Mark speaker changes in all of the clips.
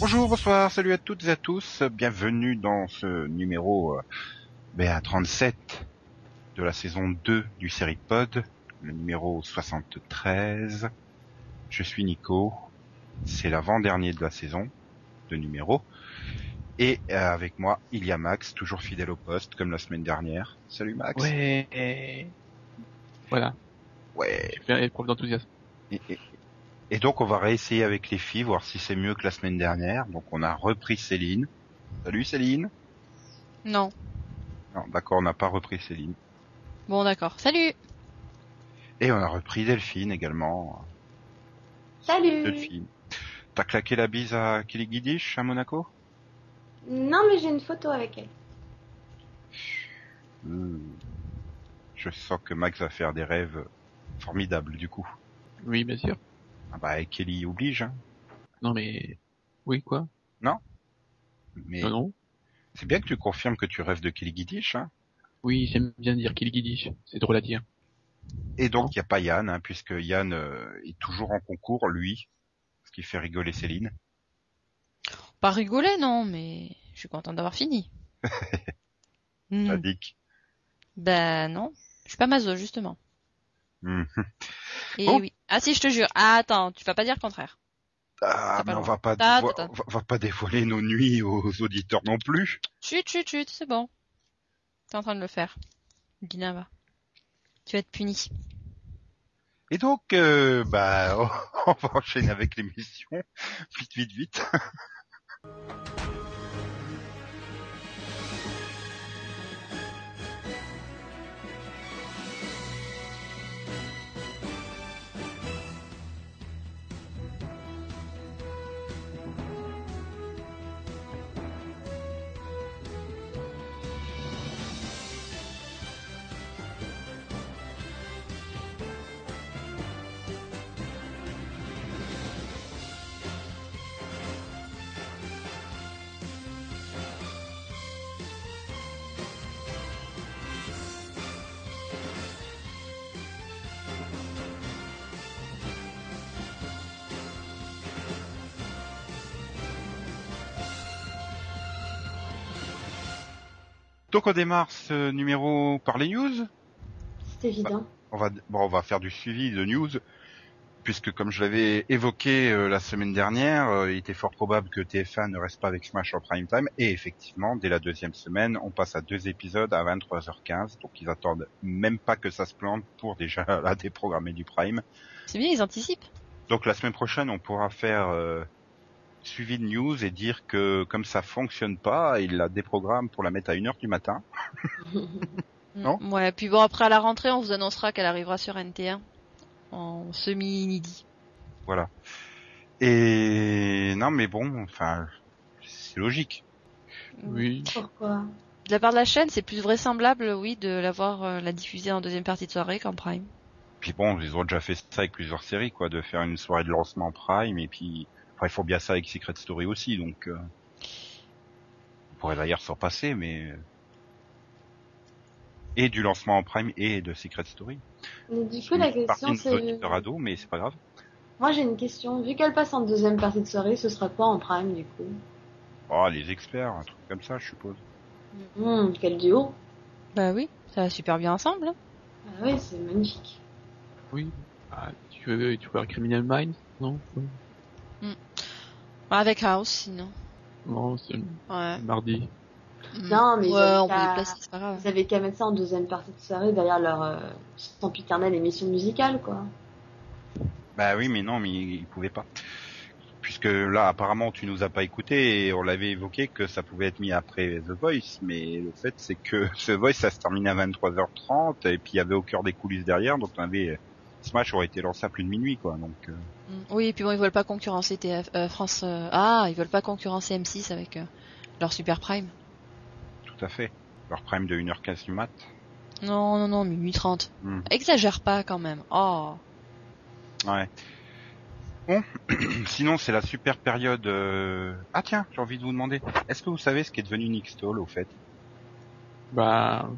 Speaker 1: Bonjour, bonsoir, salut à toutes et à tous. Bienvenue dans ce numéro euh, BA 37 de la saison 2 du Seripod, le numéro 73. Je suis Nico. C'est l'avant-dernier de la saison de numéro. Et euh, avec moi, il y a Max, toujours fidèle au poste, comme la semaine dernière. Salut Max.
Speaker 2: Ouais. Voilà,
Speaker 1: Ouais.
Speaker 2: super et preuve d'enthousiasme.
Speaker 1: Et, et- et donc on va réessayer avec les filles, voir si c'est mieux que la semaine dernière. Donc on a repris Céline. Salut Céline.
Speaker 3: Non.
Speaker 1: Non, d'accord, on n'a pas repris Céline.
Speaker 3: Bon, d'accord. Salut
Speaker 1: Et on a repris Delphine également.
Speaker 4: Salut
Speaker 1: Delphine. T'as claqué la bise à Kelly Guidish à Monaco
Speaker 4: Non, mais j'ai une photo avec elle.
Speaker 1: Hmm. Je sens que Max va faire des rêves formidables du coup.
Speaker 2: Oui, bien sûr.
Speaker 1: Ah bah et Kelly oblige, hein.
Speaker 2: Non mais, oui quoi
Speaker 1: Mais
Speaker 2: Non non.
Speaker 1: c'est bien que tu confirmes que tu rêves de Kelly Guidish, hein.
Speaker 2: Oui, j'aime bien dire qu'il guidiche. C'est drôle à dire.
Speaker 1: Et donc il n'y a pas Yann, hein, puisque Yann euh, est toujours en concours, lui, ce qui fait rigoler Céline.
Speaker 3: Pas rigoler, non, mais je suis contente d'avoir fini. Hmm.
Speaker 1: La dick.
Speaker 3: Ben non, je suis pas maso, justement.
Speaker 1: Hmm.
Speaker 3: Et
Speaker 1: Bon.
Speaker 3: oui. Ah si, je te jure. Ah, attends, tu vas pas dire le contraire.
Speaker 1: Ah,
Speaker 3: pas
Speaker 1: mais on
Speaker 3: le
Speaker 1: va pas,
Speaker 3: Ta-
Speaker 1: dévoi-
Speaker 3: ta- ta.
Speaker 1: va- va pas dévoiler nos nuits aux auditeurs non plus.
Speaker 3: Chut, chut, chut, c'est bon. T'es en train de le faire. Lina va. Tu vas être puni.
Speaker 1: Et donc, euh, bah, on va enchaîner avec l'émission. Vite, vite, vite. Donc, on démarre ce numéro par les news.
Speaker 4: C'est évident.
Speaker 1: On va, bon, on va faire du suivi de news. Puisque, comme je l'avais évoqué euh, la semaine dernière, euh, il était fort probable que TF1 ne reste pas avec Smash en prime time. Et effectivement, dès la deuxième semaine, on passe à deux épisodes à 23h15. Donc, ils attendent même pas que ça se plante pour déjà la déprogrammer du prime.
Speaker 3: C'est bien, ils anticipent.
Speaker 1: Donc la semaine prochaine, on pourra faire euh, suivi de news et dire que comme ça fonctionne pas, il la déprogramme pour la mettre à 1h du matin. Non.
Speaker 3: Hmm. Ouais, puis bon, après à la rentrée, on vous annoncera qu'elle arrivera sur NT1 en semi-midi.
Speaker 1: Voilà. Et non mais bon, enfin c'est logique.
Speaker 3: Mm.
Speaker 2: Oui.
Speaker 4: Pourquoi
Speaker 3: De la part de la chaîne, c'est plus vraisemblable, oui, de l'avoir euh, la diffusée en deuxième partie de soirée qu'en prime.
Speaker 1: Puis bon, ils ont déjà fait ça avec plusieurs séries quoi, de faire une soirée de lancement Prime et puis enfin, ils font bien ça avec Secret Story aussi donc euh... on pourrait d'ailleurs s'en passer mais euh, et du lancement en Prime et de Secret Story.
Speaker 4: Mais du coup, la
Speaker 1: Une partie de
Speaker 4: question
Speaker 1: nos
Speaker 4: c'est.
Speaker 1: auditeurs ados, mais c'est pas grave.
Speaker 4: Moi, j'ai une question. Vu qu'elle passe en deuxième partie de soirée, ce sera quoi en prime du coup
Speaker 1: Oh, les experts, un truc comme ça, je suppose.
Speaker 4: Hum, Quel duo
Speaker 3: Bah oui, ça va super bien ensemble. hein.
Speaker 4: Ah oui, c'est magnifique.
Speaker 2: Oui. Ah, tu veux, tu veux un Criminal Minds Non. Oui.
Speaker 3: Bah, Avec House, sinon.
Speaker 2: Non, c'est
Speaker 3: Ouais. Mm.
Speaker 2: mardi.
Speaker 4: Non, mais ils
Speaker 3: Ouais,
Speaker 4: avaient
Speaker 3: on peut
Speaker 4: qu'à-
Speaker 3: les placer, c'est pas grave.
Speaker 4: Vous avez qu'à mettre ça en deuxième partie de soirée derrière leur euh, sempiternelle émission musicale, quoi.
Speaker 1: Bah oui, mais non, mais ils pouvaient pas. Puisque là, apparemment, tu nous as pas écouté et on l'avait évoqué que ça pouvait être mis après The Voice, mais le fait c'est que The Voice, ça se terminait à 23h30 et puis il y avait au cœur des coulisses derrière, donc on avait Smash aurait été lancé à plus de minuit, quoi. Donc euh,
Speaker 3: Mm. Oui, et puis bon, ils veulent pas concurrencer TF, euh, France. euh, Ah, ils veulent pas concurrencer M6 avec euh, leur Super Prime.
Speaker 1: tout à fait. Leur prime de 1h15 du mat.
Speaker 3: Non, non, non, minuit 30.
Speaker 1: Mm.
Speaker 3: Exagère pas quand même. Oh.
Speaker 1: Ouais. Bon, sinon c'est la super période. euh, Ah tiens, j'ai envie de vous demander, est-ce que vous savez ce qui est devenu Nick Stall au fait
Speaker 2: Bah,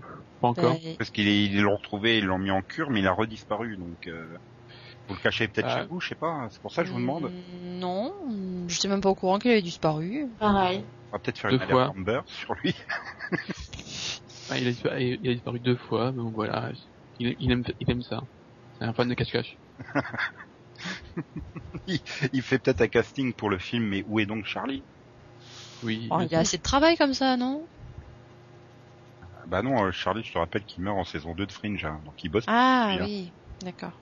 Speaker 2: pas encore.
Speaker 3: Ben,
Speaker 1: Parce qu'ils ils l'ont retrouvé, ils l'ont mis en cure, mais il a redisparu. Donc, euh, Vous le cachez peut-être
Speaker 2: Ah.
Speaker 1: chez vous, je sais pas. hein, C'est pour ça que je vous demande.
Speaker 3: Mm, Non, je sais même pas au courant qu'il avait disparu.
Speaker 4: Pareil.
Speaker 1: On va peut-être faire
Speaker 2: De
Speaker 1: une
Speaker 2: quoi
Speaker 1: alerte Amber sur lui.
Speaker 2: Ah, il, a disparu, il a disparu deux fois, mais bon, voilà. Il, il aime, il aime ça. C'est un fan de cache-cache.
Speaker 1: Il fait peut-être un casting pour le film, mais où est donc Charlie
Speaker 2: Oui.
Speaker 3: Oh, il y a assez de travail comme ça, non
Speaker 1: Ah Bah non, euh, Charlie, je te rappelle qu'il meurt en saison 2 de Fringe, hein, donc il bosse.
Speaker 3: Ah
Speaker 1: Bien.
Speaker 3: oui, d'accord.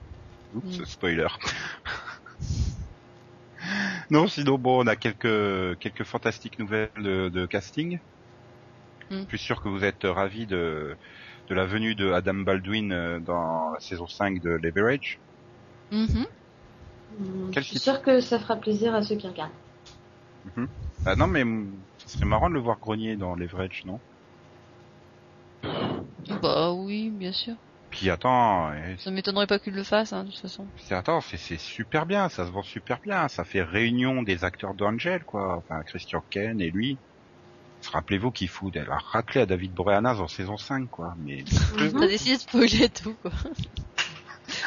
Speaker 1: Oups,
Speaker 3: Mm.
Speaker 1: spoiler. non, sinon bon, on a quelques quelques fantastiques nouvelles de, de casting.
Speaker 3: Mm.
Speaker 1: Je suis sûr que vous êtes euh, ravis de de la venue de Adam Baldwin euh, dans la saison 5 de Leverage.
Speaker 3: Mhm.
Speaker 4: Hum,
Speaker 1: Quel
Speaker 4: je suis
Speaker 1: titre
Speaker 4: sûre que ça fera plaisir à ceux qui regardent.
Speaker 1: Ah non, mais mm, ce serait marrant de le voir grogner dans Leverage, non
Speaker 3: Bah oui, bien sûr.
Speaker 1: Puis attends, eh,
Speaker 3: Ça m'étonnerait pas qu'il le fasse, hein, de toute façon.
Speaker 1: c'est attends, c'est c'est super bien, ça se vend super bien, ça fait réunion des acteurs d'Angel quoi, enfin Christian Ken et lui. Rappelez-vous qu'il fout, elle a raclé à David Boreanaz en saison 5 quoi, mais
Speaker 4: Mhm.
Speaker 3: T'as décidé de spoiler tout, quoi. Hein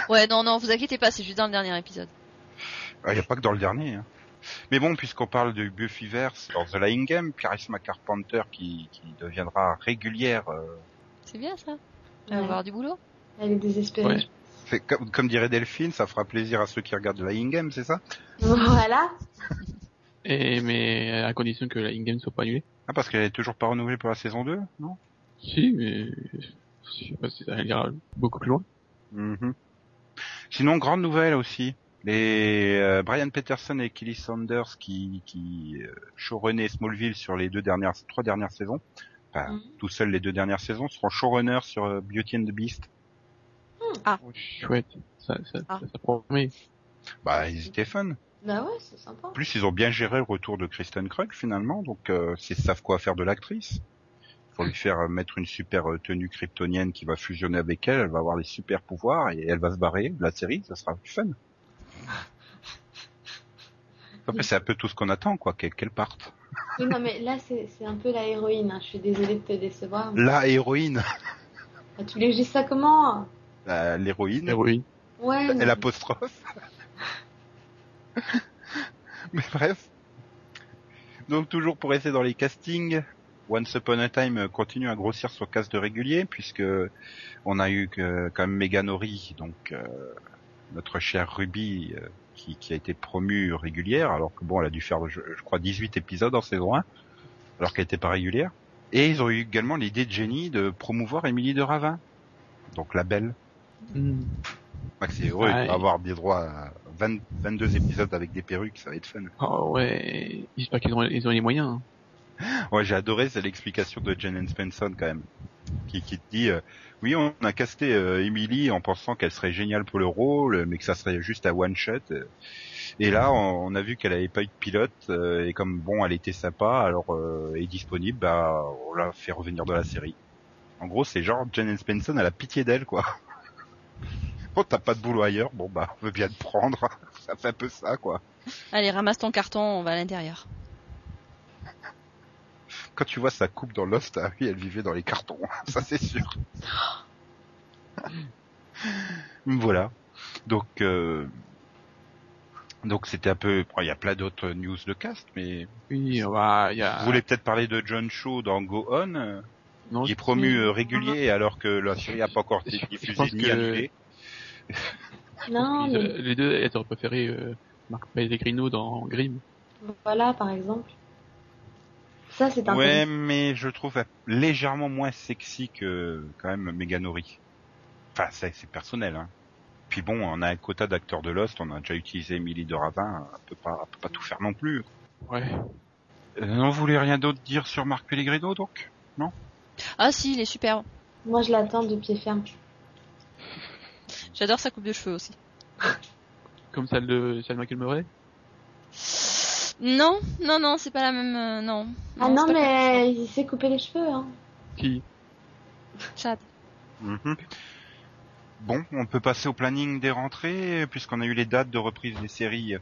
Speaker 3: ouais, non, non, vous inquiétez pas, c'est juste dans le dernier épisode.
Speaker 1: Il n'y ah, a pas que dans le dernier. Hein. Mais bon, puisqu'on parle de Buffyverse, dans The Lying Game, Charisma Carpenter qui, qui deviendra régulière, euh,
Speaker 3: C'est bien, ça Elle va
Speaker 4: Ouais.
Speaker 3: avoir du boulot.
Speaker 4: Elle est désespérée.
Speaker 2: Ouais.
Speaker 1: c'est comme, comme dirait Delphine, ça fera plaisir à ceux qui regardent The Lying Game, c'est ça
Speaker 4: Voilà.
Speaker 2: Et, mais à condition que la in-game soit pas annulée.
Speaker 1: ah, Parce qu'elle est toujours pas renouvelée pour la saison 2, non
Speaker 2: Si, mais je sais pas si ça ira beaucoup plus loin.
Speaker 1: Mhm. Sinon, grande nouvelle aussi, les euh, Brian Peterson et Kelly Saunders qui, qui euh, showrunnaient Smallville sur les deux dernières, trois dernières saisons, enfin,
Speaker 4: Mhm.
Speaker 1: tout seuls les deux dernières saisons, seront showrunners sur euh, Beauty and the Beast.
Speaker 2: Chouette. Ça, ça,
Speaker 3: Ah.
Speaker 2: ça, ça promet.
Speaker 1: Bah, ils étaient fun
Speaker 4: Bah ouais, c'est sympa.
Speaker 1: En plus, ils ont bien géré le retour de Kristen Krug finalement, donc euh, s'ils savent quoi faire de l'actrice. Pour lui faire euh, mettre une super euh, tenue kryptonienne qui va fusionner avec elle, elle va avoir des super pouvoirs et elle va se barrer de la série, ça sera fun. Après, c'est un peu tout ce qu'on attend, quoi, qu'elle qu'elle parte.
Speaker 4: Oui, non, mais là, c'est c'est un peu la héroïne. hein. Je suis désolée de te décevoir. mais-
Speaker 1: La héroïne,
Speaker 4: Ah, tu voulais que je dise ça comment
Speaker 1: la- l'héroïne,
Speaker 2: Héroïne.
Speaker 4: Ouais. non.
Speaker 1: elle apostrophe. Mais bref. Donc toujours pour rester dans les castings, Once Upon a Time euh, continue à grossir son cast de régulier puisque on a eu que, quand même Meganori, donc euh, notre chère Ruby euh, qui, qui a été promue régulière alors que bon elle a dû faire je, je crois 18 épisodes en saison 1 alors qu'elle n'était pas régulière. Et ils ont eu également l'idée de génie de promouvoir Émilie de Ravin, donc la belle.
Speaker 2: Hmm.
Speaker 1: Max est heureux, il
Speaker 2: Ouais.
Speaker 1: va avoir des droits à 20 22 épisodes avec des perruques, ça va être fun.
Speaker 2: Oh ouais. J'espère qu'ils ont, ils ont les moyens. hein.
Speaker 1: Ouais, j'ai adoré, c'est l'explication de Jen Spenson quand même, qui, qui te dit, euh, oui, on a casté euh, Emily en pensant qu'elle serait géniale pour le rôle, mais que ça serait juste à one shot. euh. Et là, on, on a vu qu'elle avait pas eu de pilote, euh, et comme bon, elle était sympa, alors euh, et disponible, bah, on l'a fait revenir de la série. En gros, c'est genre Jen Spenson, elle a pitié d'elle, quoi. Bon, t'as pas de boulot ailleurs, bon bah, on veut bien te prendre. ça fait un peu ça, quoi.
Speaker 3: Allez, ramasse ton carton, on va à l'intérieur.
Speaker 1: Quand tu vois sa coupe dans Lost, ah oui, elle vivait dans les cartons, ça c'est sûr. voilà. Donc, euh, donc c'était un peu. bon, Il y a plein d'autres news de cast, mais
Speaker 2: Oui, bah, il y a...
Speaker 1: vous voulez peut-être parler de John Cho dans Go On, euh,
Speaker 2: non,
Speaker 1: qui est promu
Speaker 2: je-
Speaker 1: euh, régulier alors que la série a pas encore
Speaker 2: Je-
Speaker 1: été
Speaker 2: je
Speaker 1: diffusée
Speaker 2: pense
Speaker 1: ni
Speaker 2: que-
Speaker 1: annulée.
Speaker 4: Non,
Speaker 2: ils-
Speaker 4: mais
Speaker 2: euh, Les deux, elles auraient préféré euh, Marc Pellegrino dans Grimm.
Speaker 4: voilà, par exemple. Ça, c'est
Speaker 1: Ouais,
Speaker 4: intéressant.
Speaker 1: mais je trouve légèrement moins sexy que quand même Meganori. Enfin, c'est c'est personnel. Hein. Puis bon, on a un quota d'acteurs de Lost, on a déjà utilisé Emily de Ravin, on peut pas, on peut pas tout faire non plus.
Speaker 2: Ouais.
Speaker 1: Euh, on voulait rien d'autre dire sur Marc Pellegrino donc
Speaker 3: Ah si, il est superbe.
Speaker 4: Moi, je l'attends de pied ferme.
Speaker 3: J'adore sa coupe de cheveux aussi.
Speaker 2: Comme celle de Salma Kilmeret.
Speaker 3: Non, non, non, c'est pas la même... euh, non.
Speaker 4: Ah
Speaker 3: c'est
Speaker 4: non,
Speaker 3: pas
Speaker 4: mais il s'est coupé les cheveux. Hein.
Speaker 2: Qui
Speaker 3: comme ça. Chad.
Speaker 1: Mhm. Bon, on peut passer au planning des rentrées puisqu'on a eu les dates de reprise des séries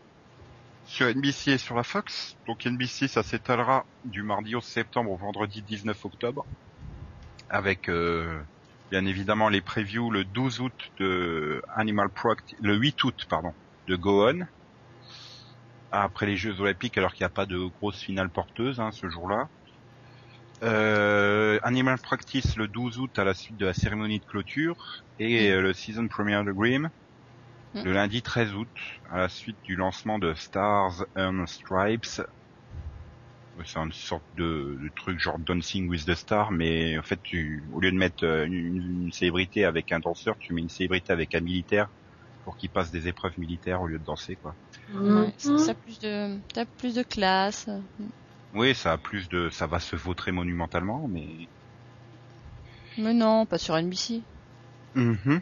Speaker 1: sur NBC et sur la Fox. Donc NBC, ça s'étalera du mardi 11 septembre au vendredi 19 octobre avec euh, bien évidemment les previews le 12 août de Animal Product, le 8 août pardon, de Go On. Après les Jeux Olympiques, alors qu'il n'y a pas de grosse finale porteuse hein, ce jour-là. Euh, Animal Practice le 12 août à la suite de la cérémonie de clôture et euh, le Season Premiere de Grimm
Speaker 3: Mm.
Speaker 1: le lundi 13 août à la suite du lancement de Stars and Stripes. Ouais, C'est une sorte de, de truc genre Dancing with the Star, mais en fait, tu, au lieu de mettre euh, une, une- une célébrité avec un danseur, tu mets une célébrité avec un militaire pour qu'il passe des épreuves militaires au lieu de danser, quoi.
Speaker 4: Mmh.
Speaker 3: Ouais, ça, ça a plus de, t'as plus de classe.
Speaker 1: Oui, ça a plus de, ça va se vautrer monumentalement, mais
Speaker 3: Mais non, pas sur NBC.
Speaker 1: Mhm.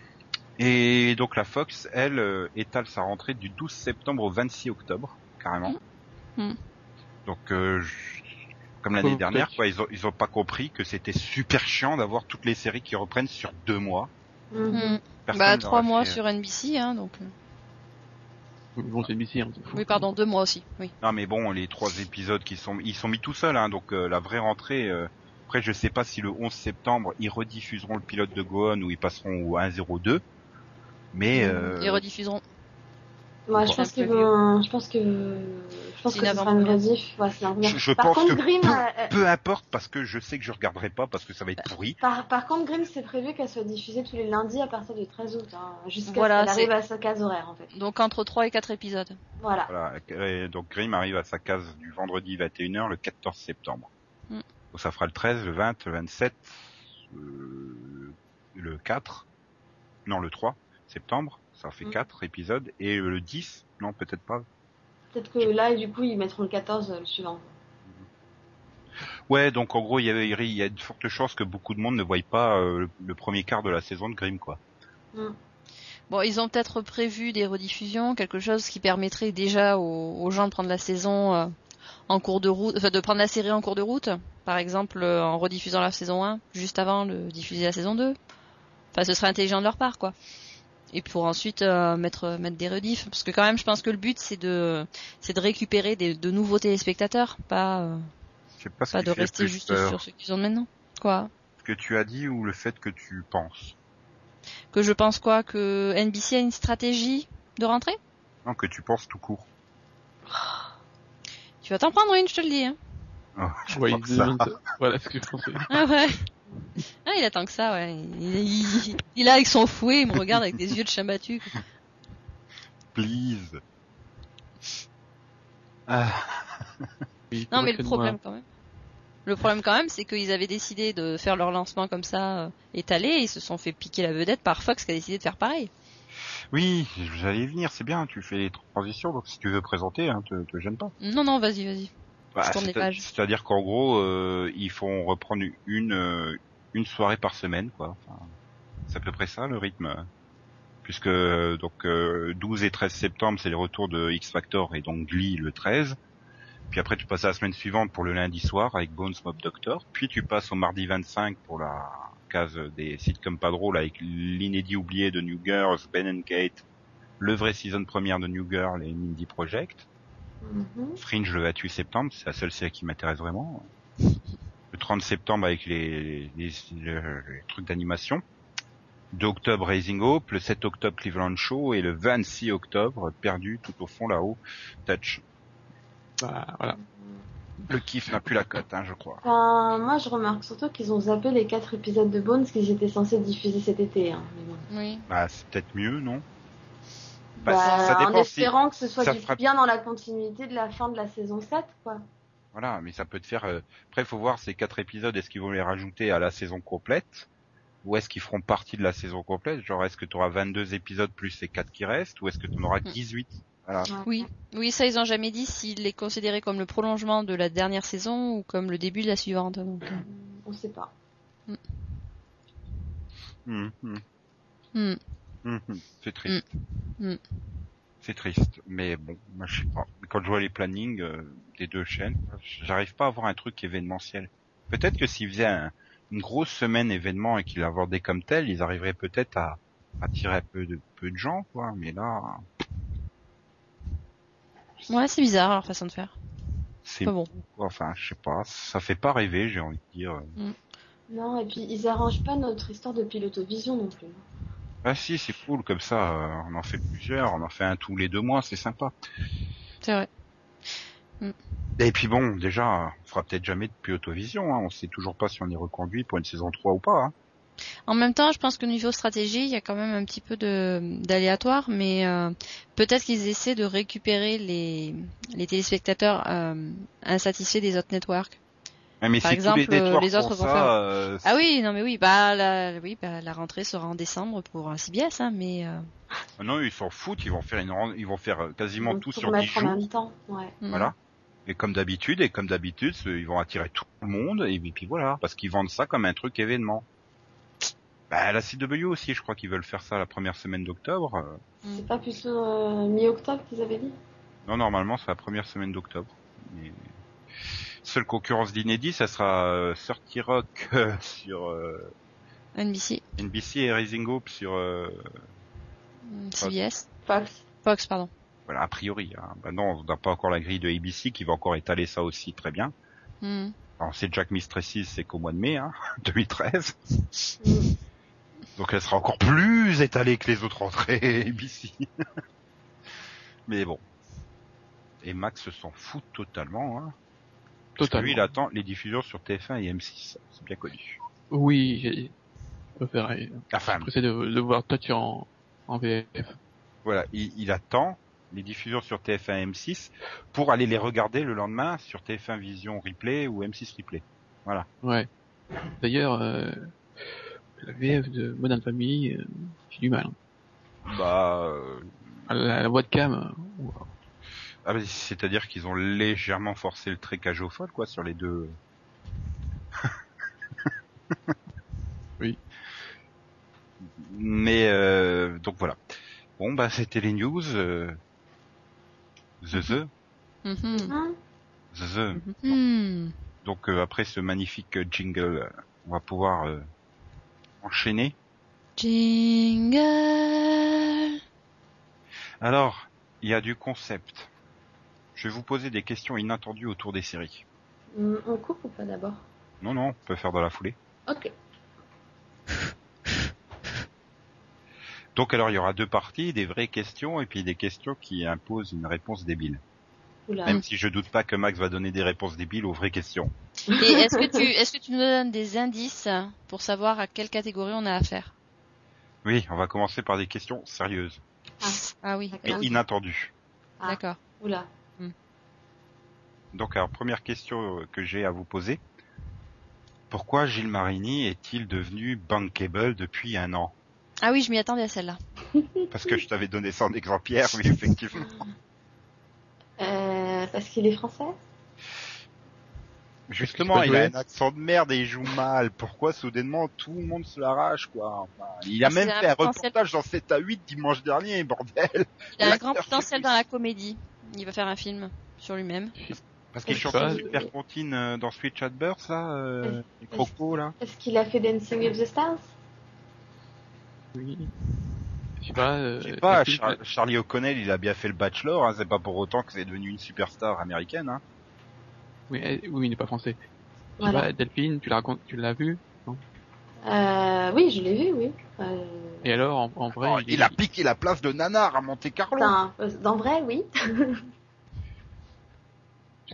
Speaker 1: Et donc la Fox, elle, euh, étale sa rentrée du 12 septembre au 26 octobre, carrément.
Speaker 3: Mhm.
Speaker 1: Donc, euh, je- comme
Speaker 2: Pauvre
Speaker 1: l'année dernière,
Speaker 2: Fox.
Speaker 1: quoi, ils ont, ils ont pas compris que c'était super chiant d'avoir toutes les séries qui reprennent sur deux mois.
Speaker 4: Mhm.
Speaker 1: Personne
Speaker 3: bah
Speaker 1: n'aurait
Speaker 3: trois mois
Speaker 1: fait- euh,
Speaker 3: sur NBC, hein, donc. euh.
Speaker 2: Bon, c'est NBC, hein, on s'en fout.
Speaker 3: Oui, pardon, deux mois aussi. Oui.
Speaker 1: euh, Non, mais bon, les trois épisodes qui sont, ils sont mis tout seuls, hein, donc euh, la vraie rentrée. euh, Après, je sais pas si le 11 septembre ils rediffuseront le pilote de Gohan ou ils passeront au 1.02, mais euh,
Speaker 3: Mm. Ils rediffuseront.
Speaker 4: Ouais, je pense
Speaker 3: C'est un
Speaker 4: qu'ils
Speaker 3: peu
Speaker 4: vont. Je pense que. Je pense
Speaker 3: C'est
Speaker 4: que
Speaker 3: une
Speaker 4: ce sera une
Speaker 3: avant-première.
Speaker 4: rediff. Ouais,
Speaker 1: je,
Speaker 4: c'est une avant-première.
Speaker 1: je
Speaker 4: Par
Speaker 1: pense que
Speaker 4: contre, Grimm,
Speaker 1: peu-
Speaker 4: euh, euh,
Speaker 1: peu importe parce que je sais que je regarderai pas parce que ça va être pourri.
Speaker 4: par, par contre, Grimm, c'est prévu qu'elle soit diffusée tous les lundis à partir du 13 août, hein, jusqu'à
Speaker 3: Voilà,
Speaker 4: ce qu'elle arrive à sa case horaire, en fait.
Speaker 3: Donc entre trois et quatre épisodes.
Speaker 4: Voilà.
Speaker 1: Voilà. Et donc Grimm arrive à sa case du vendredi 21h le 14 septembre.
Speaker 3: Mm.
Speaker 1: Donc ça fera le 13, le 20, le 27, euh, le 4, non le 3 septembre, ça fait
Speaker 4: Mm.
Speaker 1: 4 épisodes et euh, le 10, non peut-être pas.
Speaker 4: Peut-être que là, du coup, ils mettront le 14 euh, le suivant.
Speaker 1: Ouais, donc en gros il y a, il y a de fortes chances que beaucoup de monde ne voie pas euh, le, le premier quart de la saison de Grimm quoi.
Speaker 3: Bon, ils ont peut-être prévu des rediffusions, quelque chose qui permettrait déjà aux, aux gens de prendre la saison euh, en cours de route, enfin de prendre la série en cours de route, par exemple euh, en rediffusant la saison 1 juste avant de diffuser la saison 2. Enfin, ce serait intelligent de leur part, quoi. Et pour ensuite euh, mettre mettre des rediffs, parce que quand même, je pense que le but c'est de c'est de récupérer des, de nouveaux téléspectateurs, pas euh,
Speaker 1: Je sais pas ce
Speaker 3: pas
Speaker 1: qui
Speaker 3: de
Speaker 1: fait
Speaker 3: rester
Speaker 1: plus
Speaker 3: juste
Speaker 1: peur,
Speaker 3: sur ce qu'ils ont de maintenant. Quoi
Speaker 1: ce que tu as dit ou le fait que tu penses.
Speaker 3: Que je pense quoi que NBC a une stratégie de rentrée
Speaker 1: Non, que tu penses tout court.
Speaker 3: Tu vas t'en prendre une, je te le dis. Hein.
Speaker 1: Oh, je
Speaker 2: Ouais,
Speaker 1: crois
Speaker 2: il
Speaker 1: que ça.
Speaker 2: demande- Voilà ce que je pensais.
Speaker 3: Ah ouais. Ah, il attend que ça, ouais. Il, il, il- il est là avec son fouet, il me regarde avec des yeux de chien battu. quoi.
Speaker 1: Please. Ah,
Speaker 2: Oui,
Speaker 3: Non, mais le
Speaker 2: Fred,
Speaker 3: problème
Speaker 2: moi,
Speaker 3: quand même. Le problème quand même, c'est qu'ils avaient décidé de faire leur lancement comme ça, euh, étalé, et ils se sont fait piquer la vedette par Fox qui a décidé de faire pareil.
Speaker 1: oui, j'allais y venir, c'est bien, tu fais les transitions, donc si tu veux présenter, hein, te, te gêne pas.
Speaker 3: Non, non, vas-y, vas-y.
Speaker 1: Bah,
Speaker 3: tourne les
Speaker 1: c'est-
Speaker 3: pages.
Speaker 1: C'est-à-dire qu'en gros, euh, ils font reprendre une euh, une soirée par semaine, quoi. Enfin, c'est à peu près ça le rythme. hein. Puisque euh, donc euh, 12 et 13 septembre, c'est les retours de X Factor et donc Glee le 13. Puis après, tu passes à la semaine suivante pour le lundi soir avec Bones Mob Doctor. Puis tu passes au mardi 25 pour la case des sitcoms pas drôles avec l'inédit oublié de New Girls, Ben and Kate, le vrai season première de New Girl et Mindy Project.
Speaker 4: Mhm.
Speaker 1: Fringe le 28 septembre, c'est la seule série qui m'intéresse vraiment. Le 30 septembre avec les, les- le- les trucs d'animation. 2 octobre Raising Hope, le 7 octobre Cleveland Show et le 26 octobre perdu tout au fond là-haut Touch.
Speaker 2: bah, voilà.
Speaker 1: Le kiff n'a plus la cote, hein, je crois.
Speaker 4: Enfin, moi, je remarque surtout qu'ils ont zappé les quatre épisodes de Bones qu'ils étaient censés diffuser cet été. hein, mais bon.
Speaker 3: Oui.
Speaker 1: Bah, c'est peut-être mieux, non Bah,
Speaker 4: Bah,
Speaker 1: ça
Speaker 4: en
Speaker 1: dépend si.
Speaker 4: espérant que ce soit
Speaker 1: ça
Speaker 4: du-
Speaker 1: fera-
Speaker 4: bien dans la continuité de la fin de la saison 7, quoi.
Speaker 1: Voilà, mais ça peut te faire. euh, Après, faut voir ces quatre épisodes. Est-ce qu'ils vont les rajouter à la saison complète ou est-ce qu'ils feront partie de la saison complète Genre, est-ce que tu auras 22 épisodes plus ces quatre qui restent, ou est-ce que tu en auras 18 Voilà.
Speaker 4: Ouais.
Speaker 3: Oui. Oui, ça, ils ont jamais dit s'ils les considéraient comme le prolongement de la dernière saison ou comme le début de la suivante. donc.
Speaker 4: On sait pas.
Speaker 1: Hum, hum,
Speaker 3: Hmm.
Speaker 1: hum, hum. C'est triste.
Speaker 3: Mm. Mm.
Speaker 1: C'est triste, mais bon, moi je sais pas. Quand je vois les plannings euh, des deux chaînes, j'arrive pas à voir un truc événementiel. Peut-être que s'ils faisaient un- une grosse semaine événement et qu'ils l'abordaient comme tel, ils arriveraient peut-être à attirer un peu de peu de gens, quoi. Mais là,
Speaker 3: Hmm. Ouais, c'est bizarre leur façon de faire.
Speaker 1: c'est
Speaker 3: Pas bon.
Speaker 1: Enfin, je sais pas, ça fait pas rêver, j'ai envie de dire.
Speaker 4: Non, et puis ils arrangent pas notre histoire de pilotovision non plus.
Speaker 1: Ah si, c'est cool comme ça. euh, On en fait plusieurs, on en fait un tous les deux mois, c'est sympa.
Speaker 3: C'est vrai.
Speaker 1: Et puis bon, déjà, on fera peut-être jamais de pilotovision. Hein. On sait toujours pas si on est reconduit pour une saison 3 ou pas. Hein.
Speaker 3: En même temps, je pense que niveau stratégie, il y a quand même un petit peu de d'aléatoire, mais euh, peut-être qu'ils essaient de récupérer les, les téléspectateurs euh, insatisfaits des autres networks.
Speaker 1: Ah, Mais
Speaker 3: Par
Speaker 1: si tous les,
Speaker 3: exemple, euh,
Speaker 1: networks
Speaker 3: les autres
Speaker 1: font
Speaker 3: vont
Speaker 1: ça,
Speaker 3: faire-
Speaker 1: euh,
Speaker 3: Ah oui, non mais oui, bah la, oui, bah, la rentrée sera en décembre pour un CBS, hein, mais euh,
Speaker 1: Ah Non, ils s'en foutent, ils vont faire une ran- ils vont faire euh,
Speaker 4: Ils
Speaker 1: quasiment
Speaker 4: vont
Speaker 1: tout
Speaker 4: tout
Speaker 1: sur 10
Speaker 4: mettre en
Speaker 1: jours,
Speaker 4: même temps. Ouais.
Speaker 3: hmm.
Speaker 1: voilà. Et comme d'habitude, et comme d'habitude, ce- ils vont attirer tout le monde, et puis- puis voilà, parce qu'ils vendent ça comme un truc événement. Bah, la CW aussi, je crois qu'ils veulent faire ça la première semaine d'octobre. euh.
Speaker 3: mm.
Speaker 4: C'est pas plutôt euh, mi-octobre qu'ils avaient dit
Speaker 1: Non, normalement, c'est la première semaine d'octobre. Mais... Seule concurrence d'inédit, ça sera euh, 30 Rock euh, sur euh,
Speaker 3: NBC,
Speaker 1: NBC et Rising Hope sur... euh,
Speaker 3: hmm, CBS,
Speaker 4: Fox.
Speaker 3: Fox, pardon.
Speaker 1: Voilà, a priori. Hein. Bah non, on n'a pas encore la grille de ABC qui va encore étaler ça aussi très bien.
Speaker 3: Hmm.
Speaker 1: Alors, c'est Jack Mistresses, c'est qu'au mois de mai, hein, 2013.
Speaker 4: Mm.
Speaker 1: Donc, elle sera encore plus étalée que les autres entrées ABC. Mais bon. Et Max s'en fout totalement, hein. Parce que
Speaker 2: Totalement.
Speaker 1: Lui, il attend les diffusions sur TF1 et M6. C'est bien connu.
Speaker 2: Oui, j'ai préféré.
Speaker 1: Enfin,
Speaker 2: J'essaie de, de voir Touch en, en VF.
Speaker 1: voilà, il, il attend les diffusions sur TF1 et M6 pour aller les regarder le lendemain sur TF1 Vision Replay ou M6 Replay.
Speaker 2: Ouais. D'ailleurs, euh, la VF de Modern Family, euh, j'ai du mal. hein.
Speaker 1: Bah, euh,
Speaker 2: La, la voix de Cam, euh, ouah.
Speaker 1: Ah bah, c'est-à-dire qu'ils ont légèrement forcé le trait cage au folle, quoi, sur les deux.
Speaker 2: Oui.
Speaker 1: Mais euh, donc voilà. Bon bah c'était les news. Euh... The the
Speaker 3: Mhm.
Speaker 4: Hein
Speaker 1: the the.
Speaker 3: Hmm.
Speaker 1: Donc euh, après ce magnifique jingle, euh, on va pouvoir euh, enchaîner.
Speaker 3: Jingle.
Speaker 1: Alors il y a du concept. Je vais vous poser des questions inattendues autour des séries.
Speaker 4: Hmm, On coupe ou pas d'abord
Speaker 1: Non non, on peut faire dans la foulée.
Speaker 4: Ok.
Speaker 1: Donc alors il y aura deux parties, des vraies questions et puis des questions qui imposent une réponse débile.
Speaker 4: Oula.
Speaker 1: Même si je doute pas que Max va donner des réponses débiles aux vraies questions.
Speaker 3: Et est-ce que tu est-ce que tu nous donnes des indices pour savoir à quelle catégorie on a affaire
Speaker 1: Oui, on va commencer par des questions sérieuses
Speaker 3: Ah oui,
Speaker 1: et
Speaker 4: Ah oui.
Speaker 1: inattendues.
Speaker 4: Ah,
Speaker 3: d'accord.
Speaker 4: Oula.
Speaker 1: Donc alors première question euh, que j'ai à vous poser. Pourquoi Gilles Marini est-il devenu bankable depuis un an
Speaker 3: Ah oui, je m'y attendais à celle-là.
Speaker 1: Parce que je t'avais donné ça en exemplaire, oui effectivement.
Speaker 4: Euh, parce qu'il est français
Speaker 1: Justement,
Speaker 2: Tu peux
Speaker 1: il a
Speaker 2: jouer
Speaker 1: un accent de merde et il joue mal. Pourquoi soudainement tout le monde se l'arrache quoi Enfin, Il a
Speaker 3: Parce
Speaker 1: même
Speaker 3: qu'il a
Speaker 1: fait
Speaker 3: un
Speaker 1: un
Speaker 3: potentiel.
Speaker 1: reportage dans 7 à 8 dimanche dernier, bordel.
Speaker 3: Il a un
Speaker 1: L'acteur
Speaker 3: grand potentiel
Speaker 1: féministe.
Speaker 3: dans la comédie. Il va faire un film sur lui-même.
Speaker 1: Parce qu'il
Speaker 2: Je sais
Speaker 1: chante
Speaker 2: pas.
Speaker 1: une super comptine euh, dans Switch at Birth, là, euh, les crocos, là.
Speaker 4: Est-ce qu'il a fait Dancing with the Stars
Speaker 2: oui. Je sais pas. euh,
Speaker 1: Je sais pas,
Speaker 2: la-
Speaker 1: Char- Charlie O'Connell, il a bien fait le Bachelor, hein, c'est pas pour autant que c'est devenu une superstar américaine, hein.
Speaker 2: Oui, elle- oui, il n'est pas français. Je sais
Speaker 4: Voilà.
Speaker 2: pas, Delphine, tu l'as racont- tu l'as vu
Speaker 4: Euh, oui, je l'ai vu, oui. Euh,
Speaker 2: Et alors, en, en vrai,
Speaker 1: Oh, il a piqué la place de Nanar à Monte Carlo.
Speaker 4: putain, euh, dans vrai, oui.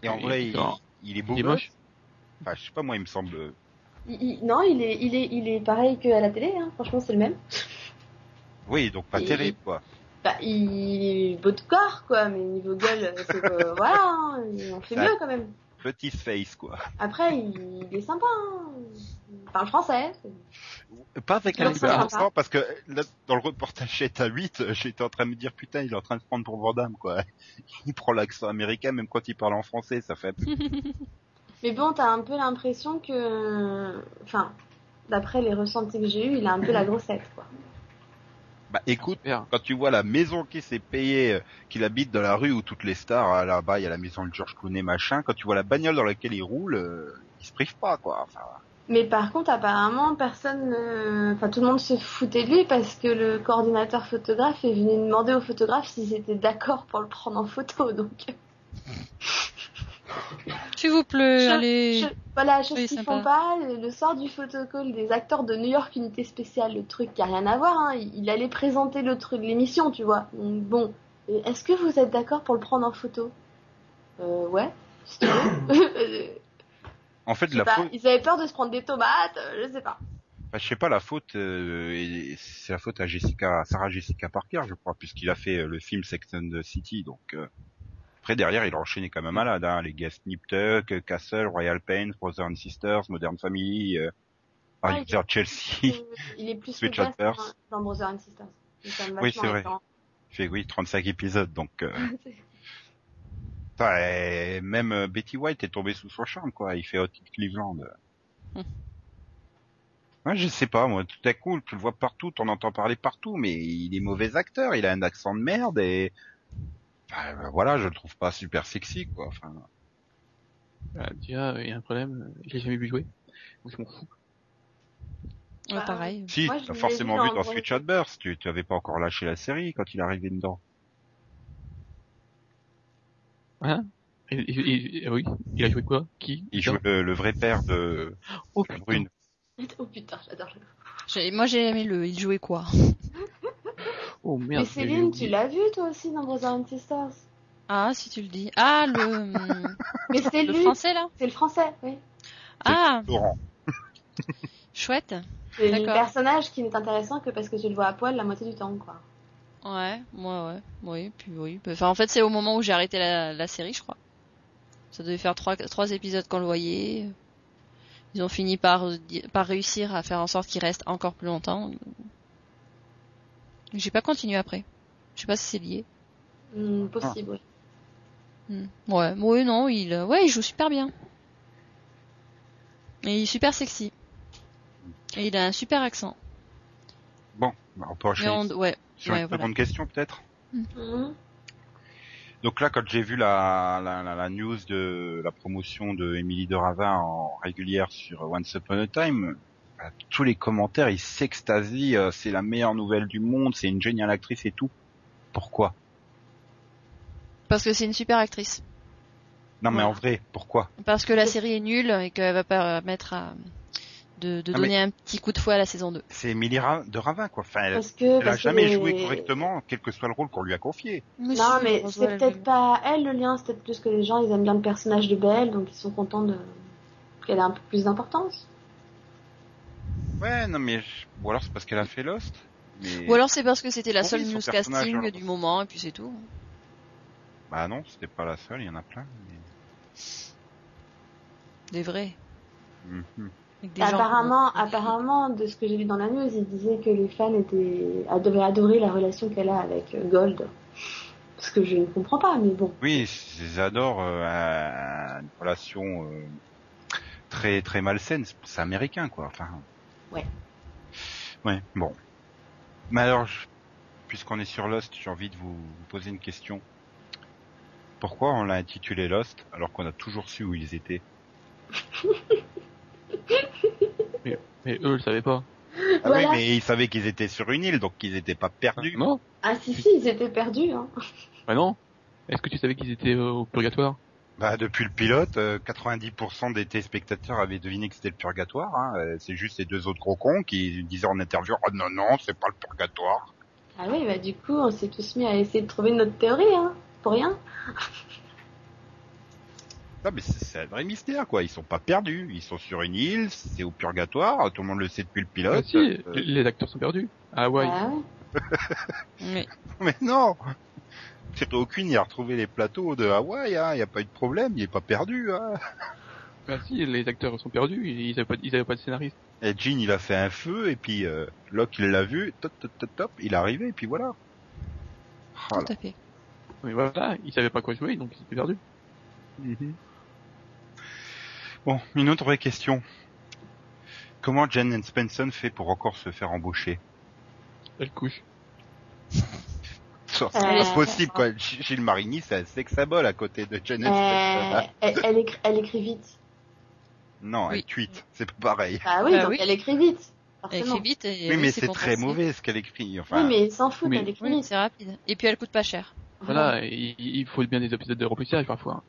Speaker 1: Et en vrai, il,
Speaker 2: genre,
Speaker 1: il est beau.
Speaker 2: il est
Speaker 1: gosse.
Speaker 2: moche.
Speaker 1: Enfin, je sais pas, moi, il me semble. euh,
Speaker 4: Il- il- non, il est, il est, il est pareil qu'à la télé. Hein. Franchement, c'est le même.
Speaker 1: Oui, donc pas
Speaker 4: Il-
Speaker 1: terrible, quoi.
Speaker 4: Bah, il est beau de corps, quoi, mais niveau gueule, euh, c'est que, voilà, hein, il en fait
Speaker 1: Ça-
Speaker 4: mieux quand même.
Speaker 1: Petit face, quoi.
Speaker 4: Après, il, il est sympa. Hein. Il parle français.
Speaker 1: Pas avec
Speaker 4: Non,
Speaker 1: l'accent,
Speaker 2: ça va
Speaker 1: accent, Ah, parce que là, dans le reportage 7 à 8, j'étais en train de me dire, putain, il est en train de se prendre pour Vandame, quoi. Il prend l'accent américain, même quand il parle en français, ça fait un peu
Speaker 4: Mais bon, t'as un peu l'impression que, enfin, d'après les ressentis que j'ai eus, il a un peu la grossette, quoi.
Speaker 1: Bah écoute,
Speaker 2: Super.
Speaker 1: quand tu vois la maison qui s'est payée, euh, qu'il habite dans la rue où toutes les stars euh, là-bas, il y a la maison de George Clooney machin, quand tu vois la bagnole dans laquelle il roule, euh, il se prive pas quoi. Enfin,
Speaker 4: Mais par contre, apparemment, personne, euh, enfin, tout le monde se foutait de lui parce que le coordinateur photographe est venu demander au photographe s'ils étaient d'accord pour le prendre en photo. Donc,
Speaker 3: S'il vous plaît,
Speaker 4: Je-
Speaker 3: allez.
Speaker 4: je, Voilà, la chose
Speaker 3: Oui,
Speaker 4: qu'ils
Speaker 3: sympa.
Speaker 4: font pas, le sort du photocall des acteurs de New York Unité Spéciale, le truc qui a rien à voir, hein, il il allait présenter le truc, l'émission, tu vois. Donc, bon, Euh, est-ce que vous êtes d'accord pour le prendre en photo Euh, ouais, si tu veux. Euh,
Speaker 1: En fait,
Speaker 4: je sais
Speaker 1: la
Speaker 4: pas,
Speaker 1: faute,
Speaker 4: Ils avaient peur de se prendre des tomates, euh, je sais pas.
Speaker 1: bah, je sais pas, la faute, euh, et- et c'est la faute à Jessica, Sarah Jessica Parker, je crois, puisqu'il a fait euh, le film Sex and the City, donc. euh, Après derrière, il a enchaîné comme un malade, hein, les guests Nip Tuck, euh, Castle, Royal Pain, Brother and Sisters, Modern Family, euh,
Speaker 4: Ouais,
Speaker 1: Harry
Speaker 4: il est-
Speaker 1: Chelsea.
Speaker 4: Euh, Il est plus
Speaker 1: Switch
Speaker 4: que Jack
Speaker 1: Adverse.
Speaker 4: dans, dans Brother and Sisters. Il est quand même
Speaker 1: Oui,
Speaker 4: vachement
Speaker 1: c'est vrai.
Speaker 4: référent.
Speaker 1: fait oui 35 épisodes donc euh, putain, et même euh, Betty White est tombée sous son charme quoi il fait Hot in Cleveland
Speaker 3: Hmm.
Speaker 1: ouais, je sais pas moi tout à coup tu le vois partout t'en entends parler partout mais il est mauvais acteur il a un accent de merde et Enfin, euh, voilà je le trouve pas super sexy quoi enfin
Speaker 2: Bah, déjà, euh, il y a un problème, euh, je l'ai jamais vu jouer. Donc je m'en fous.
Speaker 3: Ouais,
Speaker 4: Bah,
Speaker 3: pareil.
Speaker 1: si
Speaker 4: Moi, je
Speaker 1: t'as
Speaker 4: l'ai
Speaker 1: forcément
Speaker 4: vu
Speaker 1: vu
Speaker 4: dans
Speaker 1: dans
Speaker 4: Brave.
Speaker 1: Switch Burst tu, tu avais pas encore lâché la série quand il arrivait dedans
Speaker 2: Et, et- et- ah oui, il a joué quoi Qui
Speaker 1: il joue le, le vrai père de
Speaker 2: Oh,
Speaker 1: de
Speaker 2: putain.
Speaker 1: Brune
Speaker 4: Oh putain, j'adore. j'adore.
Speaker 3: J'ai- Moi j'ai aimé le. Il jouait quoi
Speaker 2: Oh merde.
Speaker 4: Mais Céline, tu
Speaker 2: j'ai oublié.
Speaker 4: l'as vu toi aussi dans Brother and Sisters
Speaker 3: Ah si tu le dis. Ah le. hum,
Speaker 4: Mais c'est
Speaker 3: le
Speaker 4: lui,
Speaker 3: français là.
Speaker 4: c'est le français, oui.
Speaker 3: Ah
Speaker 1: Laurent
Speaker 3: chouette.
Speaker 4: C'est le
Speaker 3: D'accord.
Speaker 4: personnage qui n'est intéressant que parce que tu le vois à poil la moitié du temps, quoi.
Speaker 3: Ouais, moi ouais, oui, puis oui. Bah, Enfin, en fait, c'est au moment où j'ai arrêté la, la série, je crois. Ça devait faire trois, trois épisodes qu'on le voyait. Ils ont fini par, par réussir à faire en sorte qu'il reste encore plus longtemps. J'ai pas continué après. Je sais pas si c'est lié.
Speaker 4: Hmm, possible, oui.
Speaker 3: Hmm. Ouais, oui, non, il, euh, ouais, il joue super bien. Et il est super sexy. Et il a un super accent.
Speaker 1: bon on peut
Speaker 3: Mais
Speaker 1: enchaîner
Speaker 3: on, ouais,
Speaker 1: sur
Speaker 3: ouais,
Speaker 1: une
Speaker 3: voilà.
Speaker 1: seconde question peut-être
Speaker 4: Mhm.
Speaker 1: Donc là, quand j'ai vu la, la, la, la news de la promotion de Émilie de Ravin en régulière sur Once Upon a Time, bah, tous les commentaires, ils s'extasient, euh, c'est la meilleure nouvelle du monde, c'est une géniale actrice et tout. Pourquoi
Speaker 3: parce que c'est une super actrice.
Speaker 1: Non mais
Speaker 3: Voilà.
Speaker 1: en vrai, pourquoi
Speaker 3: Parce que la série est nulle et qu'elle va permettre à, de, de
Speaker 1: Ah, mais-
Speaker 3: donner un petit coup de fouet à la saison 2.
Speaker 1: C'est Émilie Ra- de Ravin, quoi. Enfin, elle,
Speaker 4: Parce que.
Speaker 1: elle a
Speaker 4: parce que
Speaker 1: jamais
Speaker 4: les-
Speaker 1: joué correctement, quel que soit le rôle qu'on lui a confié.
Speaker 4: Non, mais c'est peut-être pas elle le lien, c'est peut-être plus que les gens ils aiment bien le personnage de Belle, donc ils sont contents de... qu'elle ait un peu plus d'importance.
Speaker 1: Ouais, non mais... je- Ou alors c'est parce qu'elle a fait Lost mais...
Speaker 3: Ou alors c'est parce que c'était la
Speaker 1: Oui,
Speaker 3: seule
Speaker 1: son
Speaker 3: news
Speaker 1: personnage,
Speaker 3: casting
Speaker 1: hein.
Speaker 3: du moment et puis c'est tout.
Speaker 1: Bah non, c'était pas la seule, il y en a plein. mais-
Speaker 3: Des vrais.
Speaker 1: Mhm.
Speaker 3: Avec des gens
Speaker 4: Apparemment, apparemment, de ce que j'ai vu dans la news, ils disaient que les fans étaient adoraient adorer la relation qu'elle a avec euh, Gold. Parce que je ne comprends pas, mais bon.
Speaker 1: Oui, j'adore euh, une relation euh, très très malsaine. C'est- C'est américain quoi. Enfin.
Speaker 4: Ouais.
Speaker 1: Ouais. Bon. Mais alors, je- puisqu'on est sur Lost, j'ai envie de vous, vous poser une question. Pourquoi on l'a intitulé Lost alors qu'on a toujours su où ils étaient
Speaker 2: Mais eux, ils le savaient pas.
Speaker 1: Ah
Speaker 4: Voilà.
Speaker 1: oui, mais ils savaient qu'ils étaient sur une île, donc ils n'étaient pas perdus.
Speaker 2: Non
Speaker 4: Ah si, si, ils étaient perdus. Hein.
Speaker 2: Bah non Est-ce que tu savais qu'ils étaient euh, au purgatoire
Speaker 1: Bah depuis le pilote, euh, 90% des téléspectateurs avaient deviné que c'était le purgatoire. hein. Euh, C'est juste ces deux autres gros cons qui disaient en interview « Oh non, non, c'est pas le purgatoire
Speaker 4: Ah oui, bah du coup, on s'est tous mis à essayer de trouver notre théorie, hein. Pour rien. ».
Speaker 1: Non mais c'est c'est un vrai mystère quoi, ils sont pas perdus, ils sont sur une île, c'est au purgatoire, tout le monde le sait depuis le
Speaker 2: Bah
Speaker 1: pilote.
Speaker 2: si,
Speaker 1: Euh,
Speaker 2: les- les acteurs sont perdus. Ah ouais.
Speaker 4: Ah ouais.
Speaker 3: Mais,
Speaker 1: mais non Surtout aucune, il a retrouvé les plateaux de Hawaï, hein. il n'y a pas eu de problème, il est pas perdu. Hein.
Speaker 2: Bah si, les acteurs sont perdus, ils avaient pas, ils avaient pas de scénariste.
Speaker 1: Et Jean il a fait un feu, et puis euh, Locke il l'a vu, top, top, top, top, il est arrivé, et puis voilà. Oh là
Speaker 3: tout à fait.
Speaker 2: Mais voilà, ils savaient pas quoi jouer, donc ils étaient perdus.
Speaker 1: Bon, une autre vraie question. Comment Jen Spencer fait pour encore se faire embaucher
Speaker 2: Elle couche.
Speaker 1: Ça, C'est
Speaker 4: Euh,
Speaker 1: pas possible, quoi. G- Gilles Marini, c'est un sex symbole à côté de Jen
Speaker 4: Euh,
Speaker 1: Spencer.
Speaker 4: elle, elle écrit, elle écrit vite.
Speaker 1: Ah, Non,
Speaker 3: oui.
Speaker 1: elle tweet, c'est pas pareil.
Speaker 4: Bah oui,
Speaker 3: Bah
Speaker 4: donc
Speaker 3: oui.
Speaker 4: elle écrit vite.
Speaker 3: Elle
Speaker 4: Forcément.
Speaker 3: écrit vite et
Speaker 1: Oui, mais
Speaker 3: c'est
Speaker 1: c'est
Speaker 3: pour
Speaker 1: très
Speaker 3: passer.
Speaker 1: mauvais ce qu'elle écrit.
Speaker 4: Oui,
Speaker 1: Enfin,
Speaker 4: mais ils s'en foutent,
Speaker 2: Mais-
Speaker 4: elle écrit
Speaker 3: Oui,
Speaker 4: vite.
Speaker 3: c'est rapide. Et puis elle coûte pas cher.
Speaker 2: Voilà, et il il faut bien des épisodes de remplissage parfois.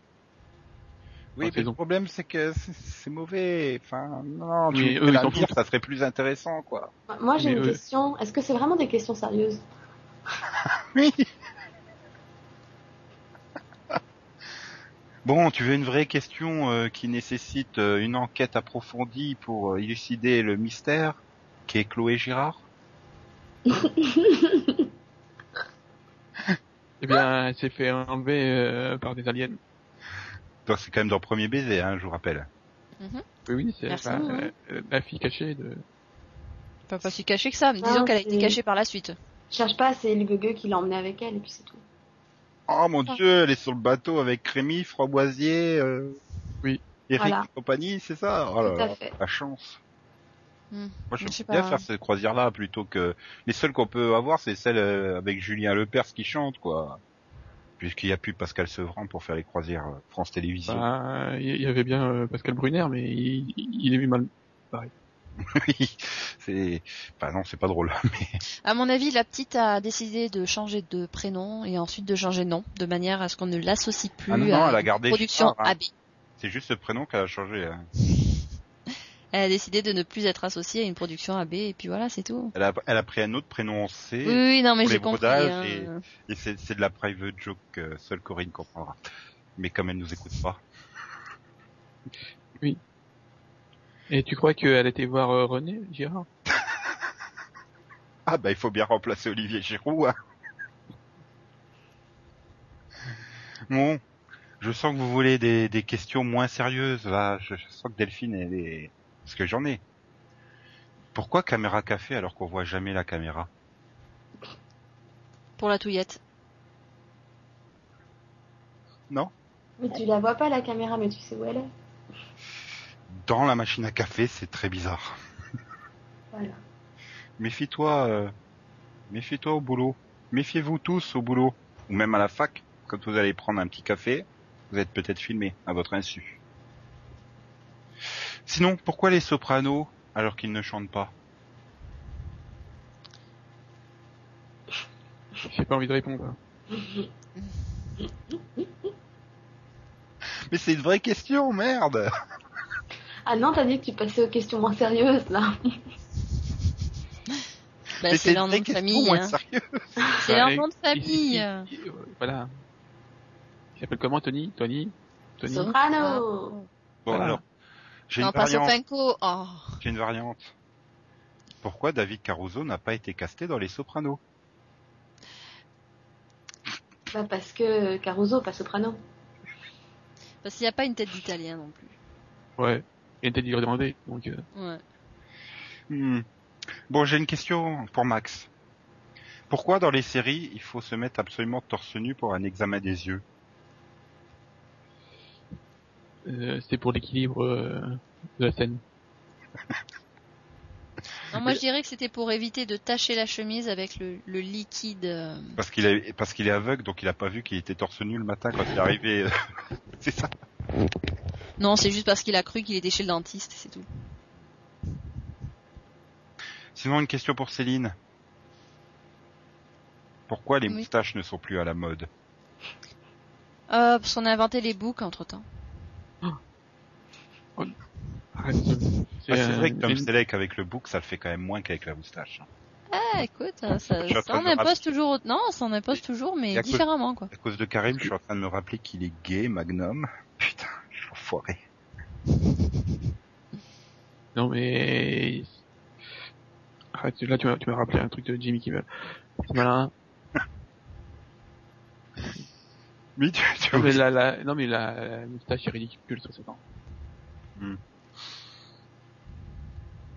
Speaker 1: Oui,
Speaker 2: Par
Speaker 1: mais le
Speaker 2: saison.
Speaker 1: problème c'est que c'est- c'est mauvais. Enfin, non, tu
Speaker 2: Mais
Speaker 1: peux
Speaker 2: eux,
Speaker 1: la
Speaker 2: ils s'en
Speaker 1: lire,
Speaker 2: foutent.
Speaker 1: ça serait plus intéressant, quoi.
Speaker 4: Moi, j'ai
Speaker 2: Mais
Speaker 4: une
Speaker 2: eux-
Speaker 4: question. Est-ce que c'est vraiment des questions sérieuses
Speaker 1: Oui. Bon, tu veux une vraie question euh, qui nécessite euh, une enquête approfondie pour euh, élucider le mystère qui est Chloé Girard
Speaker 2: Eh
Speaker 3: Ah.
Speaker 2: bien, elle s'est fait enlever euh, par des aliens.
Speaker 1: Toi, c'est quand même dans le premier baiser, hein, je vous rappelle.
Speaker 3: Mhm.
Speaker 2: Oui, oui, c'est
Speaker 3: Merci,
Speaker 2: enfin,
Speaker 4: ouais.
Speaker 2: euh, la fille cachée de...
Speaker 3: Elle peut pas si cachée que ça, mais disons
Speaker 4: Ah,
Speaker 3: qu'elle a été
Speaker 4: c'est-
Speaker 3: cachée par la suite.
Speaker 4: Je cherche pas, c'est le gueux qui l'a emmené avec elle, et puis c'est tout.
Speaker 1: Oh mon dieu, elle est sur le bateau avec Rémi, Framboisier, euh,
Speaker 2: Oui.
Speaker 1: Eric
Speaker 4: Voilà.
Speaker 1: et compagnie, c'est ça Oh là
Speaker 4: tout à
Speaker 1: là,
Speaker 4: fait.
Speaker 1: la chance.
Speaker 3: Hmm.
Speaker 1: Moi,
Speaker 3: Je sais
Speaker 1: je bien
Speaker 3: pas.
Speaker 1: faire ces croisières-là plutôt que les seules qu'on peut avoir, c'est celles euh, avec Julien Lepers qui chante, quoi. Puisqu'il n'y a plus Pascal Sevran pour faire les croisières euh, France Télévisions.
Speaker 2: Bah, il y, y avait bien euh, Pascal Brunner, mais il, il il est mis mal.
Speaker 1: Oui, c'est, bah non, c'est pas drôle.
Speaker 3: À mon avis, la petite a décidé de changer de prénom et ensuite de changer de nom, de manière à ce qu'on ne l'associe plus
Speaker 1: Ah non, non,
Speaker 3: à
Speaker 1: elle a
Speaker 3: une
Speaker 1: gardé
Speaker 3: euh, production
Speaker 1: Girard, hein.
Speaker 3: AB.
Speaker 1: C'est juste le prénom qu'elle a changé. hein.
Speaker 3: Elle a décidé de ne plus être associée à une production AB et puis voilà, c'est tout.
Speaker 1: Elle a, elle a pris un autre prénom en C.
Speaker 3: Oui, oui, non, mais
Speaker 1: pour les
Speaker 3: j'ai compris.
Speaker 1: brodages
Speaker 3: hein.
Speaker 1: Et c'est, c'est de la private joke que seule Corinne comprendra. Mais comme elle nous écoute pas.
Speaker 2: Et tu crois qu'elle était voir euh, René Girard
Speaker 1: Ah bah il faut bien remplacer Olivier Giroud. Hein. Bon, je sens que vous voulez des, des questions moins sérieuses là. Je, je sens que Delphine elle est parce que j'en ai. Pourquoi caméra café alors qu'on voit jamais la caméra
Speaker 3: Pour la touillette.
Speaker 4: Mais tu la vois pas, la caméra, mais tu sais où elle est.
Speaker 1: Dans la machine à café, c'est très bizarre.
Speaker 4: Voilà.
Speaker 1: Méfie-toi, euh, méfie-toi au boulot. Méfiez-vous tous au boulot ou même à la fac quand vous allez prendre un petit café, vous êtes peut-être filmé à votre insu. Sinon, pourquoi les sopranos alors qu'ils ne chantent pas
Speaker 2: J'ai pas envie de répondre.
Speaker 1: Mais c'est une vraie question, merde
Speaker 4: Ah non, t'as dit que tu passais aux questions moins sérieuses, là.
Speaker 3: Bah,
Speaker 1: Mais
Speaker 3: c'est
Speaker 1: une
Speaker 3: leur nom
Speaker 1: vraie
Speaker 3: de
Speaker 1: question,
Speaker 3: famille.
Speaker 1: moins
Speaker 3: hein.
Speaker 1: sérieux.
Speaker 3: C'est leur
Speaker 2: Ouais,
Speaker 3: nom de
Speaker 2: il- il-
Speaker 3: famille.
Speaker 2: il- il- euh, voilà. Il s'appelle comment, Tony Tony Tony
Speaker 3: Sauf-
Speaker 4: Ah Soprano
Speaker 1: Bon
Speaker 2: Voilà.
Speaker 1: alors, j'ai une,
Speaker 3: Non, pas
Speaker 1: variante.
Speaker 3: Sofinco. Oh.
Speaker 1: j'ai une variante. Pourquoi David Caruso n'a pas été casté dans Les Sopranos
Speaker 4: Bah parce que Caruso, pas Soprano.
Speaker 3: Parce qu'il n'y a pas une tête d'italien non plus.
Speaker 2: Ouais. Il était d'y demander, donc... euh,
Speaker 3: Ouais.
Speaker 1: Hmm. Bon, j'ai une question pour Max. Pourquoi dans les séries, il faut se mettre absolument torse nu pour un examen des yeux
Speaker 2: euh, C'était pour l'équilibre euh, de la scène.
Speaker 3: Non, moi, je dirais que c'était pour éviter de tacher la chemise avec le, le liquide. euh,
Speaker 1: Parce qu'il est parce qu'il est aveugle, donc il a pas vu qu'il était torse nu le matin quand il est arrivé. c'est ça.
Speaker 3: Non, c'est juste parce qu'il a cru qu'il était chez le dentiste, c'est tout.
Speaker 1: Sinon, une question pour Céline. Pourquoi les
Speaker 3: Oui.
Speaker 1: moustaches ne sont plus à la mode
Speaker 3: Euh, parce qu'on a inventé les boucs entre temps.
Speaker 2: Arrête de-
Speaker 1: Ah, C'est
Speaker 2: euh,
Speaker 1: vrai que Tom
Speaker 2: une-
Speaker 1: Selleck avec le bouc, ça le fait quand même moins qu'avec la moustache. hein.
Speaker 3: Ah, écoute, ça, ça,
Speaker 1: suis en train
Speaker 3: on
Speaker 1: de me
Speaker 3: impose toujours. Non, ça on impose toujours,
Speaker 1: Et à
Speaker 3: mais
Speaker 1: cause-
Speaker 3: différemment, quoi.
Speaker 1: À cause de Karim, je suis en train de me rappeler qu'il est gay, Magnum. Putain, je suis enfoiré.
Speaker 2: Non, mais... Arrête, là, tu m'as tu m'as rappelé un truc de Jimmy Kimmel. C'est malin.
Speaker 1: Oui, tu, tu-
Speaker 2: Non, mais la, la, non, mais la, la moustache est ridicule sur ce temps.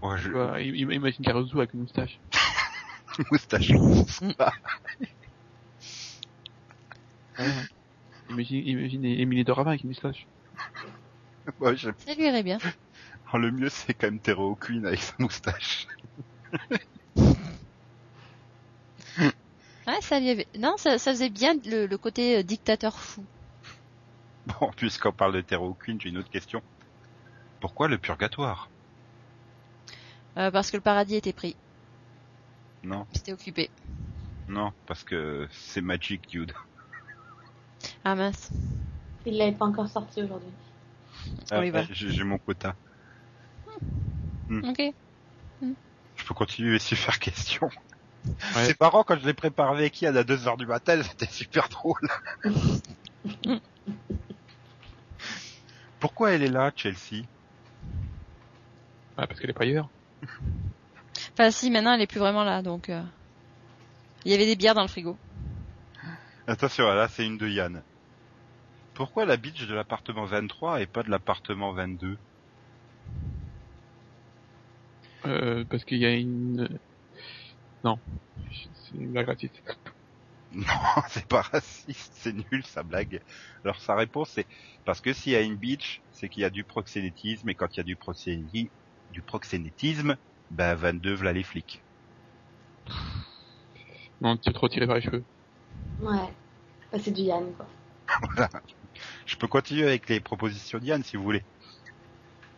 Speaker 1: Ouais, je-
Speaker 2: Tu vois, im- im- imagine Caruso avec une moustache.
Speaker 1: moustache.
Speaker 2: Imagine, imagine Émilie Doravin avec une moustache.
Speaker 1: Ouais, je-
Speaker 3: Ça lui irait bien.
Speaker 1: Oh, le mieux, c'est quand même Terreau Queen avec sa moustache.
Speaker 3: Ouais, ça lui avait... Non, ça, ça faisait bien le, le côté euh, dictateur fou.
Speaker 1: Bon, puisqu'on parle de Terreau Queen, j'ai une autre question. Pourquoi le purgatoire
Speaker 3: Euh, parce que le paradis était pris.
Speaker 1: Non,
Speaker 3: C'était occupé.
Speaker 1: non, parce que c'est Magic Dude.
Speaker 3: Ah mince.
Speaker 4: Il l'avait pas encore sorti aujourd'hui.
Speaker 1: Ah,
Speaker 3: Oui, voilà.
Speaker 1: J'ai j'ai mon quota.
Speaker 3: Ok.
Speaker 1: Je peux continuer sur faire question.
Speaker 2: Ouais.
Speaker 1: C'est marrant quand je l'ai préparé avec Yann à 2 heures du matin, c'était super drôle. Pourquoi elle est là, Chelsea
Speaker 2: Ah, parce qu'elle est pas ailleurs.
Speaker 3: Enfin, si, maintenant elle est plus vraiment là, donc. euh, Il y avait des bières dans le frigo.
Speaker 1: Attention, là c'est une de Yann. Pourquoi la bitch de l'appartement 23 et pas de l'appartement 22
Speaker 2: Euh, parce qu'il y a une... Non. C'est une blague raciste.
Speaker 1: Non, c'est pas raciste, c'est nul sa blague. Alors sa réponse c'est parce que s'il y a une bitch, c'est qu'il y a du proxénétisme et quand il y a du, proxéné- du proxénétisme, ben 22 v'là les flics.
Speaker 2: Non, tu es trop tiré par les cheveux.
Speaker 4: Ouais. Bah, c'est du Yann, quoi.
Speaker 1: Je peux continuer avec les propositions d'Yann si vous voulez.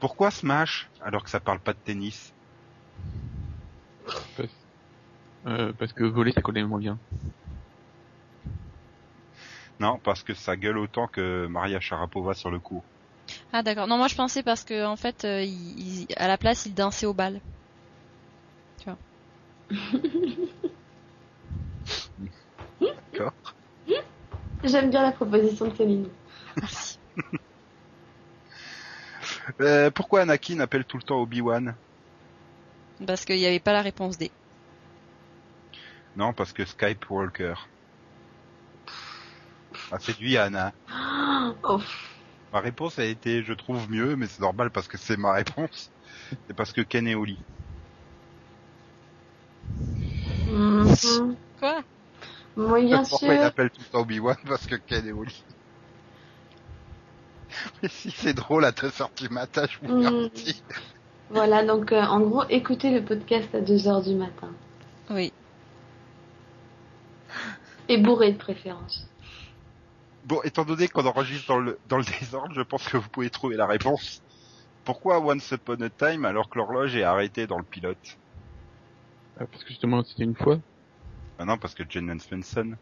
Speaker 1: Pourquoi Smash alors que ça parle pas de tennis
Speaker 2: Parce... Euh, parce que voler, ça connaît moins bien.
Speaker 1: Non, parce que ça gueule autant que Maria Sharapova sur le coup.
Speaker 3: Ah d'accord. Non, moi je pensais parce que en fait, euh, il- il- à la place, il dansait au bal.
Speaker 1: D'accord
Speaker 4: J'aime bien la proposition de Céline.
Speaker 3: Merci.
Speaker 1: Euh, pourquoi Anakin appelle tout le temps Obi-Wan
Speaker 3: parce qu'il n'y avait pas la réponse D.
Speaker 1: Non, parce que Skype Walker. Ah, c'est du Yann, hein.
Speaker 4: Oh,
Speaker 1: Ma réponse a été, je trouve mieux, mais c'est normal parce que c'est ma réponse. C'est parce que Ken est au lit.
Speaker 4: Mhm.
Speaker 3: Quoi
Speaker 4: Moi, bien
Speaker 1: Pourquoi il
Speaker 4: sûr.
Speaker 1: appelle tout le temps Obi-Wan Parce que Ken est au lit. Mais si c'est drôle à 2h du matin, je vous
Speaker 4: Mm.
Speaker 1: garantis.
Speaker 4: Voilà, donc euh, en gros, écoutez le podcast à 2h du matin.
Speaker 3: Oui.
Speaker 4: Et bourré de préférence.
Speaker 1: Bon, étant donné qu'on enregistre dans le, dans le désordre, je pense que vous pouvez trouver la réponse. Pourquoi Once Upon a Time alors que l'horloge est arrêtée dans le pilote
Speaker 2: Euh, parce que justement, c'était une fois.
Speaker 1: Ah non, parce que Jen Svensson.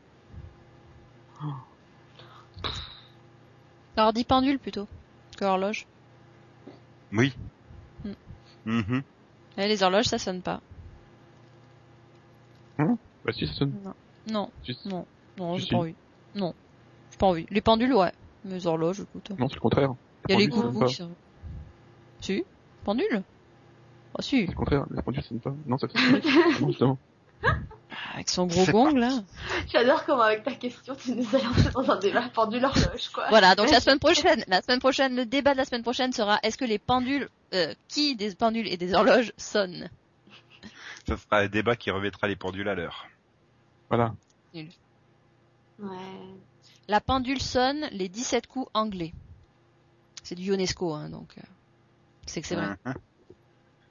Speaker 3: Alors dit pendule plutôt que horloge.
Speaker 1: Oui.
Speaker 3: Mm.
Speaker 1: Mhm.
Speaker 3: Eh, les horloges, ça sonne pas.
Speaker 2: Bah si, ça sonne.
Speaker 3: Non,
Speaker 2: Si, si.
Speaker 3: non, non,
Speaker 2: Si,
Speaker 3: j'ai
Speaker 2: si.
Speaker 3: pas envie. Non, j'ai pas envie. Les pendules, ouais. Mais les horloges, écoute. euh.
Speaker 2: Non, c'est le contraire.
Speaker 3: Il y a les
Speaker 2: pendule, ça sonne
Speaker 3: gourous
Speaker 2: pas.
Speaker 3: qui sont. Si Pendule Ah si,
Speaker 2: C'est le contraire. La pendule, ça sonne pas. Non, ça sonne pas. Non, justement.
Speaker 3: Ah, avec son gros
Speaker 1: C'est
Speaker 3: gong là.
Speaker 4: J'adore comment, avec ta question, tu nous as lancé dans un débat pendu l'horloge, quoi.
Speaker 3: Voilà, donc la semaine prochaine, la semaine prochaine, le débat de la semaine prochaine sera est-ce que les pendules, euh, qui des pendules et des horloges sonnent
Speaker 1: Ça sera un débat qui remettra les pendules à l'heure.
Speaker 2: Voilà.
Speaker 4: Ouais.
Speaker 3: La pendule sonne les 17 coups anglais. C'est du UNESCO, hein, donc euh, c'est que c'est vrai.
Speaker 1: Mhm.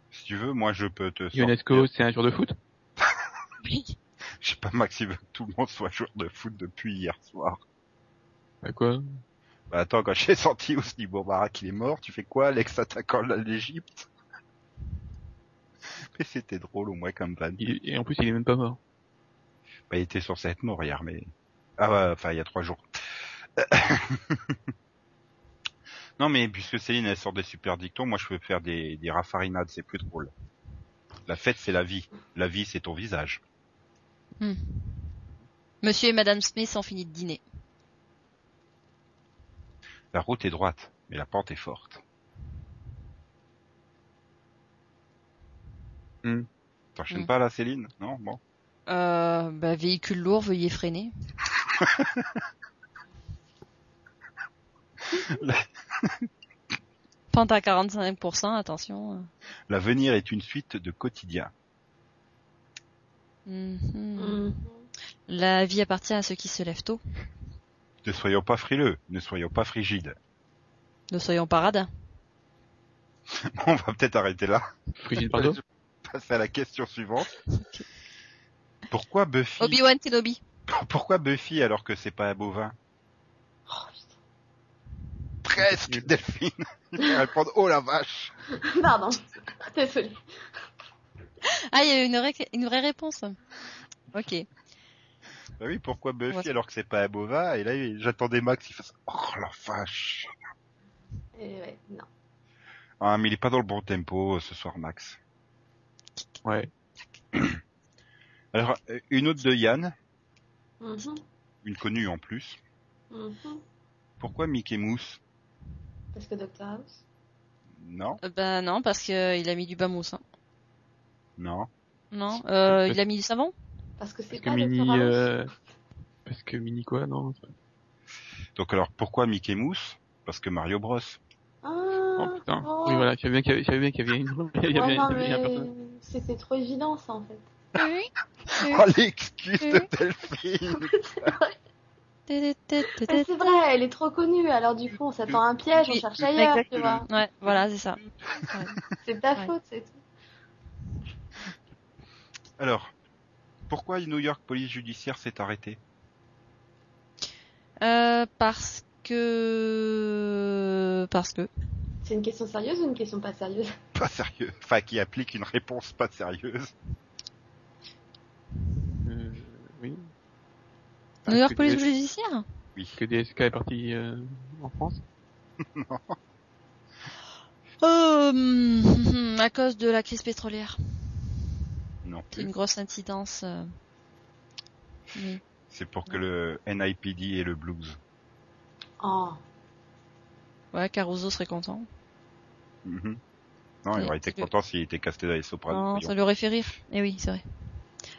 Speaker 1: Si tu veux, moi je peux te sortir-
Speaker 2: UNESCO, c'est un jour de foot.
Speaker 3: Oui.
Speaker 1: Je sais pas, maximum que tout le monde soit joueur de foot depuis hier soir.
Speaker 2: Bah quoi
Speaker 1: Bah attends, quand j'ai senti Ousni Bourbara qu'il est mort, tu fais quoi, l'ex-attaquant de l'Égypte Mais c'était drôle au moins comme van.
Speaker 2: Il- Et en plus, il est même pas mort.
Speaker 1: Bah, il était censé être mort hier, mais... Ah bah, enfin, il y a trois jours. non, mais puisque Céline, elle sort des super dictons, moi je peux faire des, des raffarinades, c'est plus drôle. La fête, c'est la vie. La vie, c'est ton visage.
Speaker 3: Monsieur et Madame Smith ont fini de dîner.
Speaker 1: La route est droite, mais la pente est forte.
Speaker 2: Hmm.
Speaker 1: T'enchaînes
Speaker 3: Hmm.
Speaker 1: pas là, Céline Non Bon.
Speaker 3: Euh, bah, véhicule lourd, veuillez freiner. Pente à 45%, attention.
Speaker 1: L'avenir est une suite de quotidien.
Speaker 3: Mhm.
Speaker 4: Mhm.
Speaker 3: La vie appartient à ceux qui se lèvent tôt.
Speaker 1: Ne soyons pas frileux, ne soyons pas frigides.
Speaker 3: Ne soyons pas radins.
Speaker 1: On va peut-être arrêter là.
Speaker 2: Frigide Bardot
Speaker 1: Je passe à la question suivante. Pourquoi Buffy
Speaker 3: Obi-Wan Kenobi.
Speaker 1: Pourquoi Buffy alors que c'est pas un bovin
Speaker 4: Oh, putain.
Speaker 1: Presque
Speaker 2: Nul.
Speaker 1: Delphine. Je vais répondre oh la vache.
Speaker 4: Pardon. Désolée.
Speaker 3: Ah, il y a eu une, vraie- une vraie réponse. Ok.
Speaker 1: Bah oui, pourquoi Buffy
Speaker 3: Ouais.
Speaker 1: alors que c'est pas un bovin Et là, j'attendais Max, il fasse oh la vache.
Speaker 4: Et ouais, non.
Speaker 1: Ah, mais il est pas dans le bon tempo euh, ce soir, Max.
Speaker 2: Ouais.
Speaker 1: Alors, euh, une autre de Yann,
Speaker 4: Mhm,
Speaker 1: une connue en plus.
Speaker 4: mhm.
Speaker 1: Pourquoi Mickey Mouse
Speaker 4: Parce que Dr House.
Speaker 1: Non,
Speaker 3: Euh, Ben non, parce qu'il a mis du bas mousse. hein.
Speaker 1: non.
Speaker 3: Non, euh,
Speaker 2: Parce-
Speaker 3: il a mis du savon
Speaker 4: Parce que c'est
Speaker 2: Parce que
Speaker 4: pas Dr
Speaker 2: Mini,
Speaker 4: House.
Speaker 2: euh... parce que Mini quoi, non c'est pas-
Speaker 1: Donc alors, pourquoi Mickey Mouse Parce que Mario Bros.
Speaker 4: Ah,
Speaker 2: Oh putain.
Speaker 4: oh.
Speaker 2: Oui voilà, je savais bien qu'il y avait- je savais bien qu'il y avait une, il y avait- il y
Speaker 4: Oh,
Speaker 2: avait-
Speaker 4: non,
Speaker 2: il y avait un
Speaker 4: mais
Speaker 2: personnage.
Speaker 4: C'était trop évident, ça, en fait.
Speaker 3: Oui.
Speaker 1: Oh, l'excuse de Delphine
Speaker 4: Mais c'est vrai, elle est trop connue, alors du coup, on s'attend à un piège, on
Speaker 3: Oui,
Speaker 4: cherche ailleurs, tu
Speaker 1: exactement.
Speaker 4: vois.
Speaker 3: Ouais, voilà, c'est ça.
Speaker 4: C'est ta
Speaker 3: Ouais.
Speaker 4: faute, c'est tout.
Speaker 1: Alors, pourquoi New York Police Judiciaire s'est arrêtée
Speaker 3: Euh, parce que... Parce que...
Speaker 4: C'est une question sérieuse ou une question pas sérieuse
Speaker 1: Pas sérieux. Enfin, qui applique une réponse pas sérieuse.
Speaker 2: Euh, oui.
Speaker 3: New York
Speaker 2: que
Speaker 3: Police
Speaker 2: DS
Speaker 3: Judiciaire
Speaker 1: Oui.
Speaker 2: que DSK est parti euh, en France.
Speaker 3: euh, hum, À cause de la crise pétrolière.
Speaker 1: Non
Speaker 3: C'est
Speaker 1: plus.
Speaker 3: une grosse incidence. euh. Oui.
Speaker 1: C'est pour que le NIPD et le blues.
Speaker 4: Oh,
Speaker 3: Ouais, Caruso serait content.
Speaker 1: Mhm. Non, il
Speaker 3: Et
Speaker 1: aurait été
Speaker 3: c'est
Speaker 1: content s'il était casté dans les sopranos.
Speaker 3: Non,
Speaker 1: Ah, voyons.
Speaker 3: ça lui aurait fait rire. Eh oui, c'est vrai.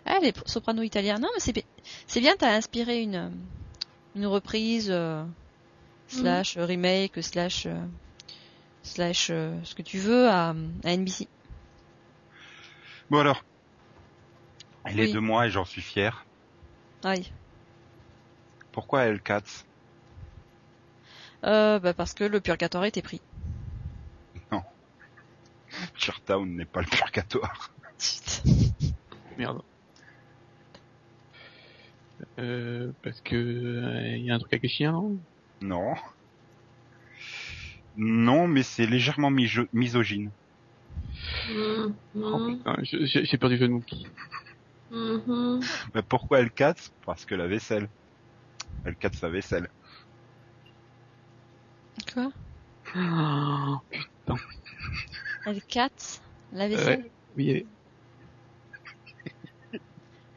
Speaker 3: Ah, les sopranos italiens. Non, mais c'est bien. C'est bien, t'as inspiré une, euh, une reprise, euh, slash euh, remake, slash, euh, slash, euh, ce que tu veux à, à NBC.
Speaker 1: Bon alors, elle est
Speaker 3: Oui.
Speaker 1: de moi et j'en suis fier.
Speaker 3: Aïe.
Speaker 1: Pourquoi elle Katz
Speaker 3: Euh, bah, parce que le purgatoire était pris.
Speaker 1: Chertown n'est pas le purgatoire.
Speaker 2: Merde. Euh, parce que euh, il y a un truc avec les chiens,
Speaker 3: Mm.
Speaker 2: non
Speaker 1: Non. Non, mais c'est légèrement mijo- misogyne.
Speaker 4: Mhm,
Speaker 2: Oh
Speaker 4: mhm,
Speaker 2: putain, je- j'ai j'ai perdu le jeu de mots.
Speaker 4: mhm.
Speaker 1: Mais pourquoi elle Katz Parce que la vaisselle. Elle Katz la vaisselle.
Speaker 3: Quoi?
Speaker 2: Ah,
Speaker 3: Elle casse la
Speaker 2: Euh,
Speaker 3: vaisselle.
Speaker 2: oui, elle-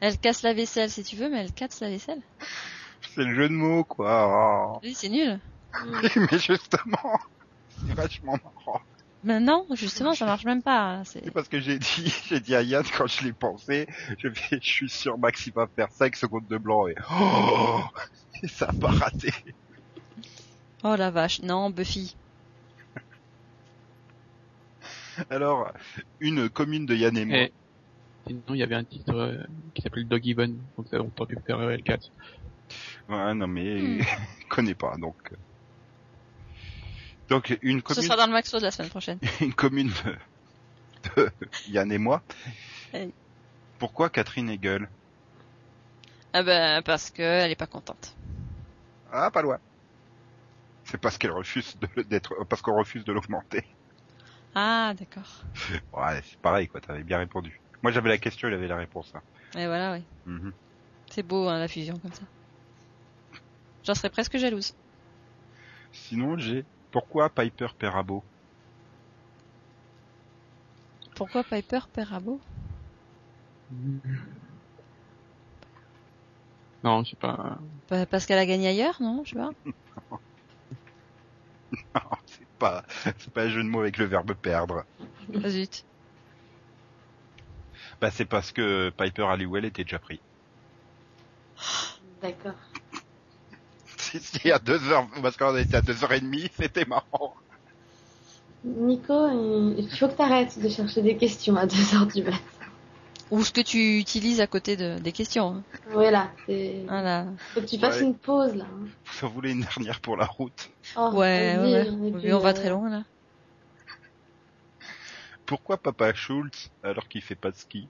Speaker 3: Elle casse la vaisselle si tu veux, mais elle casse la vaisselle.
Speaker 1: C'est le jeu de mots, quoi. Oh.
Speaker 3: Oui, c'est nul.
Speaker 4: Mhm.
Speaker 1: mais justement, c'est vachement marrant.
Speaker 3: Mais non, justement, ça marche même pas. C'est...
Speaker 1: C'est parce que j'ai dit, j'ai dit à Yann quand je l'ai pensé, je, vais- je suis sûr Max il va faire 5 secondes de blanc et oh, et ça a pas raté.
Speaker 3: Oh la vache. Non, Buffy.
Speaker 1: Alors, une commune de Yann et moi.
Speaker 2: Eh, sinon, il y avait un titre euh, qui s'appelait Dog Even, donc ça, on aurait pu faire euh, L4.
Speaker 1: Ouais, non mais je
Speaker 3: Hmm.
Speaker 1: connais pas donc. euh. Donc une
Speaker 3: Ce
Speaker 1: commune,
Speaker 3: sera dans le maxo de la semaine prochaine.
Speaker 1: une commune de, de Yann et moi.
Speaker 3: Eh.
Speaker 1: Pourquoi Catherine Hegel
Speaker 3: Ah ben, parce que elle est pas contente.
Speaker 1: Ah, pas loin. C'est parce qu'elle refuse de- d'être, euh, parce qu'on refuse de l'augmenter.
Speaker 3: Ah, d'accord.
Speaker 1: Ouais, c'est pareil quoi. T'avais bien répondu. Moi j'avais la question, il avait la réponse. hein.
Speaker 3: Et voilà, oui.
Speaker 1: Mhm.
Speaker 3: C'est beau, hein, la fusion comme ça. J'en serais presque jalouse.
Speaker 1: Sinon, j'ai pourquoi Piper Perabo
Speaker 3: Pourquoi Piper perd Rabot
Speaker 2: Non, je sais pas.
Speaker 3: Bah, Parce qu'elle a gagné ailleurs, non Je sais pas.
Speaker 1: C'est pas, c'est pas un jeu de mots avec le verbe perdre.
Speaker 3: Ah, zut.
Speaker 1: Bah, c'est parce que Piper Halliwell était déjà pris.
Speaker 4: D'accord.
Speaker 1: Si, si, à deux heures, parce qu'on était à deux heures et demie, c'était marrant.
Speaker 4: Nico, euh, il faut que t'arrêtes de chercher des questions à 2h du matin.
Speaker 3: Ou ce que tu utilises à côté de, des questions. Hein. Ah
Speaker 4: Voilà, c'est...
Speaker 3: Voilà.
Speaker 4: faut que tu fasses
Speaker 1: Ouais.
Speaker 4: une pause, là. hein.
Speaker 1: Vous en voulez une dernière pour la route.
Speaker 4: Oh,
Speaker 3: Ouais,
Speaker 4: vas-y,
Speaker 3: ouais, ouais.
Speaker 4: on est
Speaker 3: Ah, Oui,
Speaker 4: plus,
Speaker 3: on va
Speaker 4: euh,
Speaker 3: très loin, là.
Speaker 1: Pourquoi Papa Schultz, alors qu'il fait pas de ski?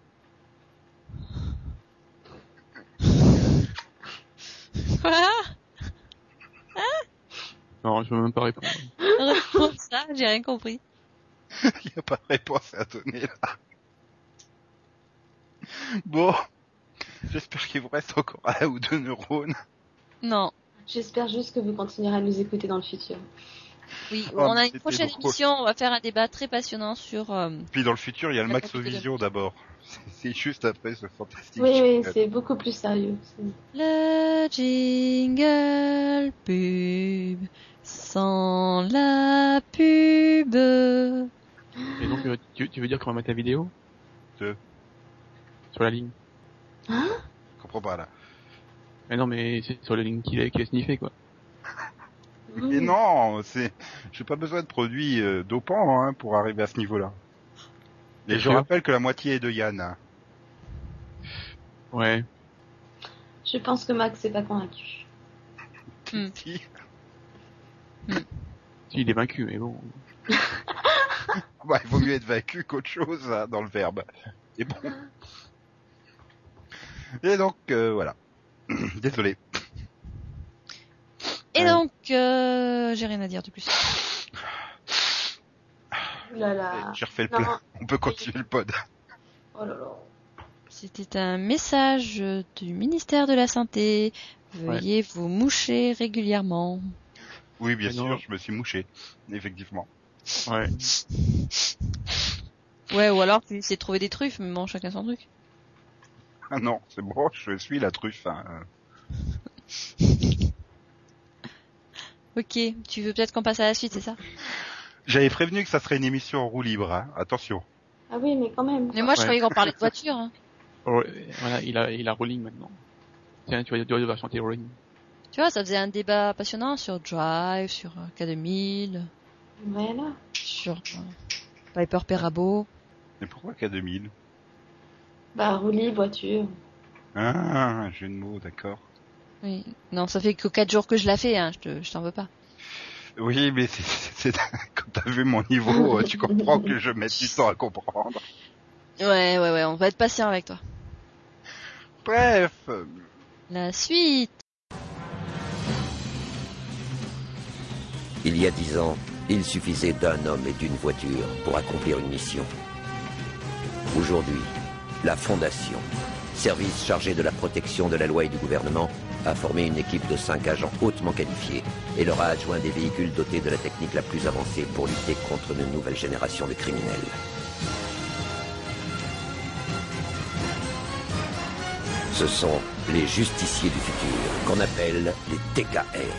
Speaker 3: Quoi
Speaker 2: Non, je veux même pas répondre.
Speaker 3: Réponds ça, j'ai rien compris.
Speaker 1: Il n'y a pas de réponse à donner là. Bon. J'espère qu'il vous reste encore un ou deux neurones.
Speaker 3: Non.
Speaker 4: J'espère juste que vous continuerez à nous écouter dans le futur.
Speaker 3: Oui,
Speaker 1: Oh,
Speaker 3: on a
Speaker 1: mais
Speaker 3: une
Speaker 1: c'était
Speaker 3: prochaine
Speaker 1: beaucoup.
Speaker 3: émission, on va faire un débat très passionnant sur... euh,
Speaker 1: Puis dans le futur, il y a le
Speaker 3: La
Speaker 1: Maxovision
Speaker 3: capitale.
Speaker 1: d'abord. C'est- C'est juste après ce fantastique.
Speaker 4: Oui, oui,
Speaker 1: euh,
Speaker 4: c'est beaucoup plus sérieux. C'est-
Speaker 3: Le jingle pub, sans la pub.
Speaker 2: Et donc, euh, tu, tu veux dire qu'on va mettre la vidéo
Speaker 1: De
Speaker 2: Sur la ligne.
Speaker 1: je comprends pas là.
Speaker 2: Mais non, mais c'est sur la ligne qu'il a, qu'il a sniffé, quoi.
Speaker 1: Mais non, c'est, j'ai pas besoin de produits euh, dopants hein, pour arriver à ce niveau-là. Et
Speaker 2: Bien
Speaker 1: je
Speaker 2: sûr.
Speaker 1: rappelle que la moitié est de Yann. hein.
Speaker 2: Ouais.
Speaker 4: Je pense que Max n'est pas convaincu.
Speaker 3: Hmm.
Speaker 1: Si.
Speaker 2: Si, il est vaincu, mais bon.
Speaker 1: Bah, il vaut mieux être vaincu qu'autre chose hein, dans le verbe. Et bon. Et donc euh, voilà. Désolé.
Speaker 3: Et
Speaker 1: Ouais.
Speaker 3: donc, euh, j'ai rien à dire de plus.
Speaker 4: Ouh là là.
Speaker 1: J'ai refait le
Speaker 4: Non,
Speaker 1: plein. On peut continuer le pod.
Speaker 4: oh là là.
Speaker 3: C'était un message du ministère de la Santé. Veuillez vous moucher régulièrement.
Speaker 1: Oui, bien
Speaker 2: Mais
Speaker 1: sûr,
Speaker 2: non.
Speaker 1: je me suis mouché. Effectivement.
Speaker 2: Ouais.
Speaker 3: Ouais, ou alors tu essaies de trouver des truffes, mais bon, chacun son truc.
Speaker 1: Ah non, c'est bon, je suis la truffe. hein.
Speaker 3: Ok, tu veux peut-être qu'on passe à la suite, c'est ça
Speaker 1: J'avais prévenu que ça serait une émission en roue libre. hein. Attention.
Speaker 4: Ah oui, mais quand même.
Speaker 3: Mais moi, je
Speaker 2: Ouais.
Speaker 3: croyais qu'on parlait de voiture. hein.
Speaker 2: Ouais, Oh, Voilà, il a, il a rolling maintenant. Tiens, tu vas, tu vas devoir chanter rolling.
Speaker 3: Tu vois, ça faisait un débat passionnant sur Drive, sur euh, K2000,
Speaker 4: Voilà.
Speaker 3: sur euh, Piper Perabo.
Speaker 1: Mais pourquoi qu'à 2000
Speaker 4: Bah, roulis, voiture.
Speaker 1: Ah, un jeu de mots, d'accord.
Speaker 3: Oui. Non, ça fait que quatre jours que je la fais, hein. je te- je t'en veux pas.
Speaker 1: Oui, mais c'est- c'est c'est- quand t'as vu mon niveau, euh, tu comprends que je mets du temps à comprendre.
Speaker 3: Ouais, ouais, ouais, on va être patient avec toi.
Speaker 1: Bref, euh,
Speaker 3: La suite
Speaker 5: Il y a dix ans, il suffisait d'un homme et d'une voiture pour accomplir une mission. Aujourd'hui, la Fondation, service chargé de la protection de la loi et du gouvernement, a formé une équipe de cinq agents hautement qualifiés et leur a adjoint des véhicules dotés de la technique la plus avancée pour lutter contre une nouvelle génération de criminels. Ce sont les justiciers du futur, qu'on appelle les TKR.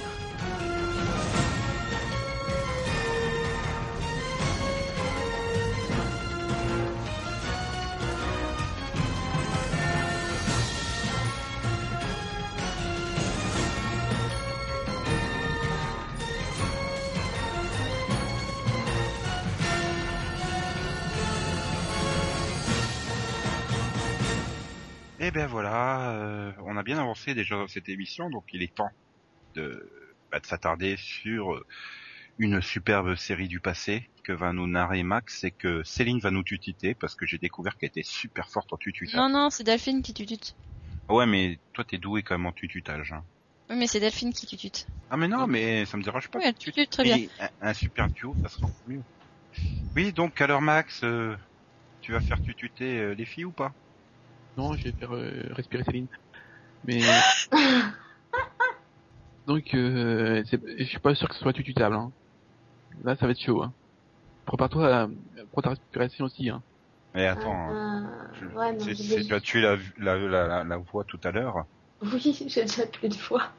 Speaker 1: eh ben voilà, euh, on a bien avancé déjà dans cette émission, donc il est temps de, bah, de s'attarder sur euh, une superbe série du passé que va nous narrer Max et que Céline va nous tutiter parce que j'ai découvert qu'elle était super forte en tututage.
Speaker 3: Non, non, c'est Delphine qui tutute.
Speaker 1: Ah Ouais, mais toi t'es doué quand même en tututage. hein.
Speaker 3: Oui, mais c'est Delphine qui tutute.
Speaker 1: Ah mais non, mais ça me dérange pas.
Speaker 3: Oui, elle tutute très bien.
Speaker 1: Et Un, un super duo, ça sera encore mieux. Oui, donc alors Max, euh, tu vas faire tututer euh, les filles ou pas
Speaker 2: Non, je vais faire euh, respirer Céline. Mais. Donc, euh, c'est- je suis pas sûr que ce soit tututable. Hein. Là, ça va être chaud. Hein. Prépare-toi à- pour ta respiration aussi. Hein.
Speaker 1: Mais
Speaker 3: Euh,
Speaker 1: attends, hein,
Speaker 4: Ah,
Speaker 1: je-
Speaker 4: ouais, non,
Speaker 1: c'est-
Speaker 4: je
Speaker 1: c'est-
Speaker 4: l'ai-
Speaker 1: tu as tué la, la, la, la, la voix tout à l'heure.
Speaker 4: Oui, j'ai déjà plus de fois.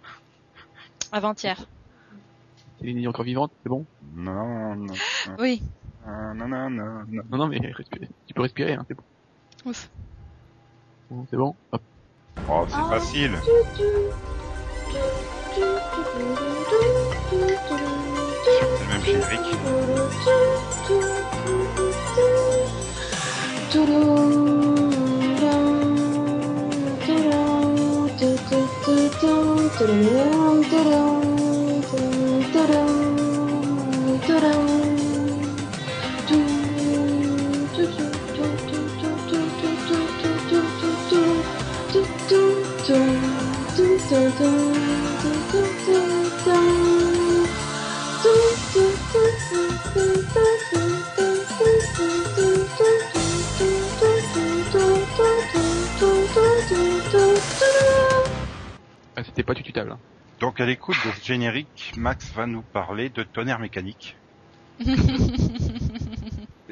Speaker 3: Avant-hier.
Speaker 2: Céline est encore vivante, c'est bon
Speaker 1: Non, non,
Speaker 3: Oui,
Speaker 1: non, non, non, non, non.
Speaker 2: Non, non, mais respire- tu peux respirer, hein, c'est bon.
Speaker 3: ouf.
Speaker 2: Bon, C'est bon Hop.
Speaker 1: Oh, c'est
Speaker 4: Ah.
Speaker 1: facile. C'est le même générique.
Speaker 2: Ah, c'était pas tututable. Hein.
Speaker 1: Donc à l'écoute de ce générique, Max va nous parler de tonnerre mécanique. C'est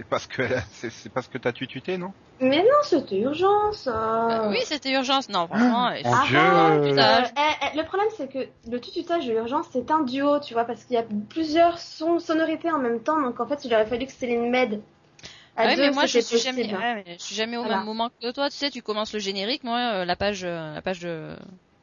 Speaker 1: parce que c'est c'est parce que t'as tututé, non
Speaker 4: Mais non, c'était urgence. euh.
Speaker 3: Bah oui, c'était urgence.
Speaker 4: Ah.
Speaker 3: Non, franchement,
Speaker 1: Mon
Speaker 4: Arrête,
Speaker 1: Dieu
Speaker 4: Euh,
Speaker 3: Tutage.
Speaker 4: eh, eh, le problème, c'est que le tututage et l'urgence, c'est un duo, tu vois, parce qu'il y a plusieurs sons, sonorités en même temps, donc en fait, il aurait fallu que Céline m'aide. À
Speaker 3: Ah Ouais,
Speaker 4: deux,
Speaker 3: mais moi je
Speaker 4: c'était
Speaker 3: suis jamais, euh,
Speaker 4: possible.
Speaker 3: ouais, mais je suis jamais au
Speaker 4: Voilà.
Speaker 3: même moment que toi. Tu sais, tu commences le générique, moi euh, la page, euh, la page de.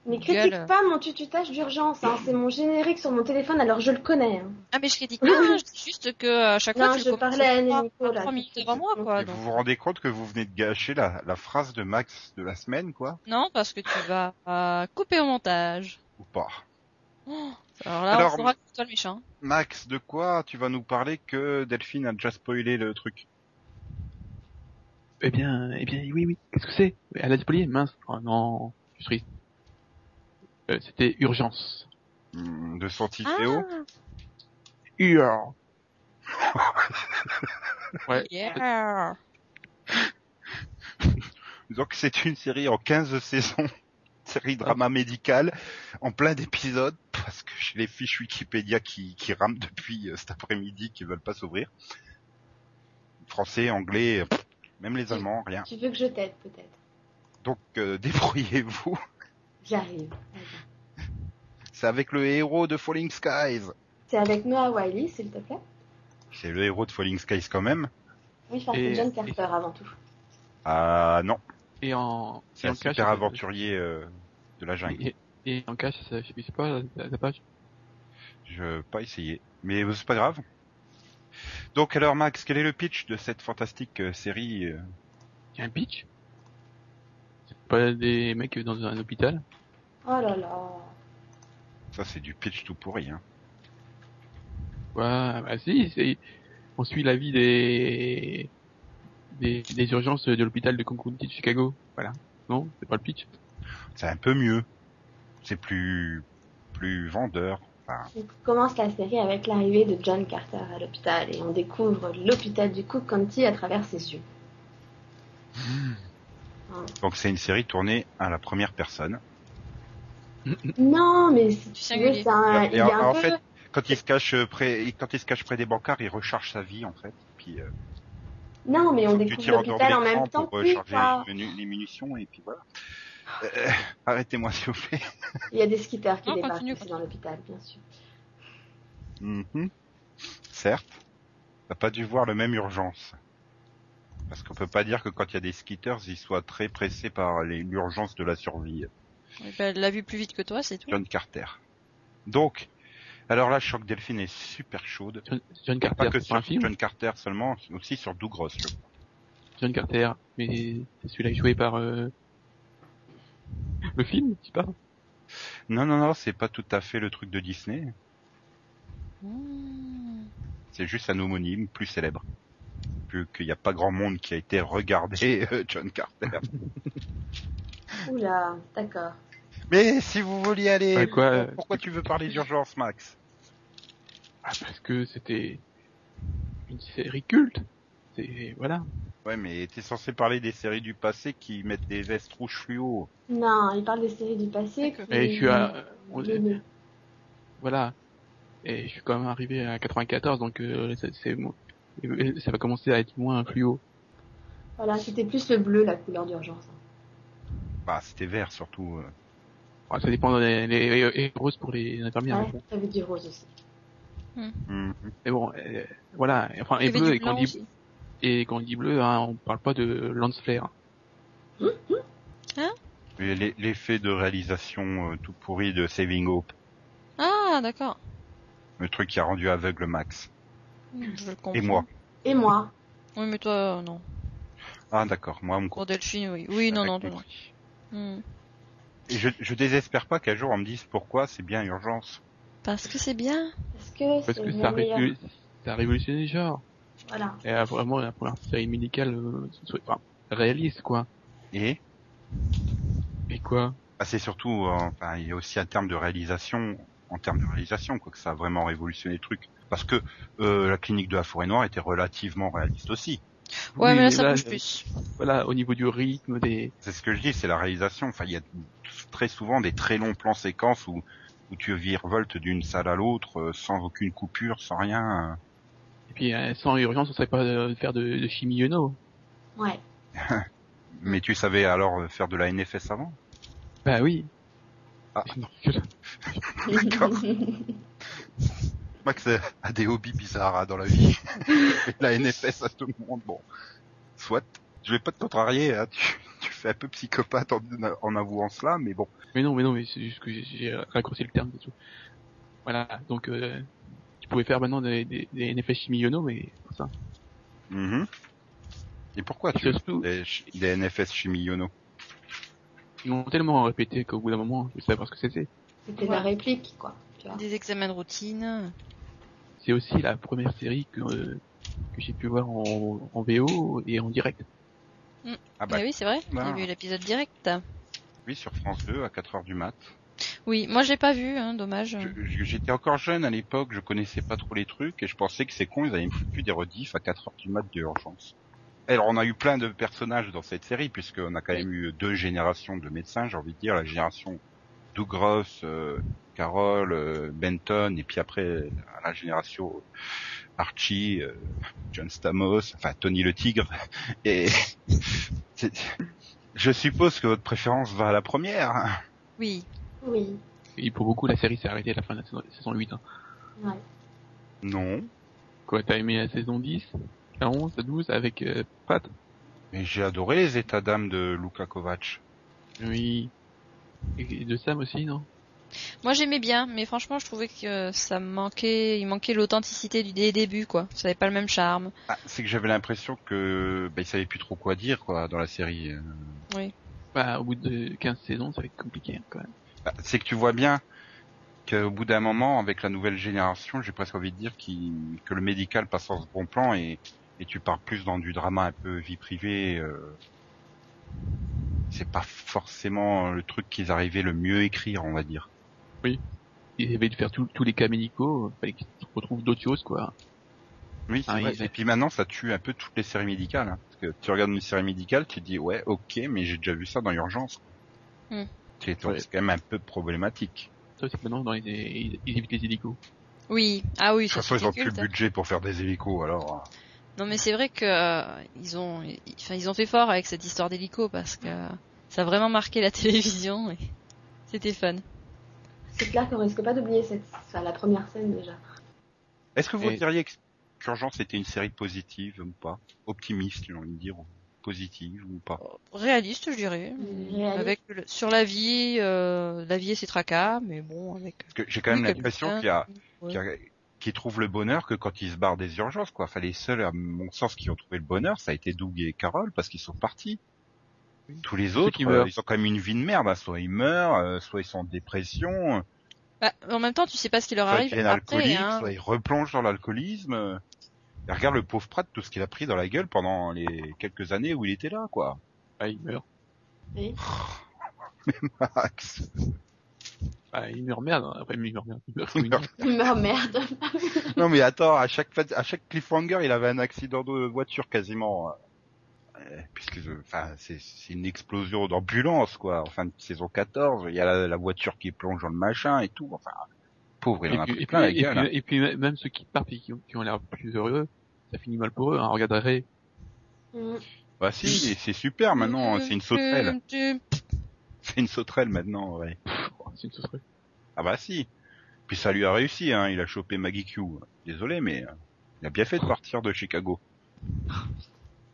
Speaker 4: Mais critique
Speaker 3: Gueule.
Speaker 4: pas mon tututage d'urgence, hein, c'est mon générique sur mon téléphone, alors je le connais. hein.
Speaker 3: Ah mais je critique pas, hein, je dis juste que euh, à chaque
Speaker 4: Non,
Speaker 3: fois tu
Speaker 4: je
Speaker 3: le commences
Speaker 4: parlais à
Speaker 3: trois-
Speaker 4: Nico, là,
Speaker 3: trois
Speaker 4: tout
Speaker 3: minutes
Speaker 4: de
Speaker 3: avant
Speaker 4: suite.
Speaker 3: moi quoi.
Speaker 1: Et
Speaker 3: donc.
Speaker 1: vous vous rendez compte que vous venez de gâcher la, la phrase de Max de la semaine, quoi
Speaker 3: Non, parce que tu vas euh, couper au montage.
Speaker 1: Ou pas
Speaker 3: Alors là,
Speaker 1: Alors,
Speaker 3: on saura que c'est toi le méchant.
Speaker 1: Max, de quoi tu vas nous parler que Delphine a déjà spoilé le truc
Speaker 2: Eh bien, eh bien, oui, oui. Qu'est-ce que c'est Elle a déployé Mince. Oh non, je suis triste. Euh, C'était urgence.
Speaker 1: Hmm, de son titre
Speaker 3: Ah,
Speaker 1: Léo
Speaker 2: Ur.
Speaker 1: Ah.
Speaker 3: yeah.
Speaker 1: Donc c'est une série en 15 saisons, série drama médicale, en plein d'épisodes, parce que j'ai les fiches Wikipédia qui, qui rament depuis euh, cet après-midi, qui veulent pas s'ouvrir. Français, anglais, euh, pff, même les Allemands, rien.
Speaker 4: Tu veux que je t'aide, peut-être
Speaker 1: Donc euh, débrouillez-vous,
Speaker 4: J'arrive.
Speaker 1: c'est avec le héros de Falling Skies.
Speaker 4: C'est avec Noah Wiley, s'il te plaît.
Speaker 1: C'est le héros de Falling Skies quand même
Speaker 4: Oui, enfin,
Speaker 2: Et-
Speaker 4: c'est John Carter avant tout.
Speaker 1: Ah non,
Speaker 2: Et en.
Speaker 1: c'est
Speaker 2: et en
Speaker 1: un
Speaker 2: cache,
Speaker 1: super
Speaker 2: ça-
Speaker 1: aventurier euh, de la jungle.
Speaker 2: Et, et en cache, ça suffit pas la, la page.
Speaker 1: Je pas essayé, mais euh, c'est pas grave. Donc alors Max, quel est le pitch de cette fantastique euh, série euh,
Speaker 2: Y a un pitch C'est pas des mecs dans un hôpital
Speaker 4: Oh là là.
Speaker 1: Ça c'est du pitch tout pourri. Hein.
Speaker 2: Ouais, bah si, c'est... On suit la vie des... des... des urgences de l'hôpital de Concourity de Chicago. Voilà. Non, c'est pas le pitch.
Speaker 1: C'est un peu mieux. C'est plus plus vendeur.
Speaker 4: On commence la série avec l'arrivée de John Carter à l'hôpital et on découvre l'hôpital du Cook County à travers ses yeux.
Speaker 1: Donc c'est une série tournée à la première personne.
Speaker 4: Non, mais si tu veux,
Speaker 3: Singulier.
Speaker 4: c'est un,
Speaker 1: Bah, Et
Speaker 4: il est
Speaker 1: en-
Speaker 4: un
Speaker 1: en
Speaker 4: peu...
Speaker 1: fait, Quand il se cache euh, près, il- quand il se cache près des bancards, il recharge sa vie en fait. Puis euh,
Speaker 4: Non, mais on
Speaker 1: faut que tu
Speaker 4: découvre
Speaker 1: tires en dehors de
Speaker 4: l'hôpital en
Speaker 1: l'écran
Speaker 4: même temps
Speaker 1: pour
Speaker 4: que lui,
Speaker 1: recharger
Speaker 4: quoi.
Speaker 1: les, menu- les munitions et puis voilà. Euh, Arrêtez-moi s'il vous plaît.
Speaker 4: Il y a des skitters qui
Speaker 3: Non,
Speaker 4: débarquent
Speaker 3: continue,
Speaker 4: aussi dans l'hôpital, bien sûr.
Speaker 1: Mhm. Certes, t'as pas dû voir le même urgence. Parce qu'on peut pas dire que quand il y a des skitters, ils soient très pressés par les- l'urgence de la survie.
Speaker 3: Oui, bah, elle l'a vu plus vite que toi, c'est tout.
Speaker 1: John Carter. Donc, alors là, Choc Delphine est super chaude.
Speaker 2: John, John
Speaker 1: Pas
Speaker 2: Carter,
Speaker 1: que
Speaker 2: c'est pas
Speaker 1: sur
Speaker 2: un film. John,
Speaker 1: John Carter seulement, mais aussi sur Dougros. je crois.
Speaker 2: Carter, mais c'est celui-là joué par... euh, Le film, tu parles
Speaker 1: Non, non, non, c'est pas tout à fait le truc de Disney. Ah.
Speaker 3: Mmh.
Speaker 1: C'est juste un homonyme plus célèbre. Vu qu'il n'y a pas grand monde qui a été regardé euh, John Carter.
Speaker 4: Oula, d'accord.
Speaker 1: Mais si vous vouliez aller, Oh,
Speaker 2: Ouais, quoi, euh,
Speaker 1: pourquoi tu veux parler d'urgence, Max
Speaker 2: Ah, parce que c'était... Une série culte. C'est... Voilà.
Speaker 1: Ouais, mais t'es censé parler des séries du passé qui mettent des vestes rouges fluo.
Speaker 4: Non, il parle des séries du passé.
Speaker 3: D'accord.
Speaker 4: qui-
Speaker 2: Et je suis à... on-
Speaker 4: Mais non.
Speaker 2: Voilà. Et je suis quand même arrivé à 94, donc euh, ça, c'est mo- euh, ça va commencer à être moins fluo.
Speaker 4: Voilà, c'était plus le bleu, la couleur d'urgence.
Speaker 1: Bah, c'était vert surtout. euh.
Speaker 2: Enfin, ça dépend des les, les- les roses pour les infirmières.
Speaker 4: Ouais, ça veut dire rose aussi.
Speaker 1: Mhm.
Speaker 2: Mais bon, euh, voilà. Et Enfin,
Speaker 3: Il y
Speaker 2: et
Speaker 3: avait
Speaker 2: bleu,
Speaker 3: du
Speaker 2: et quand, on
Speaker 3: blanc
Speaker 2: dit,
Speaker 3: aussi.
Speaker 2: et quand on dit bleu, hein, on parle pas de lance flare. hein,
Speaker 1: Et l'e- L'effet de réalisation euh, tout pourri de Saving Hope,
Speaker 3: Ah d'accord.
Speaker 1: le truc qui a rendu aveugle Max.
Speaker 3: Mmh, Je le comprends.
Speaker 1: Et moi.
Speaker 4: Et moi
Speaker 3: Oui, mais toi euh, non.
Speaker 1: Ah d'accord, moi on me
Speaker 3: Pour
Speaker 1: compte.
Speaker 3: Delphine, oui. Oui, non,
Speaker 1: Avec
Speaker 3: non,
Speaker 1: mon
Speaker 3: non.
Speaker 1: prix.
Speaker 3: Mmh.
Speaker 1: Et je, je désespère pas qu'un jour on me dise pourquoi c'est bien urgence.
Speaker 3: Parce que c'est bien.
Speaker 4: Parce
Speaker 2: Parce
Speaker 4: que c'est
Speaker 2: que
Speaker 4: le
Speaker 2: ça, a
Speaker 4: meilleur.
Speaker 2: révolu- ça a révolutionné le genre.
Speaker 4: Voilà.
Speaker 2: Et euh, vraiment, la première série médicale euh, so- enfin, réaliste, quoi.
Speaker 1: Et
Speaker 2: Et quoi
Speaker 1: bah, c'est surtout, euh, enfin, il y a aussi un terme de réalisation, en termes de réalisation, quoi que ça a vraiment révolutionné le truc. Parce que euh, la clinique de la forêt noire était relativement réaliste aussi.
Speaker 3: Ouais,
Speaker 2: Oui,
Speaker 3: mais là ça
Speaker 2: là,
Speaker 3: bouge
Speaker 2: euh,
Speaker 3: plus.
Speaker 2: Voilà, au niveau du rythme, des...
Speaker 1: C'est ce que je dis, c'est la réalisation. Enfin, il y a très souvent des très longs plans séquences où où tu virevoltes d'une salle à l'autre euh, sans aucune coupure, sans rien.
Speaker 3: Mm.
Speaker 1: euh.
Speaker 2: Et puis, euh, sans urgence, on ne savait pas euh, faire de, de chimie Yono.
Speaker 4: Ouais.
Speaker 1: Mais tu savais alors euh, faire de la NFS avant
Speaker 2: Bah oui.
Speaker 1: Ah. D'accord. Max a des hobbies bizarres hein, dans la vie. Et la NFS à tout le monde, bon. Soit. Je vais pas te contrarier, hein, tu, tu fais un peu psychopathe en, en avouant cela, mais bon.
Speaker 2: mais non, mais non, mais c'est juste que j'ai- j'ai raccourci le terme, c'est tout. Voilà, donc euh, tu pouvais faire maintenant des, des, des NFS chimie Yono, mais pour ça.
Speaker 1: Mhm. Et pourquoi
Speaker 2: Parce
Speaker 1: tu
Speaker 2: que
Speaker 1: fais
Speaker 2: surtout,
Speaker 1: des, chi- des NFS chimie Yono
Speaker 2: ils m'ont tellement répété qu'au bout d'un moment, je savais pas ce que c'était.
Speaker 4: C'était
Speaker 3: Ouais.
Speaker 4: la réplique, quoi. tu vois.
Speaker 3: Des examens de routine.
Speaker 2: C'est aussi la première série que, euh, que j'ai pu voir en, en VO et en direct.
Speaker 1: Ah bah
Speaker 3: Ah oui, c'est vrai.
Speaker 1: bah.
Speaker 3: J'ai vu l'épisode direct.
Speaker 1: oui, sur France 2 à 4 heures du mat.
Speaker 3: Oui, moi j'ai pas vu, hein, dommage.
Speaker 1: Je- je- J'étais encore jeune à l'époque, je connaissais pas trop les trucs et je pensais que c'est con, ils avaient foutu des rediffs à 4 heures du mat de urgence. Alors on a eu plein de personnages dans cette série puisqu'on a quand même eu deux générations de médecins, j'ai envie de dire la génération Douglas, euh, Carol, euh, Benton et puis après à la génération Archie, euh, John Stamos, enfin Tony le tigre et c'est- je suppose que votre préférence va à la première. hein.
Speaker 3: Oui.
Speaker 4: Oui.
Speaker 2: Et pour beaucoup, la série s'est arrêtée à la fin de la saison, saison 8. hein.
Speaker 4: Ouais.
Speaker 1: Non.
Speaker 2: Quoi, t'as aimé la saison 10, la 11, la 12 avec euh, Pat
Speaker 1: Mais j'ai adoré les états d'âme de Luka Kovac.
Speaker 2: Oui. Et de Sam aussi, non
Speaker 3: Moi j'aimais bien, mais franchement je trouvais que euh, ça me manquait, il manquait l'authenticité du dès le début quoi. Ça avait pas le même charme.
Speaker 1: Ah, c'est que j'avais l'impression que bah, il savait plus trop quoi dire quoi dans la série. Euh,
Speaker 2: Bah, au bout de 15 saisons, ça va être compliqué hein, quand même.
Speaker 1: bah, c'est que tu vois bien qu'au bout d'un moment, avec la nouvelle génération, j'ai presque envie de dire qu'il- que le médical passe en second plan et, et tu pars plus dans du drama un peu vie privée. euh, C'est pas forcément le truc qu'ils arrivaient le mieux écrire, on va dire.
Speaker 2: Ils avaient dû faire tout- tous les cas médicaux, euh, fallait qu'ils retrouvent d'autres choses, quoi.
Speaker 1: Oui, c'est
Speaker 2: Ah oui,
Speaker 1: vrai.
Speaker 2: mais-
Speaker 1: Et puis maintenant, ça tue un peu toutes les séries médicales. hein. Parce que tu regardes une série médicale, tu te dis, ouais, ok, mais j'ai déjà vu ça dans l'urgence.
Speaker 3: Hmm.
Speaker 1: C'est donc
Speaker 2: Ouais.
Speaker 1: c'est quand même un peu problématique.
Speaker 2: Ça, c'est que maintenant, dans les, ils, ils évitent les hélicos.
Speaker 3: Oui. Ah oui,
Speaker 1: De
Speaker 3: ça
Speaker 1: toute façon, ils
Speaker 3: c'était
Speaker 1: ont plus le
Speaker 3: culte.
Speaker 1: budget pour faire des hélicos, alors. hein.
Speaker 3: Non mais c'est vrai que euh, ils ont i- enfin ils ont fait fort avec cette histoire d'hélico parce que ça a vraiment marqué la télévision et c'était fun.
Speaker 4: C'est clair qu'on risque pas d'oublier cette... enfin, la première scène déjà.
Speaker 1: Est-ce que vous
Speaker 2: Et-
Speaker 1: diriez que- qu'Urgence était une série positive ou pas Optimiste, j'ai envie de dire, ou positive ou pas
Speaker 3: Réaliste, je dirais.
Speaker 4: Réaliste.
Speaker 3: Avec le- sur la vie, euh, la vie et ses tracas, mais bon avec euh.
Speaker 1: Parce que j'ai quand même
Speaker 3: Oui,
Speaker 1: l'impression
Speaker 3: quelqu'un-
Speaker 1: qu'il y a,
Speaker 3: Ouais.
Speaker 1: qu'il y a- qu'ils trouvent le bonheur que quand ils se barrent des urgences, quoi. Enfin, les seuls, à mon sens, qui ont trouvé le bonheur, ça a été Doug et Carole, parce qu'ils sont partis.
Speaker 2: Oui.
Speaker 1: Tous les autres,
Speaker 2: qui
Speaker 1: euh,
Speaker 2: meurent.
Speaker 1: ils ont quand même une vie de merde. hein. Soit ils meurent, euh, soit ils sont en dépression, euh,
Speaker 3: Bah, en même temps, tu sais pas ce qui leur
Speaker 1: soit ils
Speaker 3: arrive
Speaker 1: deviennent
Speaker 3: après
Speaker 1: alcooliques,
Speaker 3: hein.
Speaker 1: soit ils replongent dans l'alcoolisme. euh. Et regarde le pauvre Pratt, tout ce qu'il a pris dans la gueule pendant les quelques années où il était là, quoi.
Speaker 2: Bah, ils meurent.
Speaker 4: Oui.
Speaker 1: Max.
Speaker 2: Bah, ils meurent merde, hein. après, mais ils meurent merde. Ils meurent comme une
Speaker 1: meurent.
Speaker 2: merde.
Speaker 4: Humeur oh, merde.
Speaker 1: Non mais attends, à chaque fa- à chaque cliffhanger, il avait un accident de voiture quasiment. Euh, Puisque, euh, enfin, c'est c'est une explosion d'ambulance quoi. En fin de saison 14, il y a la, la voiture qui plonge dans le machin et tout. Enfin, pauvre, il en a pris
Speaker 2: et,
Speaker 1: plein la
Speaker 2: puis, et,
Speaker 1: gueule. hein.
Speaker 2: puis, et puis, même ceux qui partent et qui ont, qui ont l'air plus heureux, ça finit mal pour eux, hein. Regarde Ray.
Speaker 4: Mm.
Speaker 1: Bah si,
Speaker 2: euh,
Speaker 1: et c'est super Ah, maintenant. C'est une sauterelle.
Speaker 3: Tu-
Speaker 1: C'est une sauterelle maintenant. Ouais.
Speaker 2: Oh, c'est une sauterelle.
Speaker 1: Ah bah si. Puis ça lui a réussi. Hein. Il a chopé Maggie Q. Désolé, mais euh, il a bien fait de partir de Chicago.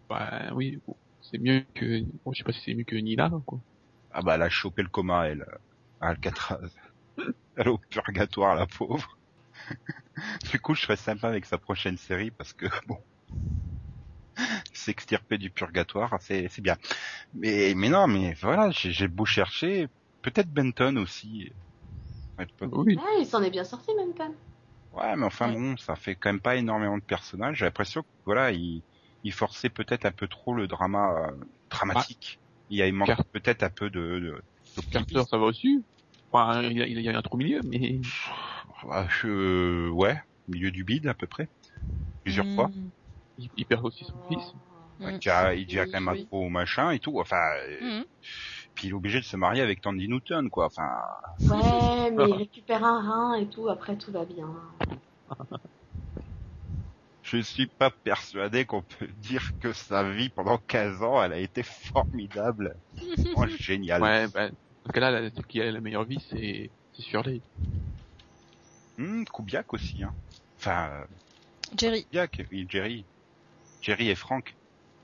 Speaker 2: Bah, oui, bon, c'est mieux que, bon, je sais pas si c'est mieux que Nila, quoi.
Speaker 1: Ah bah elle a chopé le coma elle. à Alcatraz. Elle est au purgatoire la pauvre. Du coup je serais sympa avec sa prochaine série parce que bon. S'extirper du purgatoire, c'est c'est bien. Mais mais non, mais voilà, j'ai j'ai beau chercher. Peut-être Benton aussi. Ouais, peut-
Speaker 2: Bah Oui,
Speaker 4: Ah, il s'en est bien sorti même pas.
Speaker 1: Ouais, mais enfin bon, ça fait quand même pas énormément de personnages. J'ai l'impression que voilà, il, il forçait peut-être un peu trop le drama euh, dramatique. Il y a il manque
Speaker 2: Car-
Speaker 1: peut-être un peu de, de, d'optimisme.
Speaker 2: Carter, ça va aussi. Enfin, il y a, il y a un trou milieu, mais
Speaker 1: Ah, je- ouais, milieu du bide à peu près, plusieurs
Speaker 3: Mm.
Speaker 1: fois.
Speaker 2: il, il perd aussi son fils.
Speaker 1: Ouais,
Speaker 3: Mm.
Speaker 1: qui a- il ah, devient
Speaker 4: Oui,
Speaker 1: quand même
Speaker 4: oui.
Speaker 1: accro au machin et tout. Enfin, euh,
Speaker 3: Mm.
Speaker 1: Puis il est obligé de se marier avec Tandy Newton, quoi. Enfin,
Speaker 4: Ouais,
Speaker 2: Ah.
Speaker 4: mais il récupère un rein et tout, après tout va bien.
Speaker 1: je suis pas persuadé qu'on peut dire que sa vie pendant 15 ans, elle a été formidable. Oh, génial.
Speaker 2: Ouais, bah, dans ce cas-là, la- celle qui a la meilleure vie, c'est c'est Shirley.
Speaker 1: Hmm, Kubiak aussi, hein. Enfin, euh,
Speaker 3: Jerry.
Speaker 1: Kubiak, oui, Jerry. Jerry et Frank.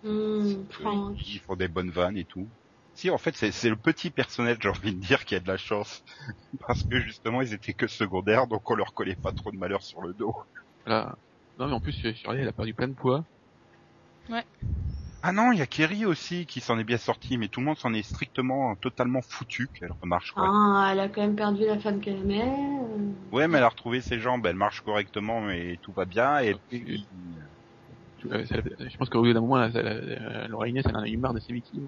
Speaker 4: Hum,
Speaker 1: Euh,
Speaker 4: Franck.
Speaker 1: Ils font des bonnes vannes et tout. Si, en fait, c'est c'est le petit personnel, j'ai envie de dire, qui a de la chance. Parce que justement, ils étaient que secondaires, donc on leur collait pas trop de malheur sur le dos.
Speaker 2: Voilà. Non, mais en plus, Shirley, elle a perdu plein de poids.
Speaker 1: Ah non, il y a Kerry aussi qui s'en est bien sorti, mais tout le monde s'en est strictement, totalement foutu qu'elle remarche. correctement.
Speaker 4: Ah, elle a quand même perdu la femme qu'elle aimait. euh.
Speaker 1: Ouais, mais elle a retrouvé ses jambes, elle marche correctement et tout va bien. Et puis,
Speaker 2: Euh, ça- je pense qu'au bout d'un moment, elle, elle, elle, Laura Inès, elle en a eu marre de ses victimes.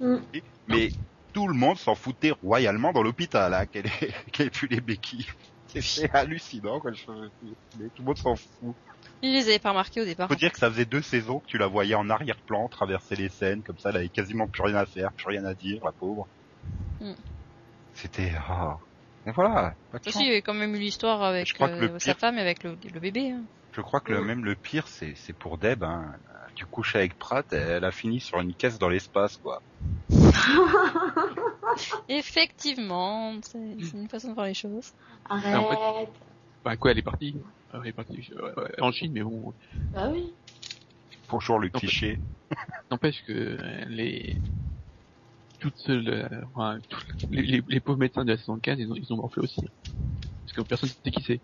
Speaker 4: Hum.
Speaker 1: mais tout le monde s'en foutait royalement dans l'hôpital, hein, qu'elle ait, qu'elle ait pu les béquilles. C'était hallucinant, quoi. je- mais tout le monde s'en fout.
Speaker 3: Il les avait pas remarqués au départ.
Speaker 1: Faut dire que ça faisait deux saisons que tu la voyais en arrière-plan traverser les scènes, comme ça, elle avait quasiment plus rien à faire, plus rien à dire, la pauvre.
Speaker 3: Mm.
Speaker 1: C'était, ah. Mais voilà, pas de
Speaker 3: Aussi,
Speaker 1: chance.
Speaker 3: il y avait quand même eu l'histoire avec
Speaker 1: Je crois que le
Speaker 3: euh, sa
Speaker 1: pire-
Speaker 3: femme et avec le, le bébé. hein.
Speaker 1: Je crois que le,
Speaker 4: Mm.
Speaker 1: même le pire, c'est c'est pour Deb. Hein. Tu couches avec Pratt, elle a fini sur une caisse dans l'espace, quoi.
Speaker 3: Effectivement,
Speaker 1: Mm.
Speaker 3: c'est c'est une façon de voir les choses.
Speaker 4: Arrête.
Speaker 2: en Bah, quoi, elle est partie. Euh, Elle est partie euh, euh, en Chine, mais bon,
Speaker 4: Bah oui.
Speaker 1: Toujours le
Speaker 2: Non,
Speaker 1: cliché.
Speaker 2: n'empêche que euh, les. Toutes seules, euh, enfin, toutes- les, les, les pauvres médecins de la saison 15, ils ont, ils ont morflé aussi. Parce que personne ne sait qui c'est.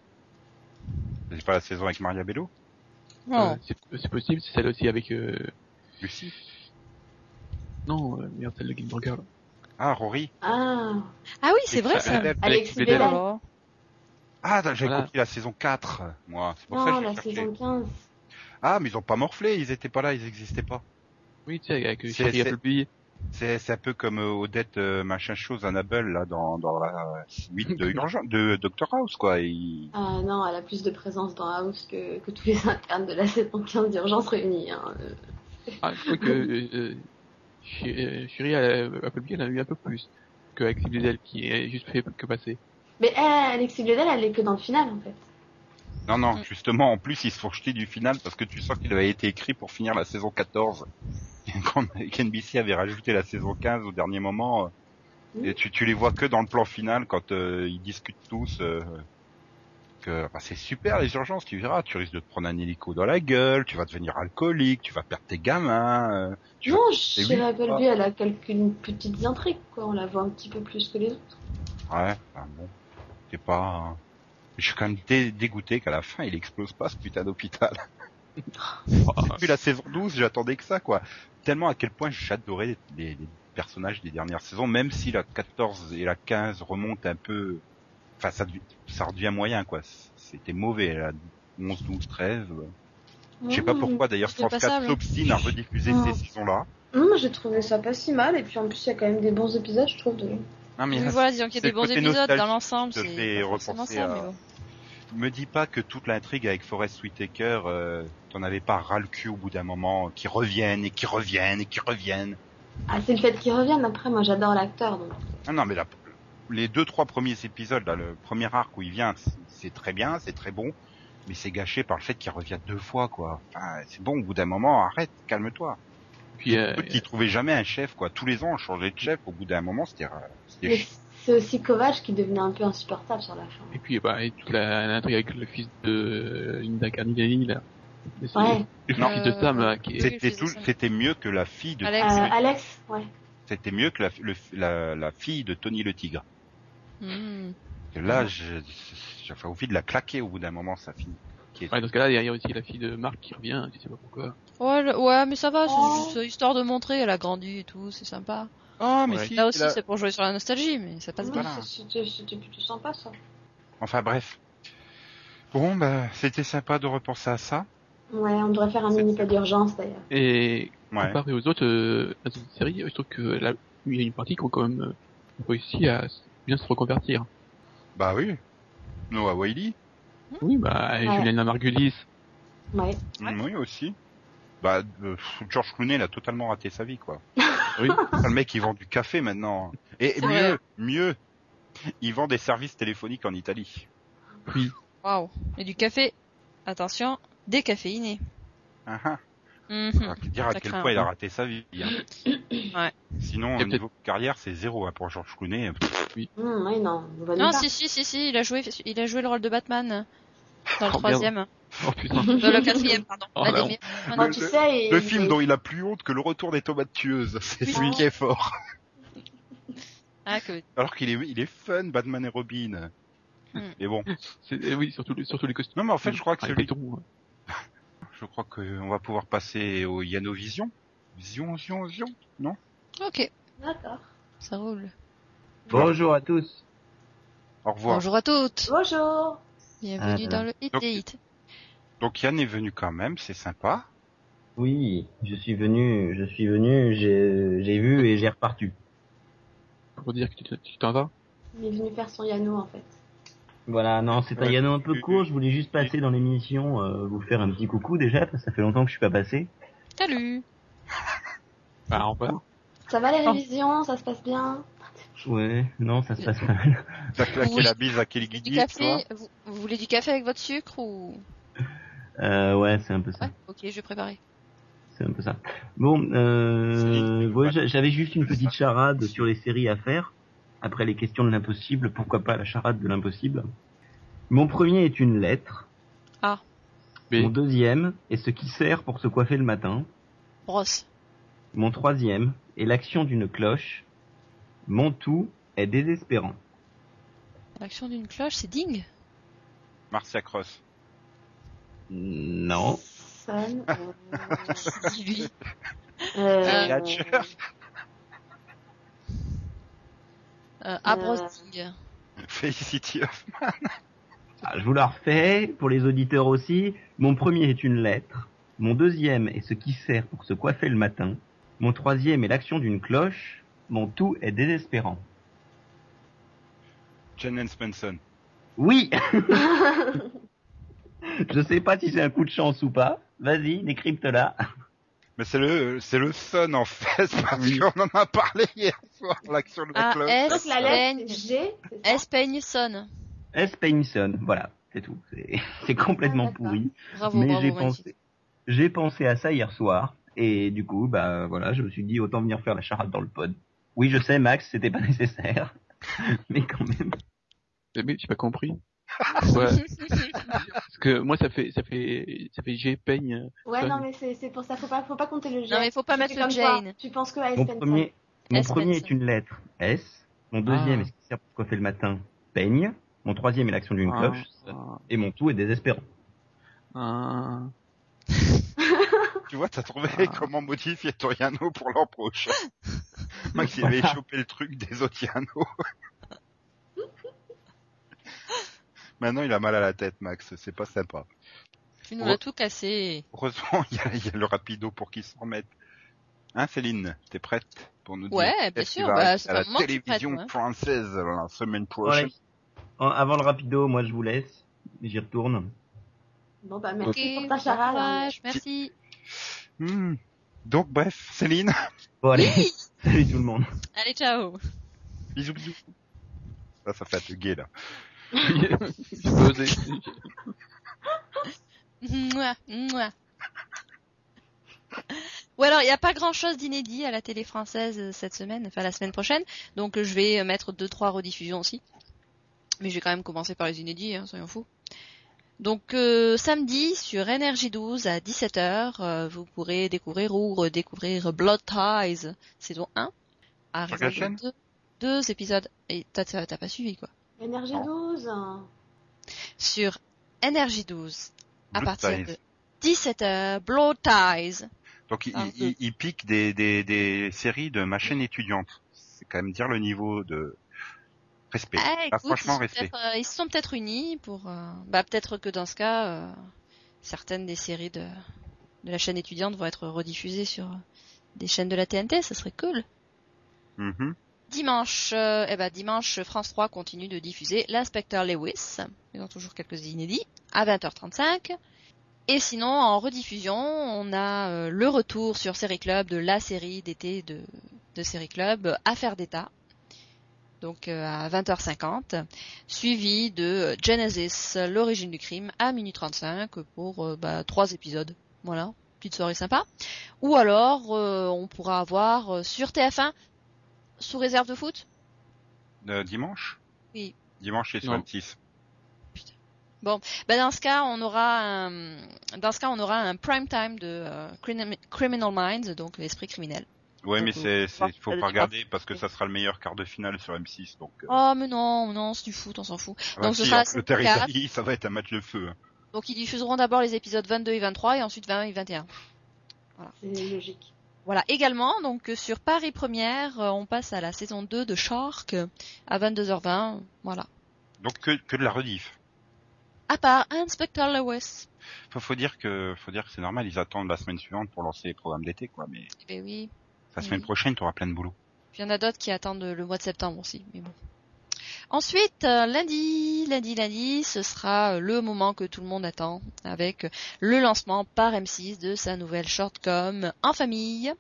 Speaker 1: C'est pas la saison avec Maria Bello
Speaker 3: Non.
Speaker 2: Euh, c'est- c'est possible, c'est celle aussi avec. Euh...
Speaker 1: Lucie
Speaker 2: Non, euh, merde, celle de Gilmore Girl. Euh,
Speaker 1: Ah, Rory
Speaker 4: Ah.
Speaker 3: Ah oui, c'est vrai ça.
Speaker 1: Alex
Speaker 4: Alex
Speaker 3: Oh
Speaker 2: Bledel.
Speaker 4: Bledel.
Speaker 3: là là.
Speaker 1: Ah, j'ai
Speaker 2: Voilà.
Speaker 1: compris la saison 4, moi. C'est pour ça
Speaker 4: Non,
Speaker 1: que j'ai
Speaker 4: Oh, la
Speaker 1: cherché.
Speaker 4: saison 15.
Speaker 1: Ah, mais ils ont pas morflé, ils étaient pas là, ils existaient pas.
Speaker 2: Oui, tu sais, avec euh,
Speaker 1: C'est- c'est-
Speaker 2: Sherry Appleby.
Speaker 1: C'est c'est un peu comme euh, Odette euh, machin chose Annabelle, là, dans, dans la suite de, Urgence- de euh, Doctor House, quoi. Ils-
Speaker 4: Ah non, elle a plus de présence dans House que, que tous les internes de la saison 15 d'urgence réunis. Hein. Euh,
Speaker 2: Ah, je crois que euh, euh, Sh- euh, Sherry elle a- Appleby, elle en a eu un peu plus qu'avec Steve Liddell, qui est juste fait que passer.
Speaker 4: Mais elle, Alexis Bledel, elle est que dans le final en fait.
Speaker 1: Non, non,
Speaker 3: Mm.
Speaker 1: justement, en plus, ils se font jeter du final parce que tu sens qu'il avait été écrit pour finir la saison 14. Quand NBC avait rajouté la saison 15 au dernier moment, euh,
Speaker 4: Mm.
Speaker 1: et tu, tu les vois que dans le plan final quand euh, ils discutent tous. euh, que bah, c'est super les urgences, tu verras, tu risques de te prendre un hélico dans la gueule, tu vas devenir alcoolique, tu vas perdre tes gamins. euh, Tu
Speaker 4: non,
Speaker 1: c'est
Speaker 4: chez
Speaker 1: lui, Ah.
Speaker 4: Appleby,
Speaker 1: pas.
Speaker 4: elle a quelques petites intrigues, quoi. On la voit un petit peu plus que les autres.
Speaker 1: Ouais, bah, bon, c'est pas. Je suis quand même dé- dégoûté qu'à la fin il explose pas ce putain d'hôpital. Depuis la saison 12, j'attendais que ça, quoi. Tellement à quel point j'adorais les, les personnages des dernières saisons, même si la 14 et la 15 remontent un peu... Enfin, ça, devi- ça redevient moyen, quoi. C'était mauvais, la 11, 12, 13. ouais. Je sais pas
Speaker 4: Mmh.
Speaker 1: pourquoi, d'ailleurs,
Speaker 3: C'était
Speaker 1: France 4
Speaker 3: passable.
Speaker 1: s'obstine à rediffuser
Speaker 4: Ah.
Speaker 1: ces saisons-là.
Speaker 4: Hum, j'ai trouvé ça pas si mal, et puis en plus, il y a quand même des bons épisodes, je trouve. De...
Speaker 1: Non,
Speaker 3: Mais
Speaker 1: mais là,
Speaker 3: voilà, disons qu'il y a
Speaker 1: c'est
Speaker 3: des
Speaker 1: le
Speaker 3: bons
Speaker 1: côté
Speaker 3: épisodes
Speaker 1: nostalgie
Speaker 3: dans l'ensemble.
Speaker 1: qui te
Speaker 3: c'est
Speaker 1: fait
Speaker 3: pas forcément
Speaker 1: repenser
Speaker 3: ça,
Speaker 1: à-
Speaker 3: mais bon.
Speaker 1: me dis pas que toute l'intrigue avec Forest Whitaker, euh, t'en avais pas ras le cul au bout d'un moment, qui reviennent et qui reviennent et qui reviennent.
Speaker 4: Ah, c'est le fait qu'ils reviennent après, moi j'adore l'acteur, donc.
Speaker 1: Ah non, mais là, les deux, trois premiers épisodes, là, le premier arc où il vient, c'est- c'est très bien, c'est très bon, mais c'est gâché par le fait qu'il revient deux fois, quoi. Enfin, c'est bon, au bout d'un moment, arrête, calme-toi.
Speaker 2: Puis, euh,
Speaker 1: Eux qui trouvaient jamais un chef, quoi. Tous les ans, on changeait de chef, au bout d'un moment, c'était, euh, c'était
Speaker 4: Mais
Speaker 1: chiant.
Speaker 4: c'est aussi Kovacs qui devenait un peu insupportable sur la fin.
Speaker 2: et puis, bah, et toute la- l'intrigue avec le fils de euh, Linda Cardinelli, là. Le-
Speaker 4: Ouais.
Speaker 2: Le
Speaker 3: Non.
Speaker 2: fils de Sam, là, qui est...
Speaker 3: C'est-
Speaker 1: c'était
Speaker 3: je
Speaker 1: tout,
Speaker 3: faisais ça.
Speaker 1: c'était mieux que la fille de,
Speaker 4: Euh,
Speaker 3: Alex. Ah.
Speaker 4: Alex, ouais.
Speaker 1: c'était mieux que la, le- la, la fille de Tony le tigre.
Speaker 3: Hmm.
Speaker 1: Là, je- j'avais envie de la claquer au bout d'un moment, sa fille.
Speaker 2: Ouais, dans ce cas-là, il y a aussi la fille de Marc qui revient, tu sais pas pourquoi.
Speaker 3: Ouais, le- ouais, mais ça va, c'est
Speaker 4: Oh.
Speaker 3: juste histoire de montrer, elle a grandi et tout, c'est sympa.
Speaker 1: Ah,
Speaker 2: mais Ouais. si,
Speaker 3: Là aussi, c'est pour jouer sur la nostalgie, mais ça passe
Speaker 4: Oui,
Speaker 3: bien.
Speaker 1: Voilà.
Speaker 4: c'est- C'était c'était plutôt sympa ça.
Speaker 1: Enfin bref. Bon, bah, c'était sympa de repenser à ça.
Speaker 4: Ouais, on devrait faire un
Speaker 1: C'est-
Speaker 4: mini pas d'urgence d'ailleurs.
Speaker 2: Et
Speaker 1: Ouais.
Speaker 2: comparé aux autres, euh, aux autres séries, je trouve que là, il y a une partie qui ont quand même euh, réussi à s- bien se reconvertir.
Speaker 1: Bah oui. Noah Wiley.
Speaker 2: Oui, bah,
Speaker 4: Ouais.
Speaker 2: Juliana Margulis,
Speaker 4: Ouais.
Speaker 3: Ouais.
Speaker 1: Oui, aussi. Bah, euh, George Clooney, il a totalement raté sa vie, quoi.
Speaker 2: Oui.
Speaker 1: Ah, le mec, il vend du café maintenant. Et
Speaker 3: C'est
Speaker 1: mieux,
Speaker 3: vrai.
Speaker 1: mieux, il vend des services téléphoniques en Italie.
Speaker 2: Oui.
Speaker 3: Waouh. Et du café, attention, décaféiné.
Speaker 1: Ah, ah.
Speaker 3: Mhm.
Speaker 1: Alors, dire à
Speaker 3: Ça
Speaker 1: quel
Speaker 3: craint,
Speaker 1: point il a
Speaker 3: hein.
Speaker 1: raté sa vie. hein. Sinon,
Speaker 2: Et
Speaker 1: au niveau carrière, c'est zéro hein, pour George Clooney. Pff,
Speaker 4: Hum, oui, non, on va
Speaker 3: Non,
Speaker 4: pas.
Speaker 3: si, si, si, si, il a joué, il a joué le rôle de Batman. euh, Dans le
Speaker 2: Oh, merde.
Speaker 3: troisième.
Speaker 2: Oh putain.
Speaker 3: Dans le quatrième, pardon. Ah,
Speaker 2: Oh,
Speaker 3: L'un
Speaker 2: là,
Speaker 3: des
Speaker 2: on-
Speaker 3: meilleurs
Speaker 4: Moi,
Speaker 3: Batman.
Speaker 1: Le-
Speaker 4: tu sais, et-
Speaker 1: Le film dont il a plus honte que le retour des tomates tueuses, c'est
Speaker 4: Oui.
Speaker 1: celui qui est fort.
Speaker 3: Ah, que...
Speaker 1: Alors qu'il est, il est fun, Batman et Robin.
Speaker 3: Hmm.
Speaker 1: Mais bon.
Speaker 2: C'est- eh Oui, surtout, les- surtout les costumes.
Speaker 1: Non, mais en fait, je crois que
Speaker 2: Ah,
Speaker 1: celui,
Speaker 2: les pétons, ouais.
Speaker 1: je crois qu'on va pouvoir passer au Yanovision. Vision, vision, vision.
Speaker 3: Ok,
Speaker 4: D'accord.
Speaker 3: ça roule.
Speaker 6: Bonjour à tous.
Speaker 1: Au revoir.
Speaker 3: Bonjour à toutes.
Speaker 4: Bonjour.
Speaker 3: Bienvenue
Speaker 6: Ah,
Speaker 3: dans le Hit
Speaker 1: Donc-
Speaker 3: des Hits.
Speaker 1: Donc Yann est venu quand même, c'est sympa.
Speaker 6: Oui, je suis venu, je suis venu, j'ai j'ai vu et j'ai repartu.
Speaker 2: Pour dire que tu tu t'en vas.
Speaker 4: Il est venu faire son Yano en fait.
Speaker 6: Voilà, non, c'est un
Speaker 1: Ouais.
Speaker 6: Yano un peu court, je voulais juste passer dans l'émission, euh, vous faire un petit coucou déjà, parce que ça fait longtemps que je suis pas passé.
Speaker 3: Salut.
Speaker 2: Bah, au revoir.
Speaker 4: Ça va les
Speaker 3: Oh.
Speaker 4: révisions, ça se passe bien.
Speaker 6: Ouais, non, ça se passe mal.
Speaker 1: T'as claqué
Speaker 3: Oui.
Speaker 1: la bise à Kelly
Speaker 3: Du
Speaker 1: Guidi, toi.
Speaker 3: café, vous, vous voulez du café avec votre sucre ou
Speaker 6: Euh, ouais, c'est un peu ça.
Speaker 3: Ouais, ok, je vais préparer.
Speaker 6: C'est un peu ça. Bon,
Speaker 1: C'est-
Speaker 6: euh, ouais,
Speaker 1: ouais.
Speaker 6: j'a- j'avais juste une petite charade sur les séries à faire. Après les questions de l'impossible, pourquoi pas la charade de l'impossible Mon premier est une lettre.
Speaker 2: Mais
Speaker 6: Mon deuxième est ce qui sert pour se coiffer le matin.
Speaker 3: Brosse.
Speaker 6: Mon troisième est l'action d'une cloche. Mon tout est désespérant.
Speaker 3: L'action d'une cloche, c'est dingue.
Speaker 1: Marcia Cross.
Speaker 6: Non.
Speaker 4: Sonne, euh,
Speaker 3: Lui.
Speaker 4: euh,
Speaker 1: Catch.
Speaker 3: Euh, ah, brosse dingue.
Speaker 1: Felicity Huffman.
Speaker 6: Ah, je vous la refais pour les auditeurs aussi. Mon premier est une lettre. Mon deuxième est ce qui sert pour se coiffer le matin. Mon troisième est l'action d'une cloche. Mon tout est désespérant.
Speaker 1: Jen Spenson.
Speaker 6: Oui Je sais pas si c'est un coup de chance ou pas. Vas-y, décrypte-la.
Speaker 1: Mais c'est le, c'est le son en fait, parce qu'on en a parlé hier soir, l'action de la
Speaker 3: Ah,
Speaker 1: cloche.
Speaker 3: S,
Speaker 4: Donc la lettre c'est G. c'est ça
Speaker 3: S, Peigne sonne.
Speaker 6: S. Payson, voilà, c'est tout. C'est- C'est complètement
Speaker 4: Ah, d'accord.
Speaker 6: pourri.
Speaker 3: Bravo,
Speaker 6: mais
Speaker 3: bravo,
Speaker 6: j'ai
Speaker 3: magnifique.
Speaker 6: pensé, j'ai pensé à ça hier soir et du coup bah voilà je me suis dit autant venir faire la charade dans le pod. Oui je sais Max c'était pas nécessaire mais quand même.
Speaker 2: mais j'ai pas compris. Ouais, parce que moi ça fait ça fait ça fait euh, j'ai peigne.
Speaker 4: Ouais,
Speaker 2: Sonne.
Speaker 4: non, mais c'est c'est pour ça, faut pas, faut pas compter le G.
Speaker 3: Non, mais faut pas
Speaker 4: Tu
Speaker 3: mettre
Speaker 4: fais
Speaker 3: le
Speaker 4: comme toi,
Speaker 3: Jane.
Speaker 4: Tu penses que à
Speaker 6: Mon
Speaker 4: Espen.
Speaker 6: premier, mon
Speaker 3: S,
Speaker 6: premier
Speaker 3: Benson.
Speaker 6: est une lettre S. Mon deuxième
Speaker 2: Ah.
Speaker 6: est ce qui sert pour se coiffer le matin peigne. Mon troisième est l'action d'une
Speaker 2: Ah,
Speaker 6: cloche
Speaker 2: ah,
Speaker 6: et mon tout est désespérant.
Speaker 2: ah.
Speaker 1: Tu vois, t'as trouvé
Speaker 2: Ah.
Speaker 1: comment modifier ton Yano pour l'an prochain. Max, il avait chopé le truc des autres Yano. Maintenant, il a mal à la tête, Max. C'est pas sympa.
Speaker 3: Tu nous l'as tout cassé.
Speaker 1: Heureusement, il y, a- il y a le rapido pour qu'il s'en remette. Hein, Céline, t'es prête pour nous
Speaker 3: Ouais,
Speaker 1: dire
Speaker 3: bien
Speaker 1: qu'est-ce qui
Speaker 3: sûr,
Speaker 1: va
Speaker 3: bah,
Speaker 1: arriver
Speaker 3: c'est
Speaker 1: à la
Speaker 3: un moment que je suis prête,
Speaker 1: télévision
Speaker 3: moi.
Speaker 1: française la semaine
Speaker 6: Voilà.
Speaker 1: prochaine
Speaker 6: En- avant le rapido moi je vous laisse j'y retourne.
Speaker 4: Bon, bah, merci
Speaker 3: Ok,
Speaker 4: pour ta charade.
Speaker 3: bon
Speaker 4: hein.
Speaker 3: courage, merci.
Speaker 1: Hmm. Donc, bref, Céline,
Speaker 6: Bon allez salut tout le monde.
Speaker 3: Allez, ciao.
Speaker 1: bisous, bisous. Là, ça fait un peu gay, là.
Speaker 2: J'ai pas osé.
Speaker 3: Mouah, mouah. Ou alors, il n'y a pas grand-chose d'inédit à la télé française euh, cette semaine, enfin la semaine prochaine. Donc, euh, je vais euh, mettre deux trois rediffusions aussi. Mais j'ai quand même commencé par les inédits, hein, soyons fous. Donc, euh, samedi, sur NRJ12 à 17h, euh, vous pourrez découvrir ou redécouvrir Blood Ties, saison 1. À
Speaker 1: Sur
Speaker 3: raison
Speaker 1: quelle chaîne
Speaker 3: de deux, deux épisodes. Et t'as- t'as t'as pas suivi, quoi.
Speaker 4: NRJ12. hein.
Speaker 3: Sur NRJ12, à
Speaker 1: Blue
Speaker 3: partir
Speaker 1: Ties.
Speaker 3: de 17h, Blood Ties.
Speaker 1: Donc, il,
Speaker 3: Ah.
Speaker 1: il, il pique des, des, des séries de ma chaîne étudiante. C'est quand même dire le niveau de respect.
Speaker 3: Ah,
Speaker 1: Ah,
Speaker 3: écoute,
Speaker 1: franchement,
Speaker 3: ils, sont
Speaker 1: respect.
Speaker 3: peut-être, euh, ils se sont peut-être unis pour. euh, bah, peut-être que dans ce cas, euh, certaines des séries de, de la chaîne étudiante vont être rediffusées sur euh, des chaînes de la TNT, ça serait cool.
Speaker 1: Mhm.
Speaker 3: Dimanche, euh, eh ben, dimanche, France 3 continue de diffuser l'inspecteur Lewis. Ils ont toujours quelques inédits. À 20h35. Et sinon, en rediffusion, on a euh, le retour sur Série Club de la série d'été de, de Série Club, euh, Affaires d'État, donc euh, à 20h50, suivi de euh, Genesis, l'origine du crime, à minuit 35 pour euh, bah, trois épisodes. Voilà, petite soirée sympa. Ou alors, euh, on pourra avoir euh, sur TF1, sous réserve de foot.
Speaker 1: Euh, dimanche
Speaker 3: Oui.
Speaker 1: Dimanche chez
Speaker 2: Non.
Speaker 1: Swantis.
Speaker 3: Ben, dans ce cas, on aura un, dans ce cas, on aura un prime time de euh, Crim- Criminal Minds, donc l'esprit criminel.
Speaker 1: Ouais,
Speaker 3: Donc,
Speaker 1: mais
Speaker 3: vous
Speaker 1: c'est,
Speaker 3: pouvez
Speaker 1: c'est, faut pas
Speaker 3: voir le trois.
Speaker 1: regarder parce que ça sera le meilleur quart de finale sur M6. Donc, euh,
Speaker 3: Oh, mais non, non, c'est du foot, on s'en fout.
Speaker 1: ah bah
Speaker 3: ce
Speaker 1: si,
Speaker 3: sera
Speaker 1: Angleterre,
Speaker 3: 4.
Speaker 1: Italie, ça va être un match le feu. hein.
Speaker 3: Donc, ils diffuseront d'abord les épisodes 22 et 23 et ensuite 20 et 21.
Speaker 4: C'est logique.
Speaker 3: Voilà. Également, donc, euh, sur Paris Première, euh, on passe à la saison 2 de Shark euh, à 22h20. Voilà.
Speaker 1: Donc, que, que de la rediff.
Speaker 3: À part Inspector Lewis.
Speaker 1: Faut, faut dire que, faut dire que c'est normal, ils attendent la semaine suivante pour lancer les programmes d'été, quoi. Mais
Speaker 3: Eh ben oui.
Speaker 1: la semaine
Speaker 3: Oui.
Speaker 1: prochaine, t'auras plein de boulot.
Speaker 3: Puis il y en a d'autres qui attendent le mois de septembre aussi, mais bon. Ensuite, euh, lundi, lundi, lundi, ce sera euh, le moment que tout le monde attend avec euh, le lancement par M6 de sa nouvelle shortcom en famille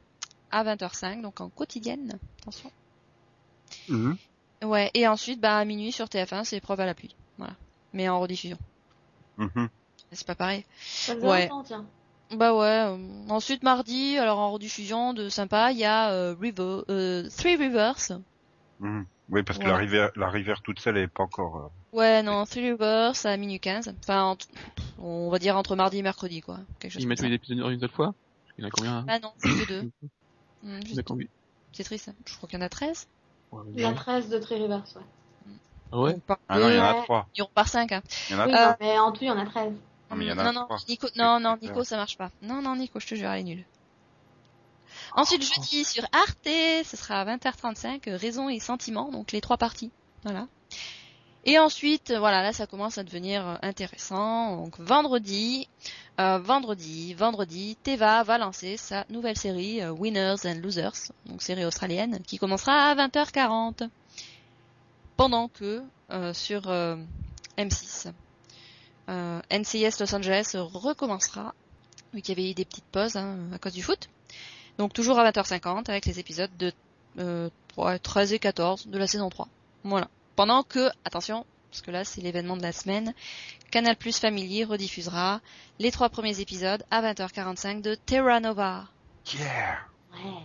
Speaker 3: à 20h05, donc en quotidienne. Attention. Ouais, et ensuite, bah, à minuit sur TF1, c'est preuve à la pluie. Voilà. Mais en rediffusion.
Speaker 1: Mhm.
Speaker 3: C'est pas pareil.
Speaker 4: Ça faisait
Speaker 3: Ouais.
Speaker 4: longtemps, tiens.
Speaker 3: Bah ouais. euh, Ensuite, mardi, alors en rediffusion de sympa, il y a euh, River, euh, Three Rivers.
Speaker 1: Mhm. Oui, parce que
Speaker 3: Voilà.
Speaker 1: la rivière, la rivière toute seule elle est pas encore. euh,
Speaker 3: Ouais, non, Three Rivers à minuit 15. Enfin, entre- on va dire entre mardi et mercredi, quoi. Quelque chose
Speaker 2: Ils
Speaker 3: comme
Speaker 2: mettent tous
Speaker 3: ça.
Speaker 2: les épisodes en une seule fois Il y en a combien hein
Speaker 3: Ah non, juste deux. Hmm, juste
Speaker 2: D'accord,
Speaker 3: deux.
Speaker 2: oui.
Speaker 3: C'est triste. hein. Je crois qu'il y en a 13.
Speaker 4: La 13 de Trey Rivers, ouais.
Speaker 2: Ah ouais
Speaker 3: On part
Speaker 1: Ah non, il y en a
Speaker 4: Ouais.
Speaker 1: trois.
Speaker 3: on part 5. Hein.
Speaker 1: Il y en
Speaker 6: Ah.
Speaker 1: a
Speaker 4: Oui,
Speaker 3: Euh,
Speaker 4: non, mais en tout, il y en a 13.
Speaker 1: Non, mais il y en a
Speaker 3: non, non,
Speaker 1: trois.
Speaker 3: Nico, non, non,
Speaker 1: clair.
Speaker 3: Nico, ça marche pas. Non, non, Nico, je te jure, elle est nulle. Ensuite,
Speaker 1: Oh.
Speaker 3: jeudi, sur Arte, ce sera à 20h35, euh, Raison et Sentiment, donc les trois parties. Voilà. Et ensuite, euh, voilà, là, ça commence à devenir euh, intéressant. Donc, vendredi, euh, vendredi, vendredi, Teva va lancer sa nouvelle série euh, Winners and Losers, donc série australienne, qui commencera à 20h40. Pendant que, euh, sur euh, M6, euh, NCS Los Angeles recommencera, vu qu'il y avait eu des petites pauses hein, à cause du foot. Donc toujours à 20h50 avec les épisodes de euh, ouais, 13 et 14 de la saison 3. Voilà. Pendant que, attention, parce que là c'est l'événement de la semaine, Canal Plus Family rediffusera les trois premiers épisodes à 20h45 de Terra Nova.
Speaker 1: Yeah.
Speaker 4: Ouais.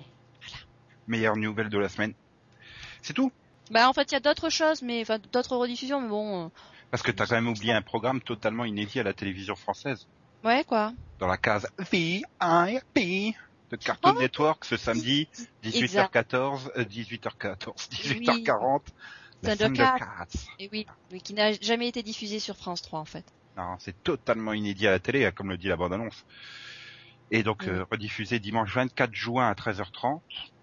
Speaker 1: Meilleure nouvelle de la semaine. C'est tout.
Speaker 3: Bah en fait il y a d'autres choses, mais enfin d'autres rediffusions, mais bon, euh,
Speaker 1: Parce que t'as quand même oublié un programme totalement inédit à la télévision française.
Speaker 3: ouais quoi.
Speaker 1: Dans la case VIP de Cartoon
Speaker 3: Oh.
Speaker 1: Network ce samedi, 18h14, euh, 18h14, 18h40. la
Speaker 3: C'est
Speaker 1: scène
Speaker 3: de
Speaker 1: de
Speaker 3: Cats.
Speaker 1: Cats.
Speaker 3: Et oui, mais qui n'a jamais été diffusé sur France 3 en fait.
Speaker 1: Non, c'est totalement inédit à la télé, comme le dit la bande-annonce. Et donc,
Speaker 3: Oui.
Speaker 1: euh, rediffusé dimanche 24 juin à 13h30.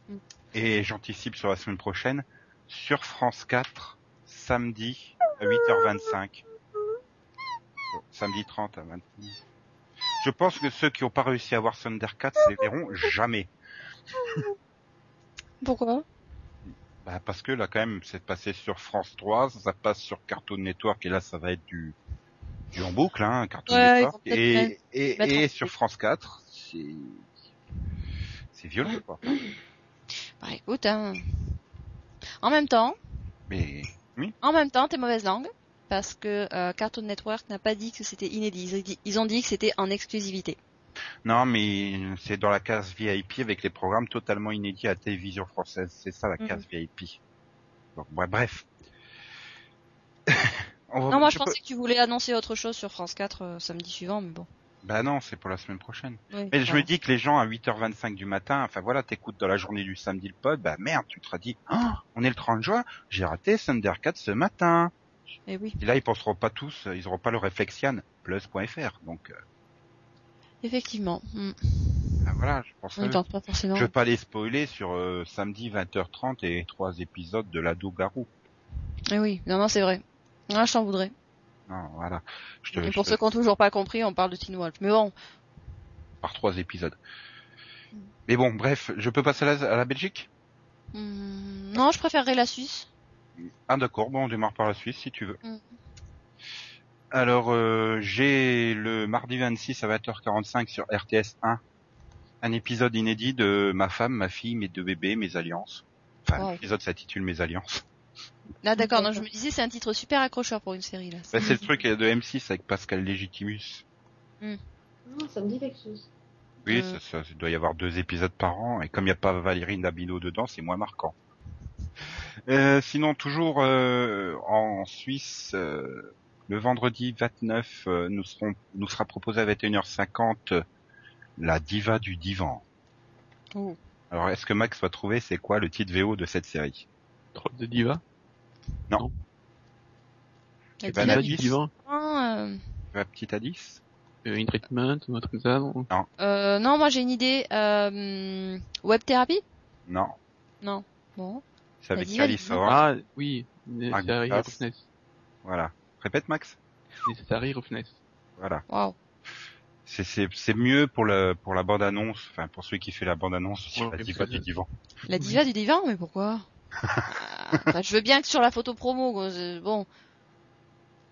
Speaker 3: Mm.
Speaker 1: Et j'anticipe sur la semaine prochaine, sur France 4, samedi à 8h25. Euh, Samedi 30 à 20 Je pense que ceux qui n'ont pas réussi à voir Thundercats les verront jamais.
Speaker 3: Pourquoi
Speaker 1: Bah, parce que là, quand même, c'est passé sur France 3, ça passe sur Cartoon Network, et là, ça va être du, du en boucle, hein, Cartoon
Speaker 3: Ouais,
Speaker 1: Network,
Speaker 3: ils vont peut-être
Speaker 1: et,
Speaker 3: mettre
Speaker 1: et, et
Speaker 3: en-
Speaker 1: sur France 4, c'est, c'est violent, quoi.
Speaker 3: Bah écoute, hein. en même temps,
Speaker 1: Mais,
Speaker 3: en même temps, t'es mauvaise langue parce que euh, Cartoon Network n'a pas dit que c'était inédit. Ils ont dit- Ils ont dit que c'était en exclusivité.
Speaker 1: non, mais c'est dans la case VIP avec les programmes totalement inédits à la télévision française. C'est ça, la
Speaker 3: Mhm.
Speaker 1: case VIP. Donc, ouais, bah, bref. On va-
Speaker 3: non, moi
Speaker 1: je
Speaker 3: je
Speaker 1: peux-
Speaker 3: pensais que tu voulais annoncer autre chose sur France 4 euh, samedi suivant, mais bon.
Speaker 1: Bah non, c'est pour la semaine prochaine.
Speaker 3: Oui,
Speaker 1: Mais je me
Speaker 3: voilà.
Speaker 1: dis que les gens à 8h25 du matin, enfin voilà, t'écoutes dans la journée du samedi le pod, bah merde, tu te dis, Ah, on est le 30 juin, j'ai raté Thundercat ce matin.
Speaker 3: Eh oui,
Speaker 1: Et là, ils penseront pas tous, euh, ils auront pas le réflexian plus.fr. Donc euh,
Speaker 3: effectivement. Hmm.
Speaker 1: bah, voilà, je pense.
Speaker 3: On n'y
Speaker 1: que-
Speaker 3: pense pas forcément.
Speaker 1: Je veux pas les spoiler sur euh, samedi 20h30 et trois épisodes de l'ado garou.
Speaker 3: Eh oui, non, non, c'est vrai. Ah, je t'en voudrais.
Speaker 1: Non, voilà, je te
Speaker 3: Et
Speaker 1: je
Speaker 3: pour
Speaker 1: te-
Speaker 3: ceux qui ont toujours pas compris, on parle de Teen Wolf. Mais bon,
Speaker 1: par trois épisodes.
Speaker 3: Mm.
Speaker 1: Mais bon, bref, je peux passer à la, à la Belgique.
Speaker 3: hmm, non, je préférerais la Suisse.
Speaker 1: Ah d'accord, bon, on démarre par la Suisse si tu veux.
Speaker 3: Mm.
Speaker 1: Alors, euh, j'ai le mardi 26 à 20h45 sur RTS 1 un épisode inédit de ma femme, ma fille, mes deux bébés, mes alliances. Enfin,
Speaker 3: Wow.
Speaker 1: l'épisode s'intitule Mes alliances.
Speaker 3: Là, d'accord. Non, je me disais, c'est un titre super accrocheur pour une série là.
Speaker 1: Bah, c'est le truc de M6 avec Pascal Legitimus.
Speaker 4: Non, ça me dit quelque chose.
Speaker 1: Oui,
Speaker 3: Euh.
Speaker 1: ça, ça- il doit y avoir deux épisodes par an, et comme il n'y a pas Valérie Nabilo dedans, c'est moins marquant. Euh, sinon, toujours euh, en Suisse, euh, le vendredi 29, euh, nous, serons, nous sera proposé à 21h50 euh, la diva du divan.
Speaker 3: Oh.
Speaker 1: Alors, est-ce que Max va trouver c'est quoi le titre VO de cette série
Speaker 2: Troll de diva.
Speaker 3: La
Speaker 1: ben,
Speaker 3: diva
Speaker 2: diva
Speaker 1: la
Speaker 3: du
Speaker 2: du
Speaker 1: dix.
Speaker 2: divan.
Speaker 3: coin, euh,
Speaker 1: Un petit indice
Speaker 2: Euh, in treatment ou un truc comme ça. non
Speaker 3: euh, non, moi j'ai une idée. Euh, web thérapie
Speaker 1: Non,
Speaker 3: Non. Bon.
Speaker 1: c'est avec
Speaker 3: Vas-y, vas-y.
Speaker 1: Alice Orange.
Speaker 2: Ah oui, Necessary
Speaker 1: Argus.
Speaker 2: Roughness.
Speaker 1: Voilà. Répète, Max.
Speaker 2: Necessary Roughness.
Speaker 1: Voilà.
Speaker 3: Waouh.
Speaker 1: C'est- C'est c'est mieux pour la pour la bande annonce, enfin pour celui qui fait la bande annonce sur
Speaker 2: Ouais,
Speaker 1: la
Speaker 2: mais
Speaker 1: diva
Speaker 2: ça-
Speaker 1: du divan.
Speaker 3: La diva du divin, mais pourquoi Ah, enfin, Je veux bien que sur la photo promo, quoi, c'est- bon.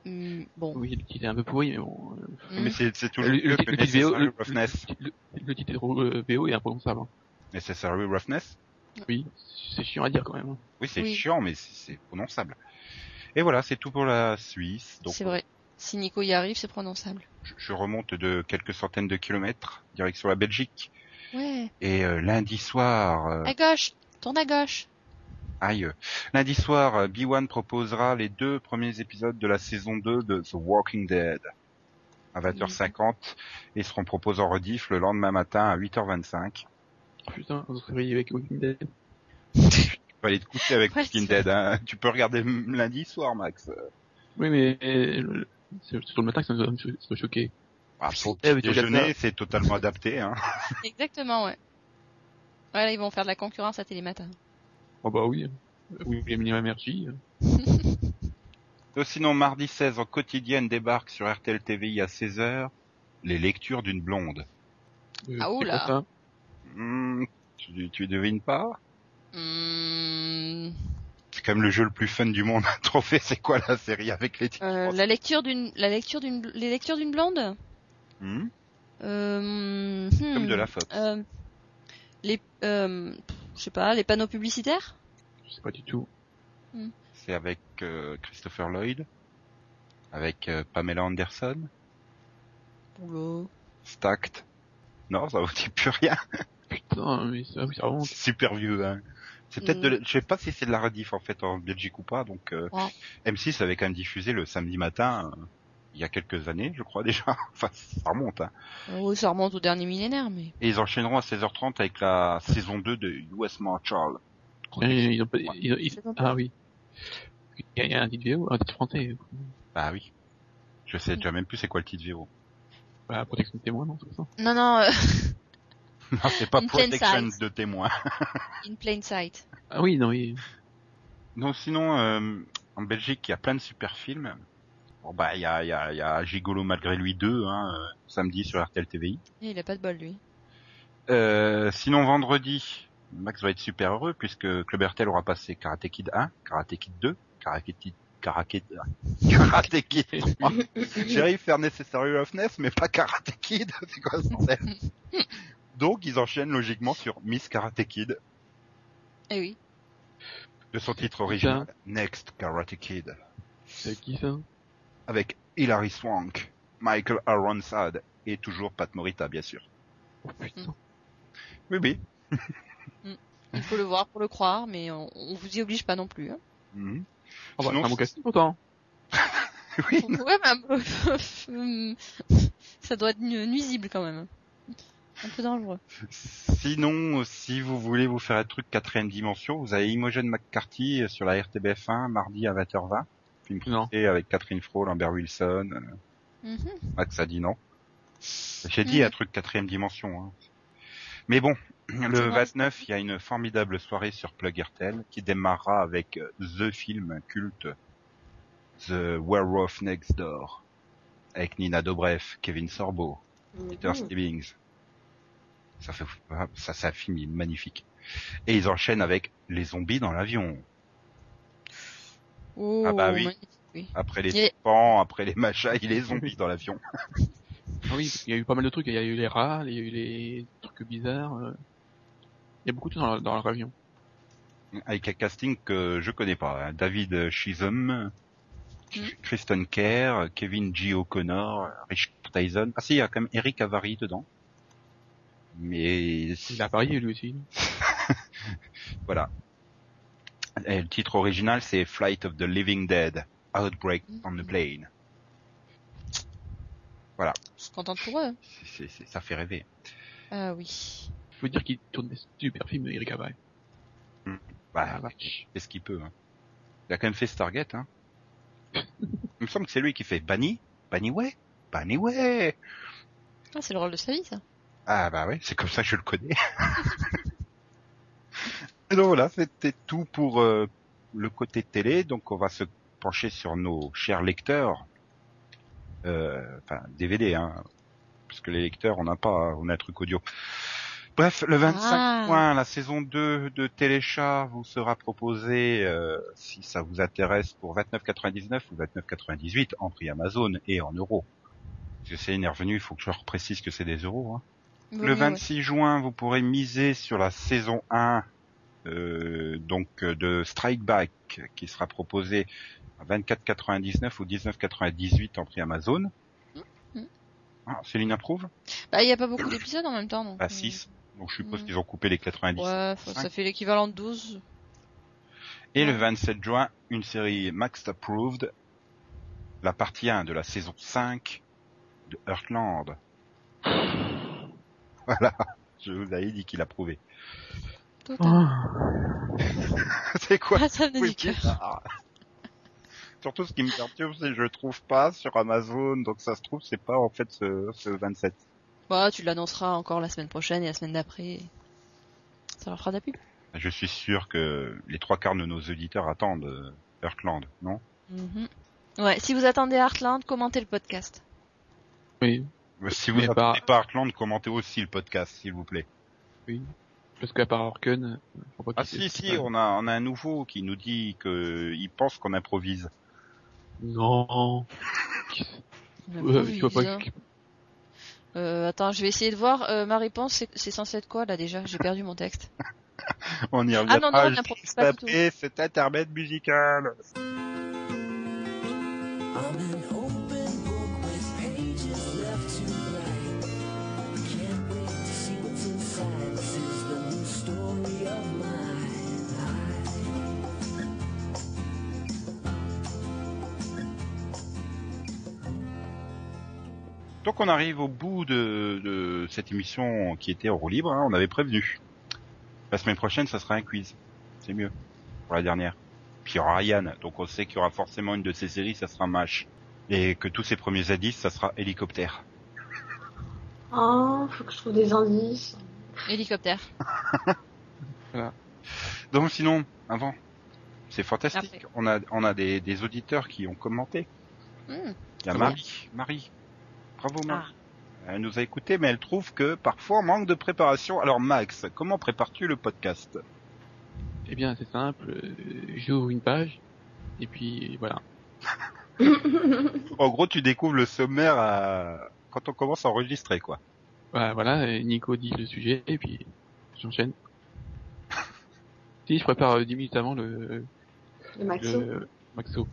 Speaker 3: Hum, bon.
Speaker 2: Oui, le titre est un peu pourri, mais bon. euh,
Speaker 3: Hum.
Speaker 1: Mais c'est c'est toujours
Speaker 2: le,
Speaker 1: mieux
Speaker 2: le-
Speaker 1: que
Speaker 2: le titre VO,
Speaker 1: Necessary
Speaker 2: le,
Speaker 1: Roughness.
Speaker 2: le- le- le titre euh, VO est imprononçable. hein.
Speaker 3: Mm.
Speaker 1: Necessary Roughness.
Speaker 2: Oui, c'est chiant à dire quand même. hein.
Speaker 1: Oui, c'est
Speaker 3: Oui.
Speaker 1: chiant, mais c'est c'est prononçable. Et voilà, c'est tout pour la Suisse. Donc
Speaker 3: C'est vrai. Si Nico y arrive, c'est prononçable.
Speaker 1: Je, je remonte de quelques centaines de kilomètres direction la Belgique.
Speaker 3: Ouais.
Speaker 1: Et euh, lundi soir, euh,
Speaker 3: À gauche. Tourne à gauche.
Speaker 1: aïe, euh, lundi soir, euh, B1 proposera les deux premiers épisodes de la saison 2 de The Walking Dead à 20h50 et seront proposés en rediff le lendemain matin à 8h25.
Speaker 2: Putain, on se réveille avec Walking Dead.
Speaker 1: Tu peux aller te coucher avec
Speaker 3: Ouais,
Speaker 1: Walking
Speaker 3: c'est
Speaker 1: Dead. Hein. Tu peux regarder m- lundi soir, Max.
Speaker 2: Oui, mais euh, le- c'est sur le matin que ça nous a- ça nous a choqué.
Speaker 1: Ah, pour
Speaker 6: Eh,
Speaker 1: le
Speaker 6: mais tu regardes
Speaker 1: déjeuner, c'est totalement adapté. Hein.
Speaker 3: Exactement, ouais. Voilà, ils vont faire de la concurrence à Télématin.
Speaker 2: Oh bah oui. Euh, Oui, oui, Minimum Energy. euh.
Speaker 1: Euh, Sinon, mardi 16, en quotidienne, débarque sur RTL TVI à 16h les lectures d'une blonde.
Speaker 2: Euh,
Speaker 3: Ah,
Speaker 2: c'est
Speaker 3: oula.
Speaker 2: quoi ça
Speaker 1: Hmm, tu, tu devines pas
Speaker 3: Hum,
Speaker 1: C'est quand même le jeu le plus fun du monde. Un trophée, c'est quoi la série avec les titres
Speaker 3: euh, la lecture d'une, la lecture d'une, bl- les lectures d'une blonde.
Speaker 1: Hmm,
Speaker 3: Euh,
Speaker 1: Comme
Speaker 3: hmm,
Speaker 1: de la faute.
Speaker 3: euh, les, euh, pff, je sais pas, les panneaux publicitaires.
Speaker 2: Je sais pas du tout.
Speaker 1: C'est avec euh, Christopher Lloyd, avec euh, Pamela Anderson,
Speaker 3: Oula.
Speaker 1: Stacked. Non, ça vous dit plus rien.
Speaker 2: Putain, mais ça, oui, ça
Speaker 3: Oh.
Speaker 2: remonte.
Speaker 1: super vieux. Hein. C'est peut-être
Speaker 3: Mm.
Speaker 1: de, la- je sais pas si c'est de la rediff en fait en Belgique ou pas. Donc euh,
Speaker 3: Ouais.
Speaker 1: M6 avait quand même diffusé le samedi matin euh, il y a quelques années, je crois déjà. enfin, ça remonte. Hein.
Speaker 3: Oh, ça remonte au dernier millénaire, mais.
Speaker 1: Et ils enchaîneront à 16h30 avec la saison 2 de US Marshall.
Speaker 2: Ah, Ils, ils ont pas, ils ont- ils- ah oui. Il y a- il y a un titre VO, un titre français.
Speaker 1: Bah oui. Je
Speaker 3: Hmm.
Speaker 1: sais déjà même plus c'est quoi le titre VO.
Speaker 2: Bah, protection de témoin, non, c'est ça.
Speaker 3: Non, non, euh,
Speaker 1: Non, c'est pas
Speaker 3: In plain
Speaker 1: Protection
Speaker 3: sight.
Speaker 1: de témoin.
Speaker 3: in plain sight.
Speaker 2: Ah oui, non, oui.
Speaker 1: Non, sinon euh, en Belgique, il y a plein de super films. Bon bah il y a, il y, a, il y a Gigolo malgré lui 2 hein, euh, samedi sur RTL TVI.
Speaker 3: Eh, Il a pas de bol, lui.
Speaker 1: Euh, sinon vendredi, Max va être super heureux puisque Club RTL aura passé Karate Kid 1, Karate Kid 2, Karate Kid, Karate Kid, Karate Kid 3. J'ai réussi à faire Necessary Roughness, mais pas Karate Kid. C'est quoi ce bordel Donc ils enchaînent logiquement sur Miss Karate Kid
Speaker 3: Eh oui.
Speaker 1: de son titre original Next Karate Kid
Speaker 2: C'est qui ça Oh,
Speaker 1: avec Hilary Swank, Michael Aronsad et toujours Pat Morita bien sûr.
Speaker 2: Oh
Speaker 3: Mm.
Speaker 2: putain.
Speaker 1: Oui oui.
Speaker 3: Il faut le voir pour le croire, mais on, on vous y oblige pas non plus. Hein.
Speaker 1: Mhm.
Speaker 2: Oh bah,
Speaker 1: Sinon,
Speaker 2: c'est un bon
Speaker 1: c'est-
Speaker 2: casting pourtant.
Speaker 1: Oui.
Speaker 3: Ouais, mais un peu- hum, ça doit être nu- nuisible quand même. Un peu dangereux.
Speaker 1: Sinon, si vous voulez vous faire un truc quatrième dimension, vous avez Imogen McCarthy euh, sur la RTBF1 mardi à 20h20. Film
Speaker 2: Non.
Speaker 1: présenté avec Catherine Fro, Lambert Wilson, euh,
Speaker 3: Mhm.
Speaker 1: Max a dit non. J'ai dit
Speaker 3: Mhm.
Speaker 1: un truc quatrième dimension. hein. Mais bon, le
Speaker 3: vrai.
Speaker 1: 29, il y a une formidable soirée sur Plug RTL qui démarrera avec euh, The Film culte The Werewolf Next Door avec Nina Dobrev, Kevin Sorbo, Peter
Speaker 4: Mhm.
Speaker 1: Stevens. Ça fait, ça, ça finit magnifique. Et ils enchaînent avec les zombies dans l'avion.
Speaker 3: Oh,
Speaker 1: Ah bah oui.
Speaker 3: magnifique. Oui.
Speaker 1: Après les
Speaker 3: Il est-
Speaker 1: pans, après les machins, il est zombie dans l'avion.
Speaker 2: Ah oui, il y a eu pas mal de trucs. Il y a eu les rats, il y a eu les trucs bizarres. euh. Il y a beaucoup de choses dans, leur- dans leur avion.
Speaker 1: Avec un casting que je connais pas. hein. David Chisholm, K- Kristen Kerr, Kevin G. O'Connor, Rich Tyson. Ah si, il y a quand même Eric Avary dedans. Mais
Speaker 2: Il a parié lui aussi.
Speaker 1: Voilà. Et Eh, le titre original, c'est Flight of the Living Dead, Outbreak on the Plane.
Speaker 3: Je suis contente pour eux.
Speaker 1: C'est- c'est- ça fait rêver.
Speaker 3: Ah oui.
Speaker 2: Faut dire qu'il tourne des super films, Eric Avary.
Speaker 1: Bah,
Speaker 2: Ah, vache.
Speaker 1: fait ce qu'il peut. hein. Il a quand même fait Stargate. Hein. Il me semble que c'est lui qui fait Banny, Banny ouais, Banny ouais.
Speaker 3: Ah, c'est le rôle de sa vie, ça.
Speaker 1: Ah bah ouais, c'est comme ça que je le connais. Et donc voilà, c'était tout pour euh, le côté télé. Donc on va se pencher sur nos chers lecteurs, Euh, enfin DVD, hein, parce que les lecteurs, on n'a pas, hein, on a un truc audio. Bref, le 25
Speaker 3: Ah.
Speaker 1: juin, la saison 2 de Téléchat vous sera proposée, euh, si ça vous intéresse, pour 29,99 ou 29,98 en prix Amazon et en euros. Parce que c'est une revenue, il faut que je leur précise que c'est des euros. hein.
Speaker 3: Vaut
Speaker 1: Le
Speaker 3: mieux, ouais.
Speaker 1: 26 juin, vous pourrez miser sur la saison 1 euh, donc euh, de Strike Back qui sera proposée à 24,99 ou 19,98 en prix Amazon.
Speaker 3: Mhm.
Speaker 1: Ah, Céline approuve
Speaker 3: Bah, il n'y a pas beaucoup d'épisodes en même temps, donc.
Speaker 1: À
Speaker 3: euh,
Speaker 1: 6. Donc je suppose
Speaker 3: Mhm.
Speaker 1: qu'ils ont coupé les 90.
Speaker 3: Ouais, faut- ça fait l'équivalent de 12.
Speaker 1: Et le 27 juin, une série Max Approved, la partie 1 de la saison 5 de Heartland. Voilà, je vous avais dit qu'il approuvait.
Speaker 3: Total.
Speaker 1: C'est quoi
Speaker 3: Ah, ça venait
Speaker 1: Oui,
Speaker 3: du cœur.
Speaker 1: bizarre. Surtout ce qui me perturbe, c'est que je trouve pas sur Amazon, donc ça se trouve, c'est pas en fait ce, ce 27.
Speaker 3: Bah, tu l'annonceras encore la semaine prochaine et la semaine d'après. Ça leur fera de la pub.
Speaker 1: Je suis sûr que les trois quarts de nos auditeurs attendent euh, Heartland, non
Speaker 3: Mhm. Ouais, si vous attendez Heartland, commentez le podcast.
Speaker 2: Oui,
Speaker 1: Mais Si vous
Speaker 2: Mais
Speaker 1: n'attendez
Speaker 2: par-
Speaker 1: pas Heartland, commentez aussi le podcast, s'il vous plaît.
Speaker 2: parce qu'à part Orken, euh, faut pas
Speaker 1: Ah
Speaker 2: qu'il-
Speaker 1: si, si, on a, on a un nouveau qui nous dit que il pense qu'on improvise.
Speaker 2: Non.
Speaker 3: La
Speaker 2: Euh,
Speaker 3: pauvre,
Speaker 2: il
Speaker 3: Ah il
Speaker 2: faut
Speaker 3: est
Speaker 2: pas
Speaker 3: bizarre.
Speaker 2: que-
Speaker 3: Euh, attends, je vais essayer de voir. Euh, ma réponse, c'est- c'est censé être quoi là déjà J'ai perdu mon texte.
Speaker 1: On y reviendra
Speaker 3: Ah non, non, on
Speaker 1: juste
Speaker 3: n'improvise pas du tout.
Speaker 1: après cet intermède musical.
Speaker 7: I'm an open book with pages left to write. Can't wait to see what's inside. This is the new story of my life.
Speaker 1: Donc on arrive au bout de, de cette émission qui était en roue libre, hein, on avait prévenu. La semaine prochaine, ça sera un quiz. C'est mieux. Pour la dernière. Puis il y aura Ryan, donc on sait qu'il y aura forcément une de ces séries, ça sera MASH. Et que tous ses premiers indices, ça sera hélicoptère.
Speaker 4: Ah, faut que je trouve des indices.
Speaker 3: Hélicoptère.
Speaker 1: Donc sinon, avant, c'est fantastique.
Speaker 3: Après.
Speaker 1: On a, on a des, des auditeurs qui ont commenté.
Speaker 3: Hmm.
Speaker 1: Il y a
Speaker 3: Ah
Speaker 1: Marie. Marie. Bravo Marie. Elle nous a écouté, mais elle trouve que parfois on manque de préparation. Alors Max, comment prépares-tu le podcast
Speaker 2: Eh bien, c'est simple. euh, J'ouvre une page. Et puis, voilà.
Speaker 1: En gros, tu découvres le sommaire à- quand on commence à enregistrer, quoi.
Speaker 2: Voilà, Bah, voilà, et Nico dit le sujet. Et puis, j'enchaîne. si, je prépare euh, 10 minutes avant le,
Speaker 4: Le maximum.
Speaker 1: Euh,
Speaker 2: le Maxo.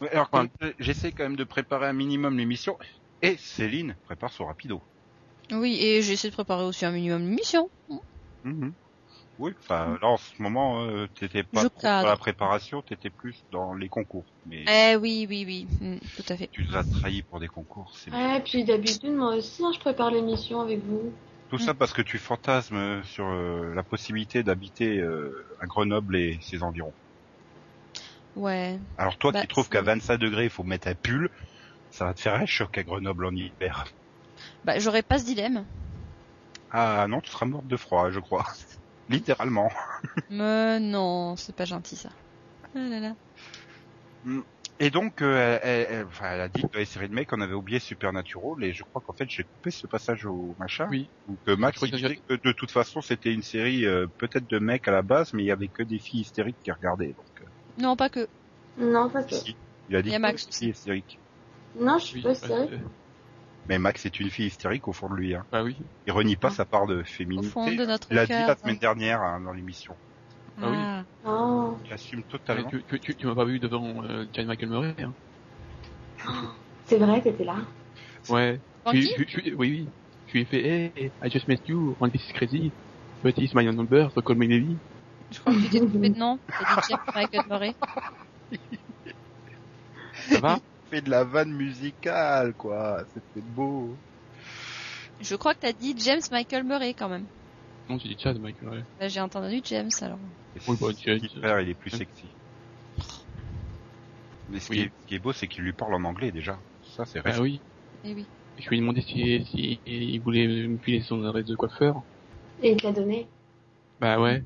Speaker 1: Ouais, alors, quand j'essaie quand même de préparer un minimum l'émission. Et Céline prépare son rapido.
Speaker 3: Oui, et j'essaie de préparer aussi un minimum de mission.
Speaker 1: Mhm. Oui, enfin, là, en ce moment, euh, t'étais pas
Speaker 3: Je
Speaker 1: trop dans la
Speaker 3: cadre.
Speaker 1: préparation, t'étais plus dans les concours. Mais
Speaker 3: Eh oui, oui, oui, Hmm, tout à fait.
Speaker 1: tu nous as trahis pour des concours, c'est bien.
Speaker 4: Ouais, puis d'habitude, moi aussi, hein, je prépare l'émission avec vous.
Speaker 1: Tout ça parce que tu fantasmes euh, sur euh, la possibilité d'habiter euh, à Grenoble et ses environs.
Speaker 3: Ouais.
Speaker 1: Alors toi
Speaker 3: Bah,
Speaker 1: qui trouves
Speaker 3: c'est-
Speaker 1: qu'à 25 degrés, il faut mettre un pull, ça va te faire un choc à Grenoble en hiver.
Speaker 3: Bah, j'aurais pas ce dilemme.
Speaker 1: Ah non, tu seras morte de froid, je crois. Littéralement.
Speaker 3: Mais non, c'est pas gentil ça. Ah là là.
Speaker 1: Et donc, euh, elle, elle- enfin, elle a dit que dans les séries de mecs, on avait oublié Supernatural, et je crois qu'en fait, j'ai coupé ce passage au machin.
Speaker 2: Oui.
Speaker 1: Donc, euh,
Speaker 2: Je
Speaker 1: Max
Speaker 2: crois
Speaker 1: il
Speaker 2: que
Speaker 1: disait que de toute façon, c'était une série euh, peut-être de mecs à la base, mais il y avait que des filles hystériques qui regardaient. Donc, euh,
Speaker 3: Non, pas que.
Speaker 4: Non, pas que.
Speaker 1: Si. Il a dit
Speaker 3: Il y a
Speaker 1: que
Speaker 3: Max
Speaker 1: c'était hystérique.
Speaker 4: Non, je suis
Speaker 2: Oui,
Speaker 4: pas
Speaker 2: bah,
Speaker 4: hystérique.
Speaker 2: euh,
Speaker 1: Mais Max est une fille hystérique au fond de lui. Hein.
Speaker 2: bah oui.
Speaker 1: Il renie pas sa part de
Speaker 3: Hein Au
Speaker 1: féminité.
Speaker 3: fond de notre
Speaker 1: Il l'a dit la
Speaker 3: cœur.
Speaker 1: semaine dernière hein, dans l'émission.
Speaker 2: Ah oui.
Speaker 3: Ah.
Speaker 4: Ah.
Speaker 1: Il assume
Speaker 2: Euh,
Speaker 1: totalement.
Speaker 2: Tu, tu, tu, tu m'as pas vu devant euh, John Michael Murray. Hein.
Speaker 4: C'est vrai, t'étais là.
Speaker 2: Ouais.
Speaker 3: Devant
Speaker 2: Tu-
Speaker 3: qui
Speaker 2: tu- tu- oui, oui. Tu lui ai fait, hey, I just met you, and this is crazy. But it's my number, so call me Levi.
Speaker 3: Je crois que tu t'es trompé de nom. T'as dit Jeff Michael Murray.
Speaker 2: Ça va?
Speaker 1: fait de la vanne musicale, quoi. C'était beau.
Speaker 3: Je crois que t'as dit James Michael Murray quand même.
Speaker 2: non, j'ai dit Chad Michael Murray.
Speaker 3: Là, j'ai entendu James alors.
Speaker 1: Et
Speaker 2: Oui, bah, tu as-
Speaker 1: son petit frère, il est plus sexy. Mais ce, qui,
Speaker 2: Oui.
Speaker 1: est, ce qui est beau, c'est qu'il lui parle en anglais déjà. Ça, c'est
Speaker 2: Bah
Speaker 1: vrai.
Speaker 2: oui.
Speaker 3: Eh oui.
Speaker 2: Je lui ai demandé si, si il voulait me filer son adresse de coiffeur.
Speaker 4: Et il te l'a donné.
Speaker 2: Bah ouais.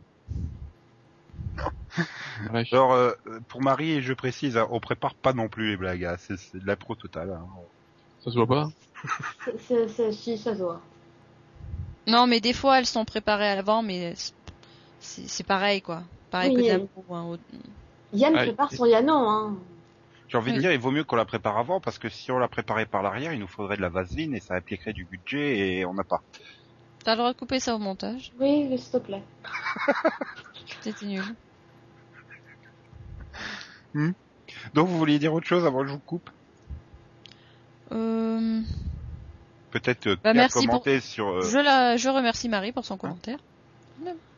Speaker 2: Ouais, je-
Speaker 1: Genre, euh, pour Marie, et je précise, hein, on prépare pas non plus les blagues. hein. C'est c'est de l'impro totale. hein.
Speaker 2: ça se voit pas.
Speaker 4: C'est- c'est- c'est- Si, ça se voit.
Speaker 3: Non, mais des fois elles sont préparées à l'avant, mais c'est- c'est c'est pareil quoi. Pareil
Speaker 4: Oui.
Speaker 3: que d'amour. Hein.
Speaker 4: Yann
Speaker 2: Ah,
Speaker 4: prépare
Speaker 2: il-
Speaker 4: son Yano, hein.
Speaker 1: J'ai envie de
Speaker 3: Oui.
Speaker 1: dire, il vaut mieux qu'on la prépare avant, parce que si on la préparait par l'arrière, il nous faudrait de la vaseline et ça impliquerait du budget et on n'a pas.
Speaker 3: T'as le droit de couper ça au montage.
Speaker 4: Oui, s'il te plaît.
Speaker 3: C'était nul.
Speaker 1: Donc, vous vouliez dire autre chose avant que je vous coupe
Speaker 3: Euh,
Speaker 1: Peut-être euh,
Speaker 3: Bah,
Speaker 1: Claire
Speaker 3: merci pour-
Speaker 1: commenter sur... euh,
Speaker 3: Je la, je remercie Marie pour son commentaire.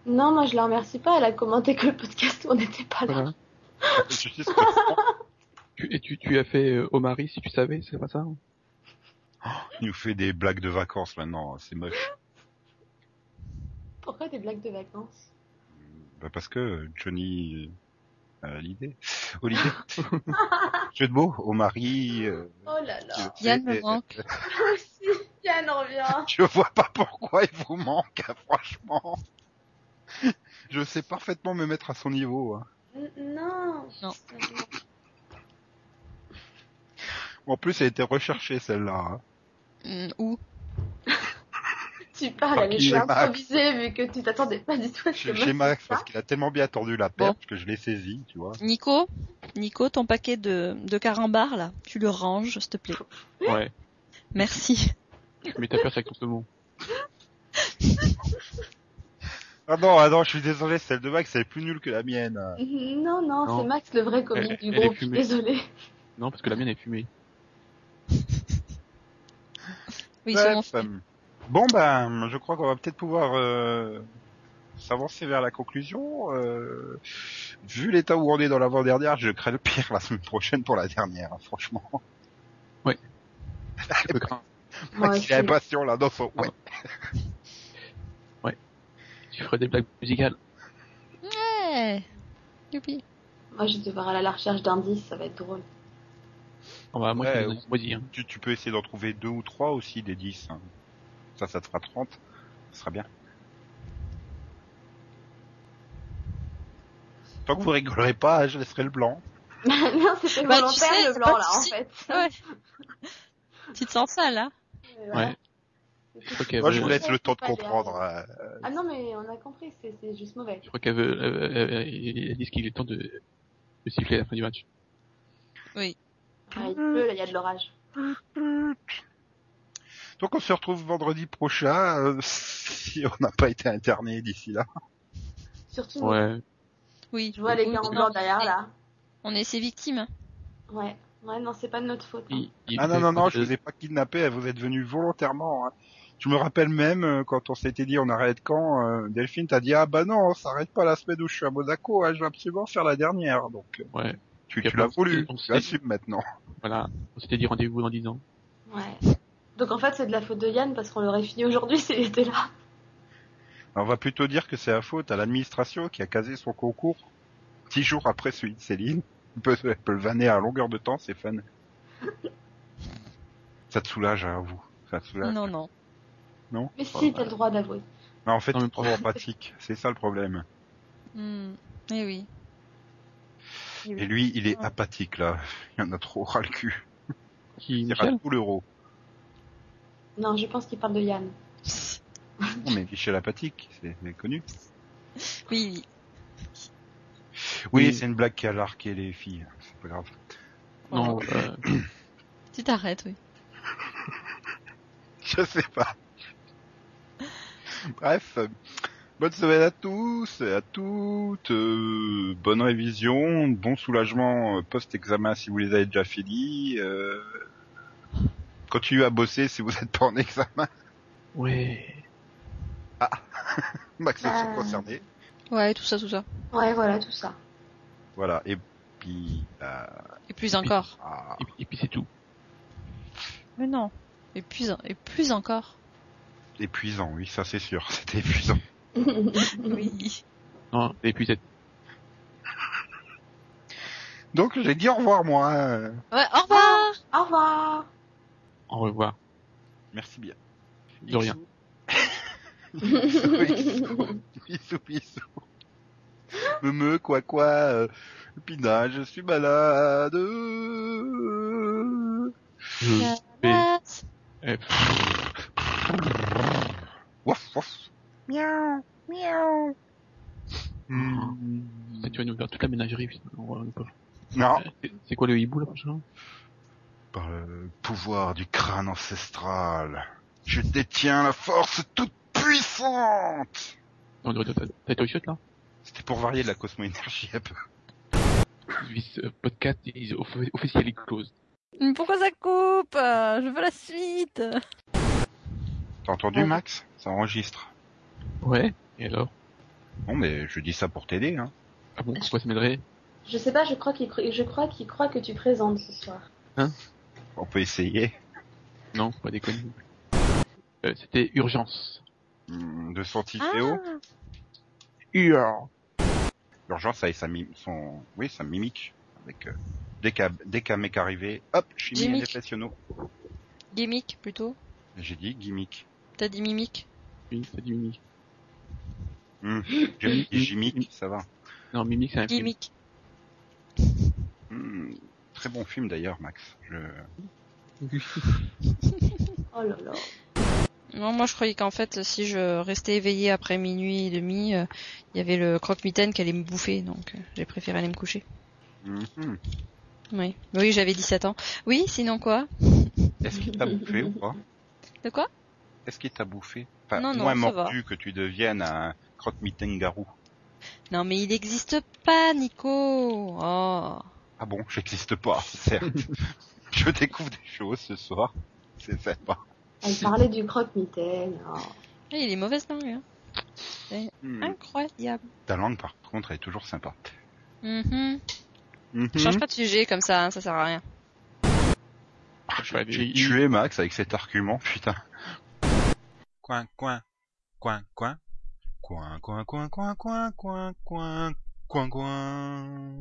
Speaker 4: Non, moi je la remercie pas, elle a commenté que le podcast où on n'était pas là.
Speaker 2: Voilà.
Speaker 1: je sais ce que c'est.
Speaker 2: Tu, et tu, tu as fait euh, au mari si tu savais, c'est pas ça hein
Speaker 1: Il nous fait des blagues de vacances maintenant, hein, c'est moche.
Speaker 4: Pourquoi des blagues de vacances
Speaker 1: Bah, parce que Johnny euh, a l'idée. Olivier. Jeu de mots, au mari... euh,
Speaker 4: Oh là là.
Speaker 3: Yann
Speaker 1: et-
Speaker 3: me
Speaker 1: et-
Speaker 3: manque.
Speaker 4: Moi aussi, Yann revient.
Speaker 1: Je euh, vois pas pourquoi il vous manque, hein, franchement. Je sais parfaitement me mettre à son niveau. hein.
Speaker 4: N- Non.
Speaker 3: Non.
Speaker 1: En plus, elle a été recherchée celle-là. hein.
Speaker 3: Hum, Où
Speaker 4: Tu parles à
Speaker 1: Par qui,
Speaker 4: Michel
Speaker 1: Max
Speaker 4: improvisé vu que tu t'attendais pas du tout à ce
Speaker 1: chez,
Speaker 4: que
Speaker 1: chez
Speaker 4: moi,
Speaker 1: Max
Speaker 4: c'est ça.
Speaker 1: parce qu'il a tellement bien attendu la perche que je l'ai saisi, tu vois.
Speaker 3: Nico, Nico, ton paquet de, de carambars là, tu le ranges, s'il te plaît.
Speaker 2: Ouais.
Speaker 3: Merci.
Speaker 2: Mais t'as perdu avec ton saumon.
Speaker 1: Ah non, ah non, je suis désolé, celle de Max elle est plus nulle que la mienne.
Speaker 4: Mhm. Non, non,
Speaker 2: Non.
Speaker 4: c'est Max le vrai comique
Speaker 2: Elle-
Speaker 4: du
Speaker 2: elle
Speaker 4: groupe,
Speaker 2: est
Speaker 4: je suis
Speaker 2: fumée.
Speaker 4: désolée.
Speaker 2: Non, parce que la mienne est fumée.
Speaker 3: Oui,
Speaker 1: Bref,
Speaker 3: c'est mon fils.
Speaker 1: euh, bon ben, je crois qu'on va peut-être pouvoir euh, s'avancer vers la conclusion. euh, vu l'état où on est dans l'avant-dernière, je crains le pire la semaine prochaine pour la dernière, hein, franchement.
Speaker 2: Tu peux craindre.
Speaker 4: Moi
Speaker 1: Max, il est
Speaker 4: aussi.
Speaker 1: impatient là dans son... Ouais.
Speaker 2: Tu ferais des blagues musicales.
Speaker 3: Ouais. Youpi.
Speaker 4: Moi, je vais devoir aller à la recherche d'indices, ça va être drôle.
Speaker 2: On va, Oh, moi,
Speaker 1: Ouais,
Speaker 2: je
Speaker 1: ouais.
Speaker 2: suis moisi, hein.
Speaker 1: Tu, tu peux essayer d'en trouver deux ou trois aussi des 10. hein. Ça, ça te fera 30. Ce sera bien. Tant que vous rigolerez pas, je laisserai le blanc.
Speaker 4: non, c'était
Speaker 3: Bah, tu
Speaker 4: volontaire
Speaker 3: sais,
Speaker 4: le
Speaker 3: c'est
Speaker 4: blanc
Speaker 3: pas
Speaker 4: là,
Speaker 3: de
Speaker 4: en
Speaker 3: souci.
Speaker 4: fait.
Speaker 3: Ouais. tu te sens sale hein? là
Speaker 4: Et voilà.
Speaker 2: Ouais. Je crois qu'elle
Speaker 1: Moi, je
Speaker 2: veut-
Speaker 1: vous
Speaker 4: ouais.
Speaker 1: laisse le temps de
Speaker 4: Pas grave.
Speaker 1: comprendre. euh,
Speaker 4: Ah non, mais on a compris, c'est c'est juste mauvais.
Speaker 2: je crois qu'elle veut, euh, euh, euh, elle dit qu'il est temps de, de siffler à la fin du match.
Speaker 4: Ah, il
Speaker 3: Mm.
Speaker 4: pleut, là, il y a de l'orage.
Speaker 1: Donc, on se retrouve vendredi prochain, euh, si on n'a pas été interné d'ici là.
Speaker 4: Surtout,
Speaker 2: Ouais.
Speaker 3: Oui.
Speaker 4: je vois les
Speaker 3: Oui,
Speaker 4: gars en
Speaker 3: non,
Speaker 4: blanc
Speaker 3: mais
Speaker 4: derrière là.
Speaker 3: On est ses victimes. hein.
Speaker 4: Ouais, ouais, non, c'est pas de notre faute. hein.
Speaker 2: Il- il-
Speaker 1: Ah non, non, non, je vous ai pas kidnappé, vous êtes venu volontairement. hein. Je me rappelle même, euh, quand on s'était dit on arrête quand, euh, Delphine t'a dit, ah bah non, on s'arrête pas la semaine où je suis à Monaco, hein, je vais absolument faire la dernière. Donc, euh,
Speaker 2: Ouais.
Speaker 1: tu,
Speaker 2: Et
Speaker 1: tu l'as
Speaker 2: après, on s'était-
Speaker 1: voulu,
Speaker 2: on
Speaker 1: tu
Speaker 2: s'était-
Speaker 1: l'assumes maintenant.
Speaker 2: Voilà. On s'était dit rendez-vous dans 10 ans.
Speaker 4: Ouais. Donc en fait, c'est de la faute de Yann parce qu'on l'aurait fini aujourd'hui s'il était là.
Speaker 1: On va plutôt dire que c'est la faute à l'administration qui a casé son concours dix jours après celui de Céline. Elle peut, elle peut le vanner à longueur de temps, c'est fun. Ça te soulage, hein, vous. Ça te soulage.
Speaker 3: Non, non.
Speaker 1: Non,
Speaker 4: Mais si, t'as le droit d'avouer.
Speaker 1: Non, en fait,
Speaker 2: Non, mais
Speaker 1: c'est trop empathique. C'est ça le problème.
Speaker 3: Hmm. Eh oui.
Speaker 1: Et lui, il est apathique, là. Il y en a trop ras le cul.
Speaker 2: Qui,
Speaker 1: Il rate
Speaker 2: Michel?
Speaker 1: tout l'euro.
Speaker 4: Non, je pense qu'il parle de Yann.
Speaker 1: Non, mais Michel apathique, c'est c'est connu.
Speaker 3: Oui, oui.
Speaker 1: Oui,
Speaker 2: Oui.
Speaker 1: c'est une blague qui a larqué les filles. C'est pas grave.
Speaker 2: Non, euh,
Speaker 3: Tu t'arrêtes, oui.
Speaker 1: Je sais pas. Bref, euh, bonne semaine à tous et à toutes. euh, bonne révision, bon soulagement euh, post-examen si vous les avez déjà finis. Euh, continuez à bosser si vous n'êtes pas en examen.
Speaker 2: ouais.
Speaker 1: Max est
Speaker 4: Ah.
Speaker 1: concerné.
Speaker 3: Ouais, tout ça, tout ça.
Speaker 4: Ouais, voilà, tout ça.
Speaker 1: Voilà. Et puis, euh,
Speaker 3: Et plus encore.
Speaker 1: ah,
Speaker 2: Et, puis- et puis c'est tout.
Speaker 3: Mais non. Et plus, en- et plus encore.
Speaker 1: épuisant, oui, ça c'est sûr. C'était épuisant.
Speaker 3: Oui.
Speaker 2: Non, et puis c'est
Speaker 1: Donc j'ai dit au revoir moi. euh,
Speaker 3: Ouais, au revoir
Speaker 4: Au revoir.
Speaker 2: au revoir.
Speaker 1: Merci bien.
Speaker 2: De rien.
Speaker 1: Bisous, bisous, bisous. Me, me, quoi, quoi, euh, Pina, je suis malade.
Speaker 2: Je fais...
Speaker 3: Bye.
Speaker 2: euh,
Speaker 1: Waf, waf. Miaou, miaou. Hmm,
Speaker 2: tu vas nous faire toute la ménagerie. putain, on va- on peut-
Speaker 1: Non.
Speaker 2: C'est- C'est quoi le hibou là prochain
Speaker 1: Par le pouvoir du crâne ancestral, je détiens la force toute puissante.
Speaker 2: On doit t'as t'as été au chiotte, là
Speaker 1: C'était pour varier de la cosmo-énergie un peu.
Speaker 2: This euh, podcast is offi- officially closed.
Speaker 8: Mais Pourquoi ça coupe Euh, Je veux la suite
Speaker 1: T'as entendu, Max? Ça enregistre.
Speaker 2: Ouais. Et alors
Speaker 1: Bon, mais je dis ça pour t'aider, hein.
Speaker 2: Ah bon, pourquoi ça m'aiderait
Speaker 4: Je sais pas, je crois qu'il cro- je crois qu'il croit que tu présentes ce soir.
Speaker 1: On peut essayer.
Speaker 2: Non, faut pas déconner. Euh, C'était urgence.
Speaker 1: Hmm, De
Speaker 3: Ah.
Speaker 1: Santiféo.
Speaker 2: Urgence.
Speaker 1: L'urgence a sa mim- son, oui, sa mimique. Avec, euh, dès qu'un, dès qu'un mec arrivé, hop, chimie et
Speaker 3: Gimmick.
Speaker 1: dépressionaux.
Speaker 3: Gimmick, plutôt.
Speaker 1: J'ai dit gimmick.
Speaker 3: T'as dit mimique
Speaker 2: Oui, ça dit Mimi.
Speaker 1: J'ai dit gimmick, ça va.
Speaker 2: Non, Mimi, c'est un film.
Speaker 3: Gimmick.
Speaker 1: Hmm, très bon film d'ailleurs, Max. Je-
Speaker 4: Oh là là.
Speaker 3: Non, moi je croyais qu'en fait, si je restais éveillée après minuit et demi, euh, il y avait le croque-mitaine qui allait me bouffer, donc euh, j'ai préféré aller me coucher.
Speaker 1: Mhm.
Speaker 3: Oui, oui j'avais 17 ans. Oui, sinon quoi
Speaker 1: Est-ce qu'il t'a bouffé ou pas?
Speaker 3: De quoi
Speaker 1: Est-ce qu'il t'a bouffé? Enfin,
Speaker 3: Non, non,
Speaker 1: moins
Speaker 3: ça
Speaker 1: mordu que tu deviennes un croque-mitaine garou.
Speaker 3: Non, mais il n'existe pas, Nico Oh
Speaker 1: Ah bon, j'existe pas, certes. je découvre des choses ce soir. C'est sympa.
Speaker 4: Elle parlait du croque-mitaine. Oh.
Speaker 3: Eh, Il est mauvaise langue, hein.
Speaker 1: Hmm.
Speaker 3: Ah, Incroyable
Speaker 1: Ta langue, par contre, est toujours sympa.
Speaker 3: Mhm.
Speaker 1: Mhm.
Speaker 3: Change pas de sujet comme ça, hein, ça sert à rien.
Speaker 2: Ouais, mais
Speaker 1: J'ai
Speaker 2: il-
Speaker 1: tué Max avec cet argument, putain. Coin, coin, coin, coin. Coin, coin, coin, coin, coin, coin, coin, coin, coin.